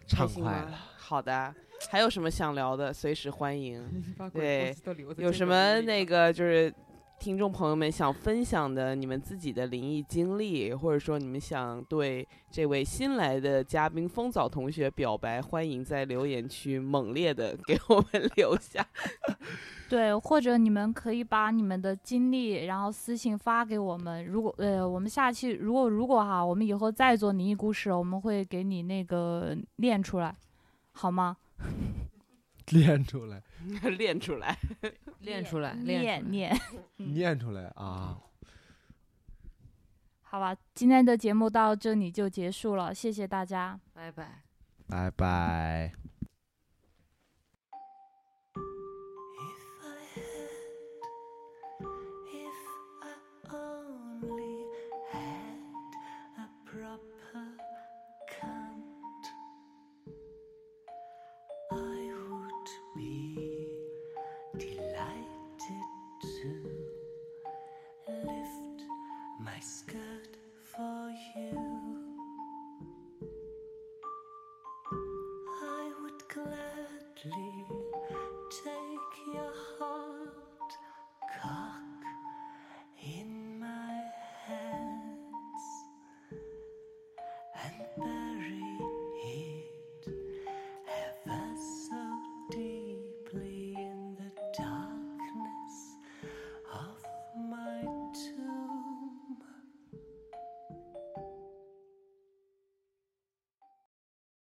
畅开心快吗了。 *laughs* 好的，还有什么想聊的，随时欢迎。把鬼故都留有什么那个就是听众朋友们想分享的你们自己的灵异经历，或者说你们想对这位新来的嘉宾风早同学表白，欢迎在留言区猛烈的 *laughs* 给我们留下。 *laughs* 对，或者你们可以把你们的经历，然后私信发给我们。如果呃，我们下期如果如果哈，我们以后再做灵异故事，我们会给你那个练出来，好吗？练出来，练出来，练啊出来，练念出来念， *laughs* 嗯念出来啊！好吧。今天的节目到这里就结束了，谢谢大家。拜拜。拜拜。